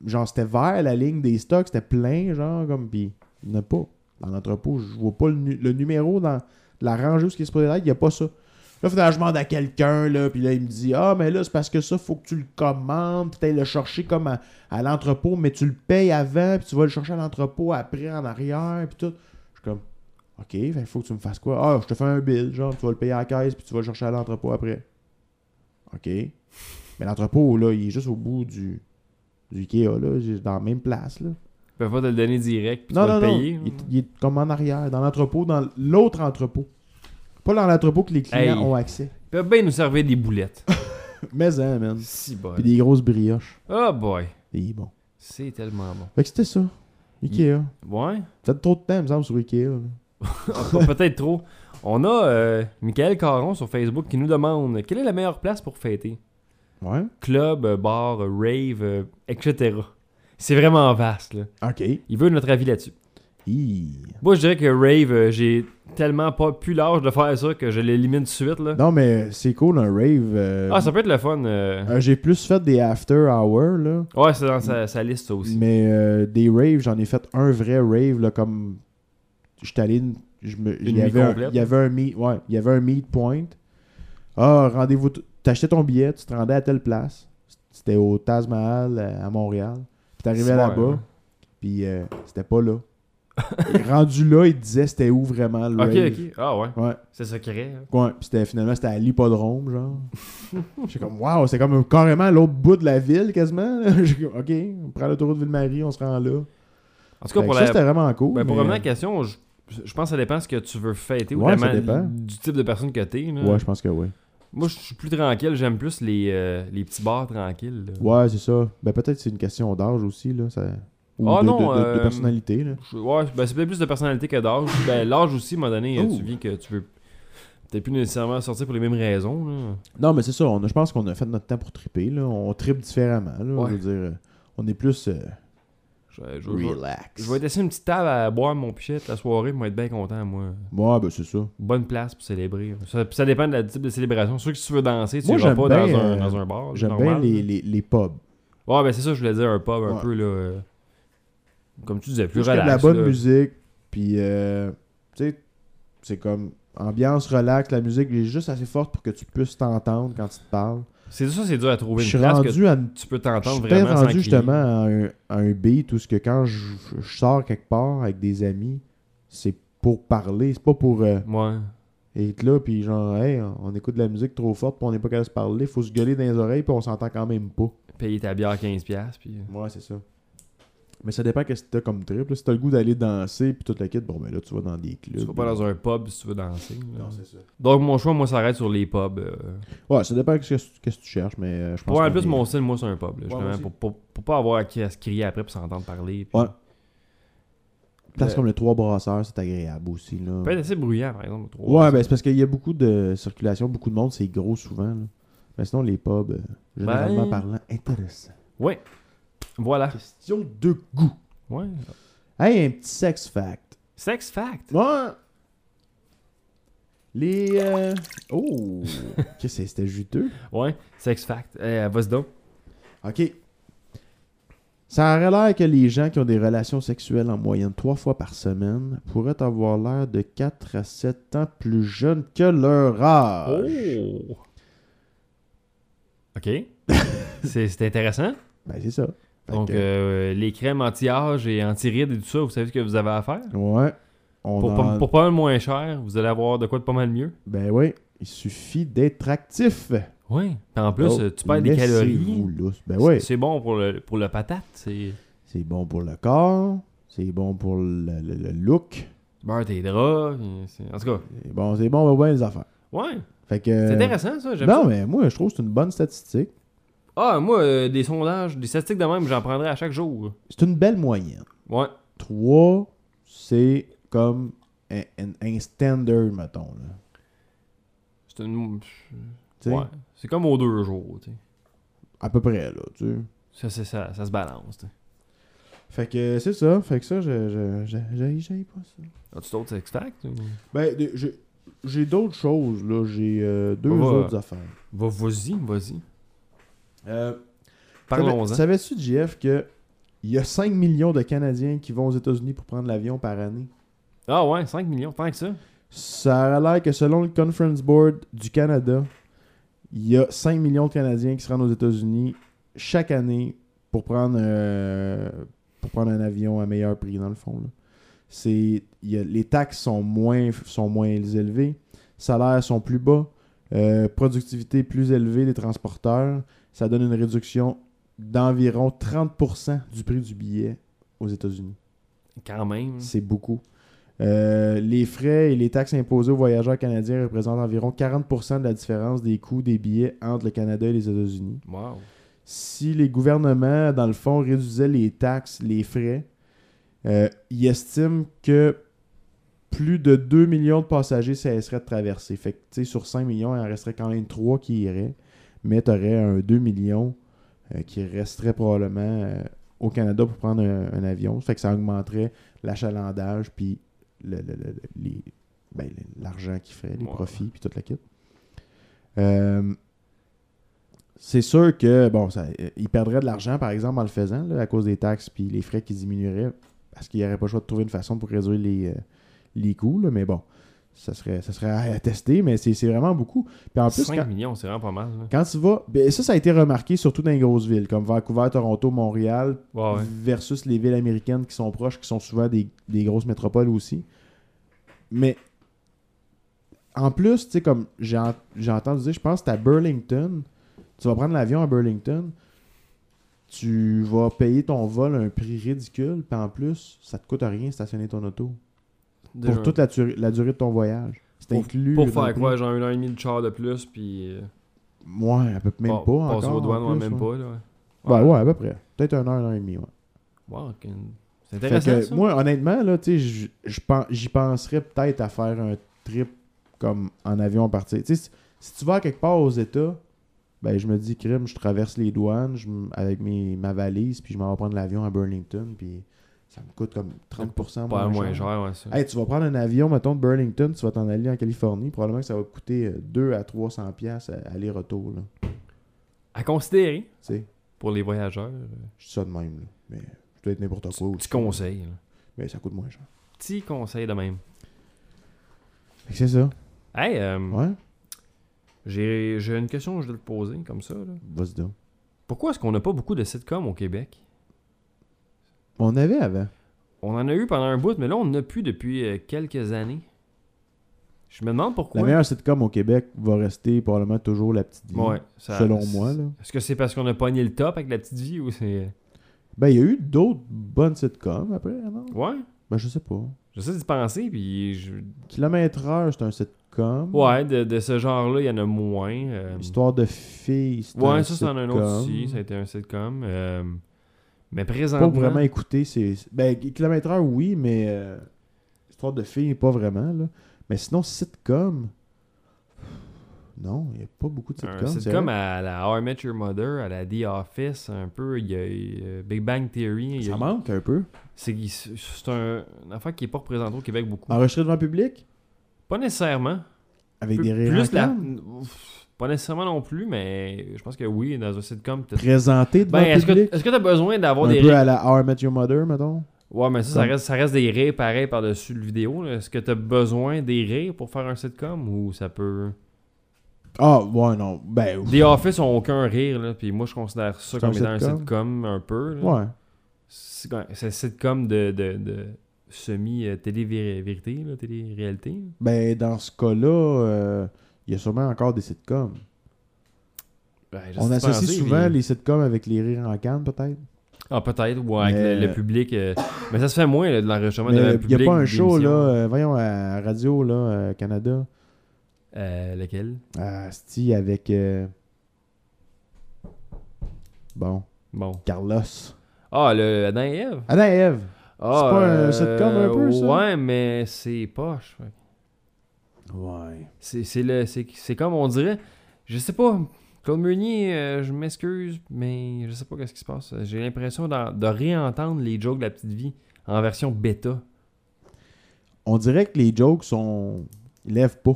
S4: genre, c'était vert la ligne des stocks, c'était plein, genre, comme, puis il n'y en a pas. Dans l'entrepôt, je vois pas le, nu- le numéro dans la rangée où ce qui est supposé être, il n'y a pas ça. Là, finalement, je demande à quelqu'un, là, puis là, il me dit Ah, mais là, c'est parce que ça, faut que tu le commandes, puis t'ailles le chercher comme à, à l'entrepôt, mais tu le payes avant, puis tu vas le chercher à l'entrepôt après, en arrière, puis tout. Je suis comme Ok, il faut que tu me fasses quoi Ah, je te fais un bill, genre, tu vas le payer à la caisse, puis tu vas le chercher à l'entrepôt après. Ok. Mais l'entrepôt, là, il est juste au bout du, du Ikea, là, j'ai- dans la même place, là.
S3: Ils peuvent pas te le donner direct. Puis
S4: Non,
S3: tu vas
S4: non,
S3: le
S4: non.
S3: payer.
S4: Il, est- il est comme en arrière, dans l'entrepôt, dans l'autre entrepôt. Pas dans l'entrepôt que les clients
S3: Hey.
S4: ont accès.
S3: Ils peuvent bien nous servir des boulettes.
S4: Mais hein, man.
S3: si bon.
S4: Puis des grosses brioches.
S3: Oh boy.
S4: Et il est bon.
S3: C'est tellement bon.
S4: Fait que c'était ça. Ikea.
S3: Ouais.
S4: Peut-être trop de temps, il me semble, sur Ikea. là.
S3: Encore Ah, peut-être trop. On a euh, Michael Caron sur Facebook qui nous demande quelle est la meilleure place pour fêter
S4: Ouais.
S3: Club, euh, bar, euh, rave, euh, etc. C'est vraiment vaste. Là.
S4: OK.
S3: Il veut notre avis là-dessus.
S4: Hi.
S3: Moi, je dirais que rave, euh, j'ai tellement pas pu l'âge de faire ça que je l'élimine tout de suite. Là.
S4: Non, mais c'est cool, un rave. euh,
S3: Ah, ça peut être le fun. euh.
S4: euh, J'ai plus fait des after hours, là.
S3: Ouais, c'est dans sa, sa liste, ça aussi.
S4: Mais euh, des raves, j'en ai fait un vrai rave, là, comme. J'étais allé. une- Je me, il,
S3: nuit
S4: y avait un,
S3: complète.
S4: il y avait un meet, ouais, il y avait un meet point. Ah, rendez-vous. t- T'achetais ton billet, tu te rendais à telle place. C'était au Taj Mahal euh, à Montréal. Puis t'arrivais
S3: Soir,
S4: là-bas.
S3: hein.
S4: Puis euh, c'était pas là. Et rendu là, il disait c'était où vraiment le
S3: Ok,
S4: rave.
S3: ok. Ah ouais.
S4: Ouais.
S3: C'est secret. hein.
S4: Ouais, puis c'était finalement c'était à l'hippodrome, genre. J'étais comme Wow, c'est comme carrément à l'autre bout de la ville quasiment. là. J'ai comme, OK, on prend l'autoroute Ville-Marie, on se rend là.
S3: En tout cas,
S4: Fait que
S3: pour
S4: ça,
S3: la,
S4: c'était vraiment cool.
S3: ben, pour
S4: mais- euh,
S3: revenir à la question, je, je pense que ça dépend ce que tu veux fêter ou
S4: Ouais,
S3: vraiment
S4: ça dépend.
S3: du type de personne que t'es. là.
S4: Ouais, je pense que oui.
S3: Moi, je suis plus tranquille. J'aime plus les, euh, les petits bars tranquilles. là.
S4: Ouais, c'est ça. Ben peut-être c'est une question d'âge aussi, là. Ça... Ou
S3: Ah
S4: de,
S3: non,
S4: de- de- de
S3: euh,
S4: personnalité, là.
S3: Je- Ouais, ben, c'est peut-être plus de personnalité que d'âge. Ben, l'âge aussi, à un moment donné, euh,
S4: Oh.
S3: tu vis que tu veux peut-être plus nécessairement sortir pour les mêmes raisons. là.
S4: Non, mais c'est ça. on a- je pense qu'on a fait notre temps pour triper. Là. On tripe différemment. Là,
S3: Ouais.
S4: Je veux dire, euh, on est plus euh,
S3: Je, je- je-
S4: relax.
S3: je vais laisser une petite table à boire mon pichet la soirée pour être bien content, moi.
S4: Ouais, ben c'est ça.
S3: Bonne place pour célébrer. Ça, ça dépend de la type de célébration. Sûr que si tu veux danser, tu
S4: Moi,
S3: vas
S4: j'aime
S3: pas
S4: bien,
S3: dans, un,
S4: euh,
S3: dans un bar.
S4: J'aime bien
S3: normal.
S4: les, les, les pubs.
S3: Ouais, ben c'est ça, je voulais dire un pub un
S4: Ouais.
S3: peu, là. euh, Comme tu disais, plus
S4: Juste qu'il y a
S3: relax.
S4: de la bonne
S3: là.
S4: musique. Puis, euh, tu sais, c'est comme ambiance relax. La musique est juste assez forte pour que tu puisses t'entendre quand tu te parles.
S3: C'est ça, c'est dur à trouver
S4: Je
S3: une
S4: suis
S3: place que
S4: rendu à une
S3: tu peux
S4: Je
S3: t'entendre
S4: suis peut-être
S3: vraiment sans
S4: rendu
S3: crier.
S4: justement à un, à un beat où ce que quand je, je sors quelque part avec des amis, c'est pour parler, c'est pas pour euh,
S3: Ouais.
S4: être là puis genre hey, on écoute de la musique trop forte puis on n'est pas capable de se parler, faut se gueuler dans les oreilles puis on s'entend quand même pas.
S3: Payer ta bière 15$, puis... euh,
S4: Ouais, c'est ça. Mais ça dépend qu'est-ce que t'as comme trip. là. Si t'as le goût d'aller danser puis toute la kit, bon ben là tu vas dans des clubs.
S3: Tu vas pas dans un pub si tu veux danser. là.
S4: Non, c'est ça.
S3: Donc, mon choix, moi, s'arrête sur les pubs. euh.
S4: Ouais, ça dépend qu'est-ce qu'est-ce que tu cherches mais euh, je pense
S3: Pour en
S4: qu'on
S3: plus,
S4: est-
S3: mon style, moi, c'est un pub.
S4: moi
S3: là, justement,
S4: aussi.
S3: pour, pour, pour pas avoir à, cri- à se crier après pour s'entendre parler. puis-
S4: Ouais. place
S3: Euh,
S4: comme le trois brasseurs, c'est agréable aussi là.
S3: peut être assez bruyant, par exemple. au trois.
S4: Ouais, ben c'est parce qu'il y a beaucoup de circulation, beaucoup de monde, c'est gros souvent. là. Mais sinon, les pubs, euh, généralement
S3: Ben-
S4: parlant, intéressant.
S3: Ouais. Voilà.
S4: Question de goût.
S3: Ouais.
S4: Hey, un petit sex fact.
S3: Sex fact.
S4: Ouais. Les. euh, Oh! Qu'est-ce que c'est? c'était juteux?
S3: Ouais. Sex fact. Euh, Vas-y donc.
S4: Ok. Ça aurait l'air que les gens qui ont des relations sexuelles en moyenne trois fois par semaine pourraient avoir l'air de 4 à 7 ans plus jeunes que leur âge.
S3: Oh. OK. c'est c'est intéressant.
S4: Ben, c'est ça. Fait
S3: Donc,
S4: que-
S3: euh, les crèmes anti-âge et anti-rides et tout ça, vous savez ce que vous avez à faire?
S4: Ouais. On
S3: euh, Pour,
S4: en-
S3: pas- pour pas mal moins cher, vous allez avoir de quoi de pas mal mieux.
S4: Ben oui, il suffit d'être actif.
S3: Oui. En plus,
S4: Oh,
S3: euh, tu perds des
S4: laissez-vous
S3: calories.
S4: lousse. Ben
S3: C'est-
S4: oui,
S3: C'est bon pour le, pour le patate. C'est
S4: c'est bon pour le corps, c'est bon pour le, le- le look,
S3: tu beurres tes draps. puis c'est- En tout cas,
S4: c'est bon, c'est bon, ben ouais, les affaires.
S3: ouais.
S4: Fait que...
S3: C'est intéressant, ça. J'aime
S4: Euh, Non,
S3: ça.
S4: mais moi, je trouve que c'est une bonne statistique.
S3: Ah, moi, euh, des sondages, des statistiques de même, j'en prendrais à chaque jour.
S4: C'est une belle moyenne.
S3: Ouais.
S4: 3, c'est comme un, un- un standard, mettons. Là.
S3: C'est une...
S4: Tu sais,
S3: ouais. C'est comme aux deux jours, tu sais.
S4: À peu près, là, tu sais.
S3: Ça, c'est ça, ça se balance, tu sais.
S4: Fait que c'est ça, fait que ça, je, je, je- j'haïs- j'haïs pas ça.
S3: As-tu d'autres sex facts? ou-
S4: Ben, de- j'ai- j'ai d'autres choses, là. J'ai euh, deux
S3: On va-
S4: autres affaires.
S3: Va- Vas-y, vas-y.
S4: Euh,
S3: Parlons-en.
S4: Savais- Savais-tu, JF, que il y a 5 millions de Canadiens qui vont aux États-Unis pour prendre l'avion par année?
S3: Ah ouais, 5 millions, tant que ça.
S4: Ça a l'air que selon le Conference Board du Canada, il y a 5 millions de Canadiens qui se rendent aux États-Unis chaque année pour prendre, euh, pour prendre un avion à meilleur prix, dans le fond. là. C'est, il y a- les taxes sont moins, sont moins élevées, salaires sont plus bas, euh, productivité plus élevée des transporteurs. Ça donne une réduction d'environ 30% du prix du billet aux États-Unis.
S3: Quand même.
S4: C'est beaucoup. Euh, les frais et les taxes imposées aux voyageurs canadiens représentent environ 40% de la différence des coûts des billets entre le Canada et les États-Unis.
S3: Wow.
S4: Si les gouvernements, dans le fond, réduisaient les taxes, les frais, euh, ils estiment que plus de 2 millions de passagers cesseraient de traverser. Fait que, tu sais, sur 5 millions, il en resterait quand même 3 qui iraient, mais tu aurais un 2 millions euh, qui resterait probablement euh, au Canada pour prendre un, un avion. Fait que ça augmenterait l'achalandage, puis le- le- le- les- ben, le- l'argent qu'il ferait, les
S3: Ouais.
S4: profits, puis toute la kit. Euh, c'est sûr que, bon, ça, euh, il perdrait de l'argent, par exemple, en le faisant, là, à cause des taxes, puis les frais qui diminueraient, parce qu'il n'y aurait pas le choix de trouver une façon pour réduire les, euh, les coûts, là, mais bon. ça serait, ça serait à à tester, mais c'est c'est vraiment beaucoup. Puis en plus,
S3: 5
S4: quand,
S3: millions, c'est vraiment pas mal. là.
S4: quand tu vas. ben, ça, ça a été remarqué surtout dans les grosses villes, comme Vancouver, Toronto, Montréal,
S3: Ouais, ouais.
S4: versus les villes américaines qui sont proches, qui sont souvent des, des grosses métropoles aussi. Mais en plus, tu sais, comme j'ai en- j'ai entendu dire, je pense que c'est à Burlington. Tu vas prendre l'avion à Burlington, tu vas payer ton vol à un prix ridicule, puis en plus, ça te coûte rien stationner ton auto.
S3: Déjà,
S4: Pour toute la, dur- la durée de ton voyage. C'est inclus. dans
S3: Pour
S4: le
S3: faire
S4: prix.
S3: quoi, genre un an et demi de char de plus, puis. euh,
S4: Ouais, à peu même
S3: pa-
S4: pas.
S3: Passer
S4: encore,
S3: aux douanes,
S4: en
S3: ouais,
S4: plus,
S3: même
S4: ouais.
S3: pas, là.
S4: Ben
S3: ouais.
S4: ouais, à peu près. Peut-être un heure, une heure et demie, ouais.
S3: Wow, ok. C'est
S4: Fait
S3: intéressant.
S4: que,
S3: ça.
S4: moi, honnêtement, là, tu sais, j- je pen- j'y penserais peut-être à faire un trip comme en avion à partir. Tu sais, si, si tu vas quelque part aux États, ben je me dis, crime, je traverse les douanes je m- avec mes, ma valise, puis je m'en vais prendre l'avion à Burlington, puis ça me coûte comme 30%
S3: pas
S4: moins,
S3: moins
S4: cher.
S3: cher, ouais, ça.
S4: Hey, tu vas prendre un avion, mettons, de Burlington, tu vas t'en aller en Californie, probablement que ça va te coûter 2 à 300 pièces aller-retour, là.
S3: À considérer,
S4: Tu sais,
S3: pour les voyageurs, euh,
S4: je dis ça de même, là. Mais je dois être n'importe quoi
S3: petit
S4: aussi.
S3: conseil. là.
S4: Mais ça coûte moins cher.
S3: Petit conseil de même.
S4: Fait que c'est ça.
S3: Hey, euh,
S4: Ouais?
S3: j'ai j'ai une question que je dois te poser, comme ça. là.
S4: Vas-y donc.
S3: Pourquoi est-ce qu'on n'a pas beaucoup de sitcoms au Québec
S4: On avait avant.
S3: On en a eu pendant un bout, mais là, on n'en a plus depuis euh, quelques années. Je me demande pourquoi.
S4: La meilleure sitcom au Québec va rester probablement toujours La Petite Vie.
S3: Ouais, ça-
S4: selon
S3: c'est-
S4: moi, là.
S3: Est-ce que c'est parce qu'on a pogné le top avec la petite vie ou c'est.
S4: Ben, il y a eu d'autres bonnes sitcoms après, non?
S3: Ouais.
S4: Ben, je sais pas.
S3: J'essaie d'y penser, puis. je-
S4: Kilomètre Heure, c'est un sitcom.
S3: Ouais, de, de ce genre-là, il y en a moins. euh,
S4: Histoire de filles, c'est
S3: Ouais,
S4: un
S3: ça, c'est en un autre
S4: sitcom.
S3: aussi. Ça a été un sitcom. euh, Mais
S4: Pas
S3: présentement.
S4: vraiment écouté, c'est... Ben, Kilomètre Heure, oui, mais... euh, Histoire de filles, pas vraiment, là. Mais sinon, sitcom... Non, il n'y a pas beaucoup de sitcoms.
S3: un
S4: c'est
S3: sitcom
S4: vrai.
S3: à la How I Met Your Mother, à la The Office, un peu. Il y a euh, Big Bang Theory. il y a-
S4: Ça manque un peu.
S3: C'est c'est un, une affaire qui n'est pas représentée au Québec beaucoup.
S4: Enregistré devant public,
S3: Pas nécessairement.
S4: avec
S3: Peu-
S4: des rires
S3: plus
S4: en
S3: la-
S4: canne.
S3: Ouf, Pas nécessairement non plus, mais je pense que oui, dans un sitcom. peut-être-
S4: Présenté devant
S3: Ben, est-ce que
S4: public.
S3: est-ce que t'as besoin d'avoir
S4: Un
S3: des
S4: peu
S3: rires
S4: à la How I Met Your Mother, mettons.
S3: Ouais, mais ça, ça
S4: Comme-
S3: reste, ça reste des rires pareils par-dessus le vidéo. là. Est-ce que t'as besoin des rires pour faire un sitcom ou ça peut.
S4: Ah, ouais, non. Ben, ouf.
S3: The Office ont aucun rire, là, puis moi je considère ça
S4: C'est
S3: comme
S4: un
S3: étant un
S4: sitcom?
S3: sitcom un peu. là.
S4: ouais.
S3: C'est ouais, c'est un sitcom de, de, de semi-télé-vérité, télé-réalité.
S4: Ben, dans ce cas-là, euh, il y a sûrement encore des sitcoms.
S3: Ben, je
S4: On
S3: sais pas,
S4: associe
S3: c'est-
S4: souvent les sitcoms avec les rires en canne, peut-être.
S3: Ah, peut-être, ou avec
S4: Mais-
S3: le, le public. euh, Mais ça se fait moins, là, de l'enregistrement de
S4: Mais
S3: le
S4: il n'y
S3: public.
S4: a pas un show, là,
S3: d'émission.
S4: euh, voyons, à Radio, là, euh, Canada,
S3: Euh, lequel
S4: à Sti avec. euh, Bon,
S3: Bon.
S4: Carlos.
S3: Ah, le Adam et Ève.
S4: Adam et Ève.
S3: Ah,
S4: C'est pas un sitcom un peu, ça?
S3: Ouais, mais c'est poche. ouais.
S4: Ouais.
S3: C'est c'est le- c'est- c'est comme on dirait. Je sais pas. Claude Meunier, euh, je m'excuse, mais je sais pas qu'est-ce qui se passe. J'ai l'impression d'en- de réentendre les jokes de la petite vie en version bêta.
S4: On dirait que les jokes sont. Ils lèvent pas.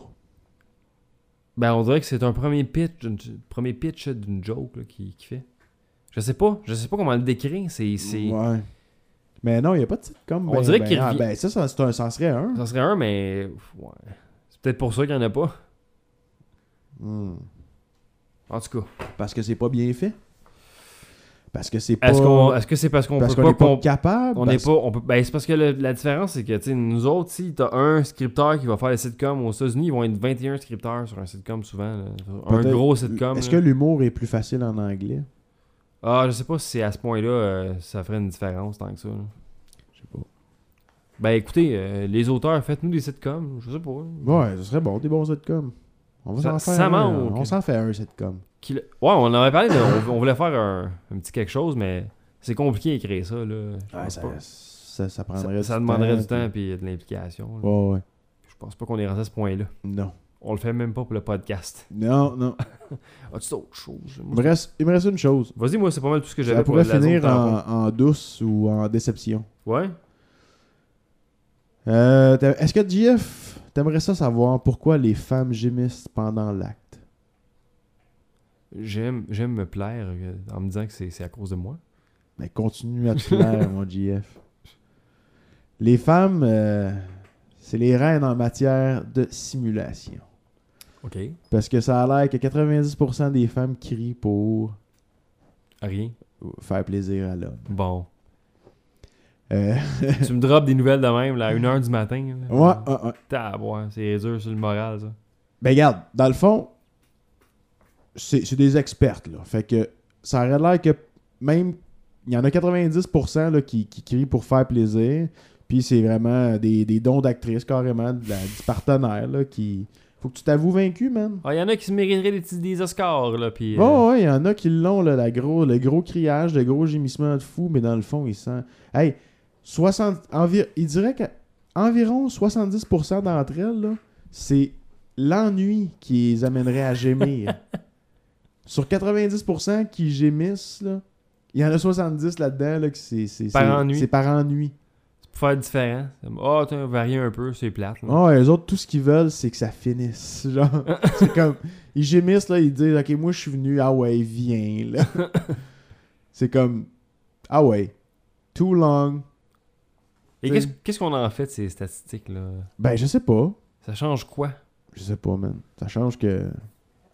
S3: Ben, on dirait que c'est un premier pitch d'une premier pitch d'une joke là, qui, qui fait. Je sais pas, je sais pas comment le décrire. C'est c'est-
S4: Ouais. Mais non, il n'y a pas de sitcom.
S3: On
S4: ben-
S3: dirait
S4: ben,
S3: qu'il
S4: ah,
S3: revient-
S4: ben, ça, ça, c'est un- ça en serait un.
S3: ça serait un, mais ouais. c'est peut-être pour ça qu'il y en a pas.
S4: Hmm.
S3: En tout cas,
S4: Parce que c'est pas bien fait. Parce que c'est pas.
S3: est-ce qu'on est-ce que c'est parce qu'on peut
S4: parce
S3: pas
S4: qu'on n'est pas
S3: comp-
S4: capable.
S3: On n'est
S4: parce-
S3: pas. On peut, ben, c'est parce que le- la différence, c'est que tu sais, nous autres, si t'as un scripteur qui va faire les sitcoms aux États-Unis, ils vont être 21 scripteurs sur un sitcom souvent. là. Un
S4: Peut-être-
S3: gros sitcom.
S4: Est-ce que
S3: là.
S4: l'humour est plus facile en anglais
S3: Ah, je sais pas si c'est à ce point-là, euh, ça ferait une différence tant que ça. là.
S4: Je sais pas.
S3: Ben écoutez, euh, les auteurs, faites-nous des sitcoms. Je sais pas. là.
S4: Ouais, ce serait bon, des bons sitcoms. On va
S3: Ça-
S4: s'en faire
S3: ça
S4: un.
S3: manque.
S4: On s'en fait un sitcom.
S3: Qui le- Ouais, on en avait parlé, de- on, on voulait faire un, un petit quelque chose, mais c'est compliqué d'écrire ça. Là. Je
S4: Ouais,
S3: pense
S4: Ah, ça,
S3: Ah, pas.
S4: ça, ça
S3: Ça-
S4: prendrait du
S3: ça demanderait du temps
S4: puis-
S3: et de l'implication. là.
S4: Ouais, ouais.
S3: Je pense pas qu'on est rendu à ce point-là.
S4: Non.
S3: On le fait même pas pour le podcast.
S4: Non, non.
S3: As-tu d'autres choses?
S4: Il me reste, il me reste une chose.
S3: Vas-y, moi, c'est pas mal tout ce que j'avais
S4: Ça
S3: pour
S4: pourrait
S3: la zone
S4: finir en,
S3: tampon.
S4: en douce ou en déception.
S3: Ouais?
S4: Euh, t'as- Est-ce que JF, t'aimerais ça savoir pourquoi les femmes gémissent pendant l'acte
S3: J'aime, j'aime me plaire euh, en me disant que c'est, c'est à cause de moi.
S4: Ben, continue à te plaire, mon JF. Les femmes, euh, C'est les reines en matière de simulation.
S3: OK.
S4: Parce que ça a l'air que 90% des femmes crient pour
S3: Rien.
S4: faire plaisir à l'homme.
S3: Bon.
S4: Euh,
S3: tu me drops des nouvelles de même là, à 1h du matin. là.
S4: ouais, ouais, ouais.
S3: Taboire, c'est dur sur le moral, ça.
S4: Ben regarde, dans le fond, c'est c'est des experts, là. Fait que ça aurait l'air que même il y en a 90% là, qui, qui crient pour faire plaisir. Puis c'est vraiment des, des dons d'actrice, carrément, de la- du partenaire, là, qui... Faut que tu t'avoues vaincu, man.
S3: Ah, il y en a qui se mériteraient des, petits- des Oscars, là, puis... euh,
S4: Bon, ouais, il y en a qui l'ont, là, la gros, le gros criage, le gros gémissement de fou, mais dans le fond, il sent... Hey, 60... envi- Il dirait qu'environ 70% d'entre elles, là, c'est l'ennui qui les amènerait à gémir. Sur 90% qui gémissent, là, il y en a 70 là-dedans, là, que c'est... c'est-
S3: Par
S4: c'est-
S3: ennui.
S4: C'est par ennui.
S3: c'est pour faire différent. Ah, t'as varié un peu, c'est plate. là.
S4: Ah, ouais, eux autres, tout ce qu'ils veulent, c'est que ça finisse. Genre, c'est comme. Ils gémissent, là, ils disent, OK, moi, je suis venu, ah ouais, viens, là. c'est comme, ah ouais, too long.
S3: Et qu'est-ce qu'est-ce qu'on en fait de ces statistiques-là?
S4: Ben, je sais pas.
S3: Ça change quoi?
S4: Je sais pas, man. Ça change que.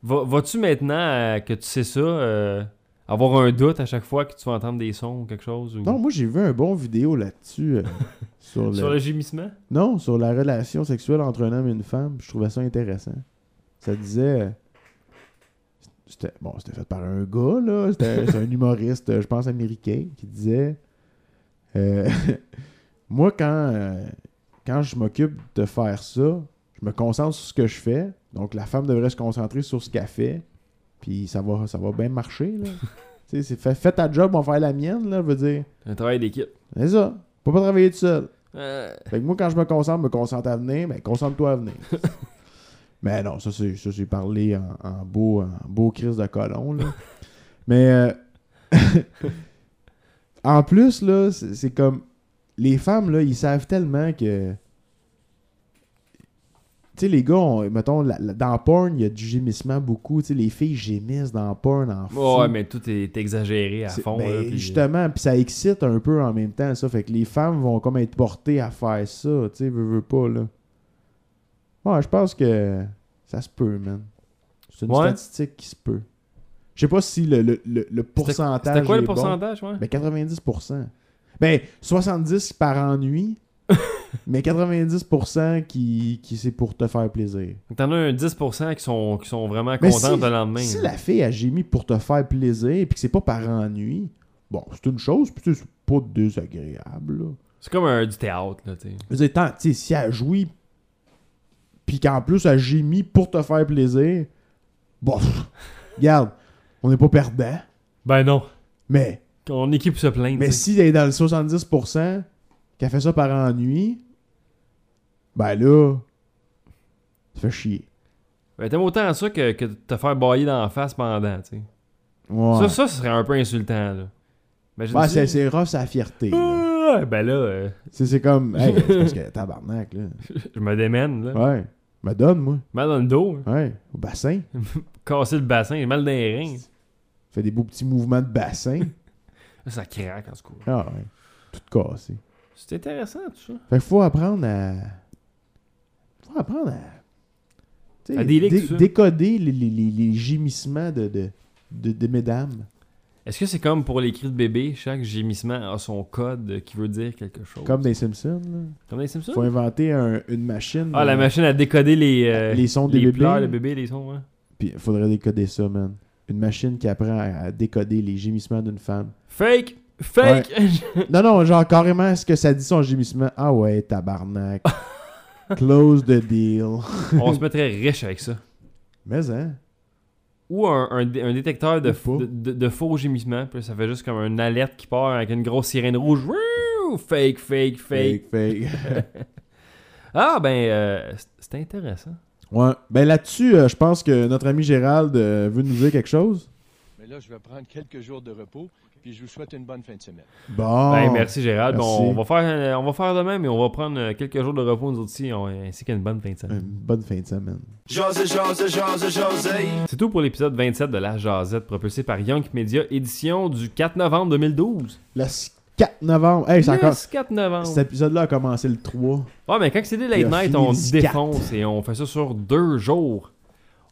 S3: Va- Vas-tu maintenant, euh, que tu sais ça, euh, avoir un doute à chaque fois que tu vas entendre des sons ou quelque chose? Ou...
S4: Non, moi, j'ai vu un bon vidéo là-dessus. euh, sur, le...
S3: Mm. Sur le gémissement?
S4: Non, sur la relation sexuelle entre un homme et une femme. Je trouvais ça intéressant. Ça disait. euh, C'était, bon, c'était fait par un gars, là. C'était c'est un humoriste, euh, je pense, américain, qui disait euh, Moi, quand, euh, quand je m'occupe de faire ça, je me concentre sur ce que je fais. Donc, la femme devrait se concentrer sur ce qu'elle fait. Puis, ça va, ça va bien marcher, là. tu sais, c'est fait, fais ta job, on va faire la mienne, là. veut dire,
S3: Un travail d'équipe.
S4: c'est ça. Faut pas travailler tout seul.
S3: Euh,
S4: Fait que moi, quand je me concentre, me concentre à venir, mais concentre-toi à venir. mais non, ça, c'est, ça, j'ai parlé en, en beau, en beau crise de colon, là. mais euh, en plus, là, c'est, c'est comme les femmes, là, ils savent tellement que. Tu sais, les gars, on- mettons, la- la- dans porn, il y a du gémissement beaucoup. Tu sais, les filles gémissent dans porn en fou.
S3: ouais, mais tout est exagéré à
S4: C'est-
S3: fond.
S4: ben,
S3: là, puis-
S4: justement, puis ça excite un peu en même temps, ça. Fait que les femmes vont comme être portées à faire ça, tu sais, veux, veux pas, là. Ouais, je pense que ça se peut, man. C'est une
S3: Ouais.
S4: statistique qui se peut. Je sais pas si le, le, le, le
S3: C'était-
S4: pourcentage.
S3: C'était quoi
S4: est
S3: le
S4: bon.
S3: pourcentage, ouais?
S4: Ben, 90%. Ben, 70 par ennui, mais 90% qui, qui c'est pour te faire plaisir.
S3: Donc, T'en as un 10% qui sont, qui sont vraiment
S4: Ben, Mais
S3: contents
S4: si-
S3: le lendemain.
S4: Si
S3: là.
S4: la fille a gémi pour te faire plaisir et que c'est pas par ennui, bon, c'est une chose, puis tu sais, c'est pas désagréable. là.
S3: C'est comme un, du théâtre, là, tu sais.
S4: Je veux dire, tant, tu sais, si elle jouit, puis qu'en plus elle gémit pour te faire plaisir, bon, pff, regarde, on n'est pas perdant,
S3: Ben non.
S4: mais,
S3: On équipe se plaindre.
S4: mais
S3: tu sais.
S4: si elle est dans le 70%, qu'elle fait ça par ennui, ben là, ça fait chier.
S3: Ben, t'aimes autant ça que, que te faire bailler dans la face pendant, tu sais.
S4: Ouais.
S3: Ça, ça, ce serait un peu insultant, là. Ben,
S4: Ouais, c'est, c'est rough, sa fierté. là.
S3: ben là, euh,
S4: C'est, c'est comme, hey, c'est parce que tabarnak, là.
S3: je me démène, là.
S4: Ouais. Me donne, moi.
S3: Mal dans le dos, hein.
S4: Ouais. Au bassin.
S3: casser le bassin, j'ai mal dans les reins.
S4: Fait des beaux petits mouvements de bassin.
S3: Ça craque, en tout cas.
S4: Ah ouais. Tout cassé.
S3: C'est intéressant, tout ça.
S4: Fait que faut apprendre à. Faut apprendre à. tu sais,
S3: À dealer avec
S4: dé-
S3: ça.
S4: décoder les, les- les- les gémissements de, de, de- de mesdames.
S3: Est-ce que c'est comme pour les cris de bébé, chaque gémissement a son code qui veut dire quelque chose?
S4: Comme des Simpsons. là.
S3: Comme dans les Simpsons?
S4: Faut inventer un- une machine.
S3: Ah, la
S4: euh,
S3: machine à décoder les, euh,
S4: Les sons des
S3: les
S4: bébés.
S3: pleurs, les bébés, les sons, hein. ouais.
S4: Puis faudrait décoder ça, man. Une machine qui apprend à à décoder les gémissements d'une femme.
S3: Fake! Fake! Hein?
S4: Non, non, genre carrément, est-ce que ça dit son gémissement? Ah ouais, tabarnak. Close the deal.
S3: On se mettrait riche avec ça.
S4: Mais hein?
S3: Ou un, un dé- un détecteur de,
S4: Ou pas.
S3: de, de- de faux gémissements. Puis là, ça fait juste comme une alerte qui part avec une grosse sirène rouge. Wouh! Fake, fake, fake.
S4: fake.
S3: Ah, ben, euh, c'est- c'est intéressant.
S4: Ouais. Ben là-dessus, euh, je pense que notre ami Gérald euh, veut nous dire quelque chose.
S8: Mais là, je vais prendre quelques jours de repos, puis je vous souhaite une bonne fin de semaine.
S4: Bon.
S3: Ben, merci Gérald.
S4: Ah, merci.
S3: Bon, on, va faire, euh, on va faire demain, mais on va prendre euh, quelques jours de repos nous aussi, ainsi qu'une bonne fin de semaine.
S4: Une bonne fin de semaine.
S5: José, José, José, José.
S3: C'est tout pour l'épisode 27 de La Jazette, propulsé par Young Media, édition du 4 novembre 2012.
S4: La s- 4 novembre. Hey, c'est encore-
S3: 4 novembre.
S4: Cet épisode-là a commencé le 3.
S3: Ouais, mais quand c'est des
S4: Il
S3: late
S4: a
S3: night,
S4: fini
S3: on
S4: le
S3: se
S4: 4.
S3: défonce et on fait ça sur deux jours.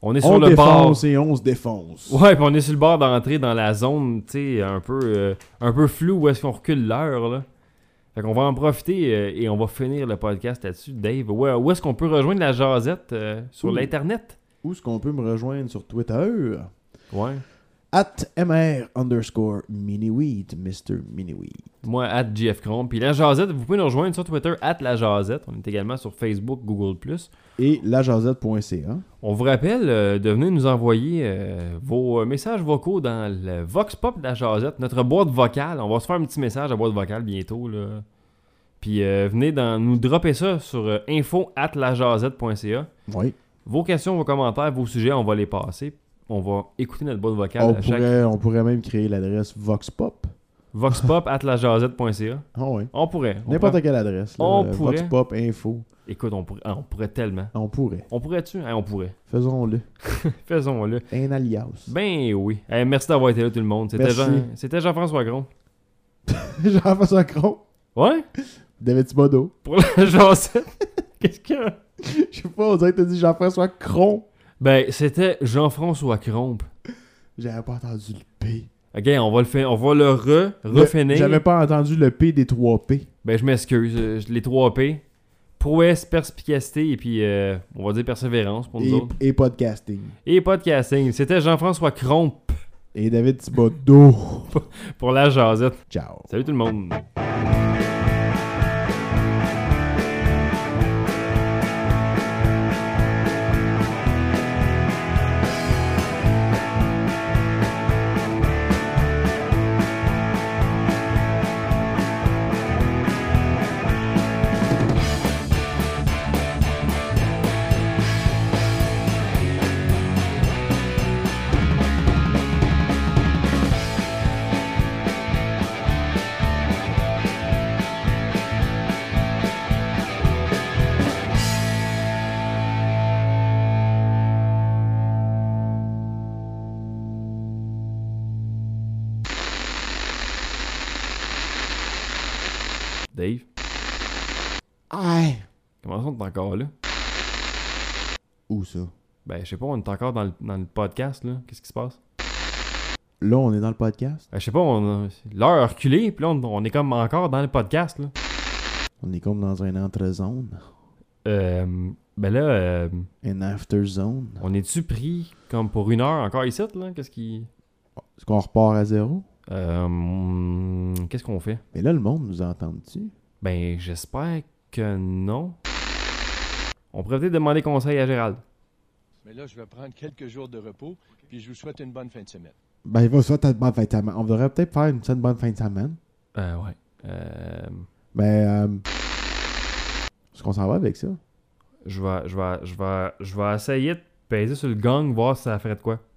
S3: On est sur
S4: on
S3: le bord.
S4: défonce et on se défonce.
S3: Ouais, puis on est sur le bord d'entrer dans la zone, tu sais, un peu euh, un peu flou où est-ce qu'on recule l'heure là. Fait qu'on va en profiter euh, et on va finir le podcast là-dessus, Dave. Ouais, où est-ce qu'on peut rejoindre la Jazette euh, sur
S4: Ouh.
S3: l'internet
S4: Où est-ce qu'on peut me rejoindre sur Twitter?
S3: Ouais.
S4: At MR underscore miniweed, Mr. Miniweed.
S3: Moi, at GF Chrome. Puis la Jazette, vous pouvez nous rejoindre sur Twitter, at la Jazette. On est également sur Facebook, Google.
S4: Et lajazette.ca.
S3: On vous rappelle euh, de venir nous envoyer euh, vos messages vocaux dans le Vox Pop de la Jazette, notre boîte vocale. On va se faire un petit message à boîte vocale bientôt. Là. Puis euh, venez dans, nous dropper ça sur euh, info at lajazette.ca.
S4: Oui.
S3: Vos questions, vos commentaires, vos sujets, on va les passer. On va écouter notre boîte vocale
S4: On
S3: à chaque
S4: pourrait, on pourrait même créer l'adresse voxpop.
S3: voxpop at lajazette.ca.
S4: Ah ouais.
S3: On pourrait. on
S4: N'importe
S3: pourrait.
S4: quelle adresse. là.
S3: On
S4: Euh,
S3: pourrait.
S4: Voxpop info.
S3: Écoute, on pourrait, ah, on pourrait tellement.
S4: On pourrait.
S3: On pourrait-tu? Hein, on pourrait.
S4: Faisons-le.
S3: Faisons-le.
S4: Un alias.
S3: Ben oui. Eh, merci d'avoir été là, tout le monde. C'était
S4: Merci.
S3: Jean- c'était Jean-François Gron.
S4: Ben, Jean-François Cron.
S3: Ouais?
S4: David Thibodeau.
S3: Pour la Jazette. Qu'est-ce que.
S4: Je sais pas, on dirait que t'as dit Jean-François Cron.
S3: Ben, c'était Jean-François Cromp.
S4: J'avais pas entendu le P.
S3: Ok, on va le faire, on va le re,
S4: Le-
S3: refinir.
S4: J'avais pas entendu le P des 3 P.
S3: Ben, je m'excuse. euh, Les 3 P. Prouesse, perspicacité et puis, euh, on va dire persévérance pour nous
S4: Et,
S3: autres.
S4: et podcasting.
S3: Et podcasting. C'était Jean-François Cromp
S4: Et David Thibodeau.
S3: pour la Jazette.
S4: Ciao.
S3: Salut tout le monde. Dave,
S4: Aïe.
S3: comment ça, on est encore là?
S4: Où ça?
S3: Ben, je sais pas, on est encore dans le, dans le podcast, là. Qu'est-ce qui se passe?
S4: Là, on est dans le podcast.
S3: Ben, je sais pas, on a- l'heure a reculé, puis là, on, on est comme encore dans le podcast, là.
S4: On est comme dans une entre-zone.
S3: Euh, ben là, euh,
S4: Une after-zone.
S3: on est-tu pris comme pour une heure encore ici, là? Qu'est-ce qui...
S4: Est-ce qu'on repart à zéro?
S3: Euh, hmm, Qu'est-ce qu'on fait?
S4: Mais là, le monde nous entend-tu?
S3: Ben, j'espère que non. On pourrait peut-être demander conseil à Gérald.
S8: Mais là, je vais prendre quelques jours de repos, puis je vous souhaite une bonne fin de semaine.
S4: Ben, il va se faire une bonne fin de semaine. On devrait peut-être faire une petite bonne fin de semaine.
S3: Euh, ouais. Euh,
S4: Mais, euh, est-ce qu'on s'en va avec ça?
S3: je vais, je vais, je vais, je vais essayer de peser sur le gang, voir si ça ferait de quoi.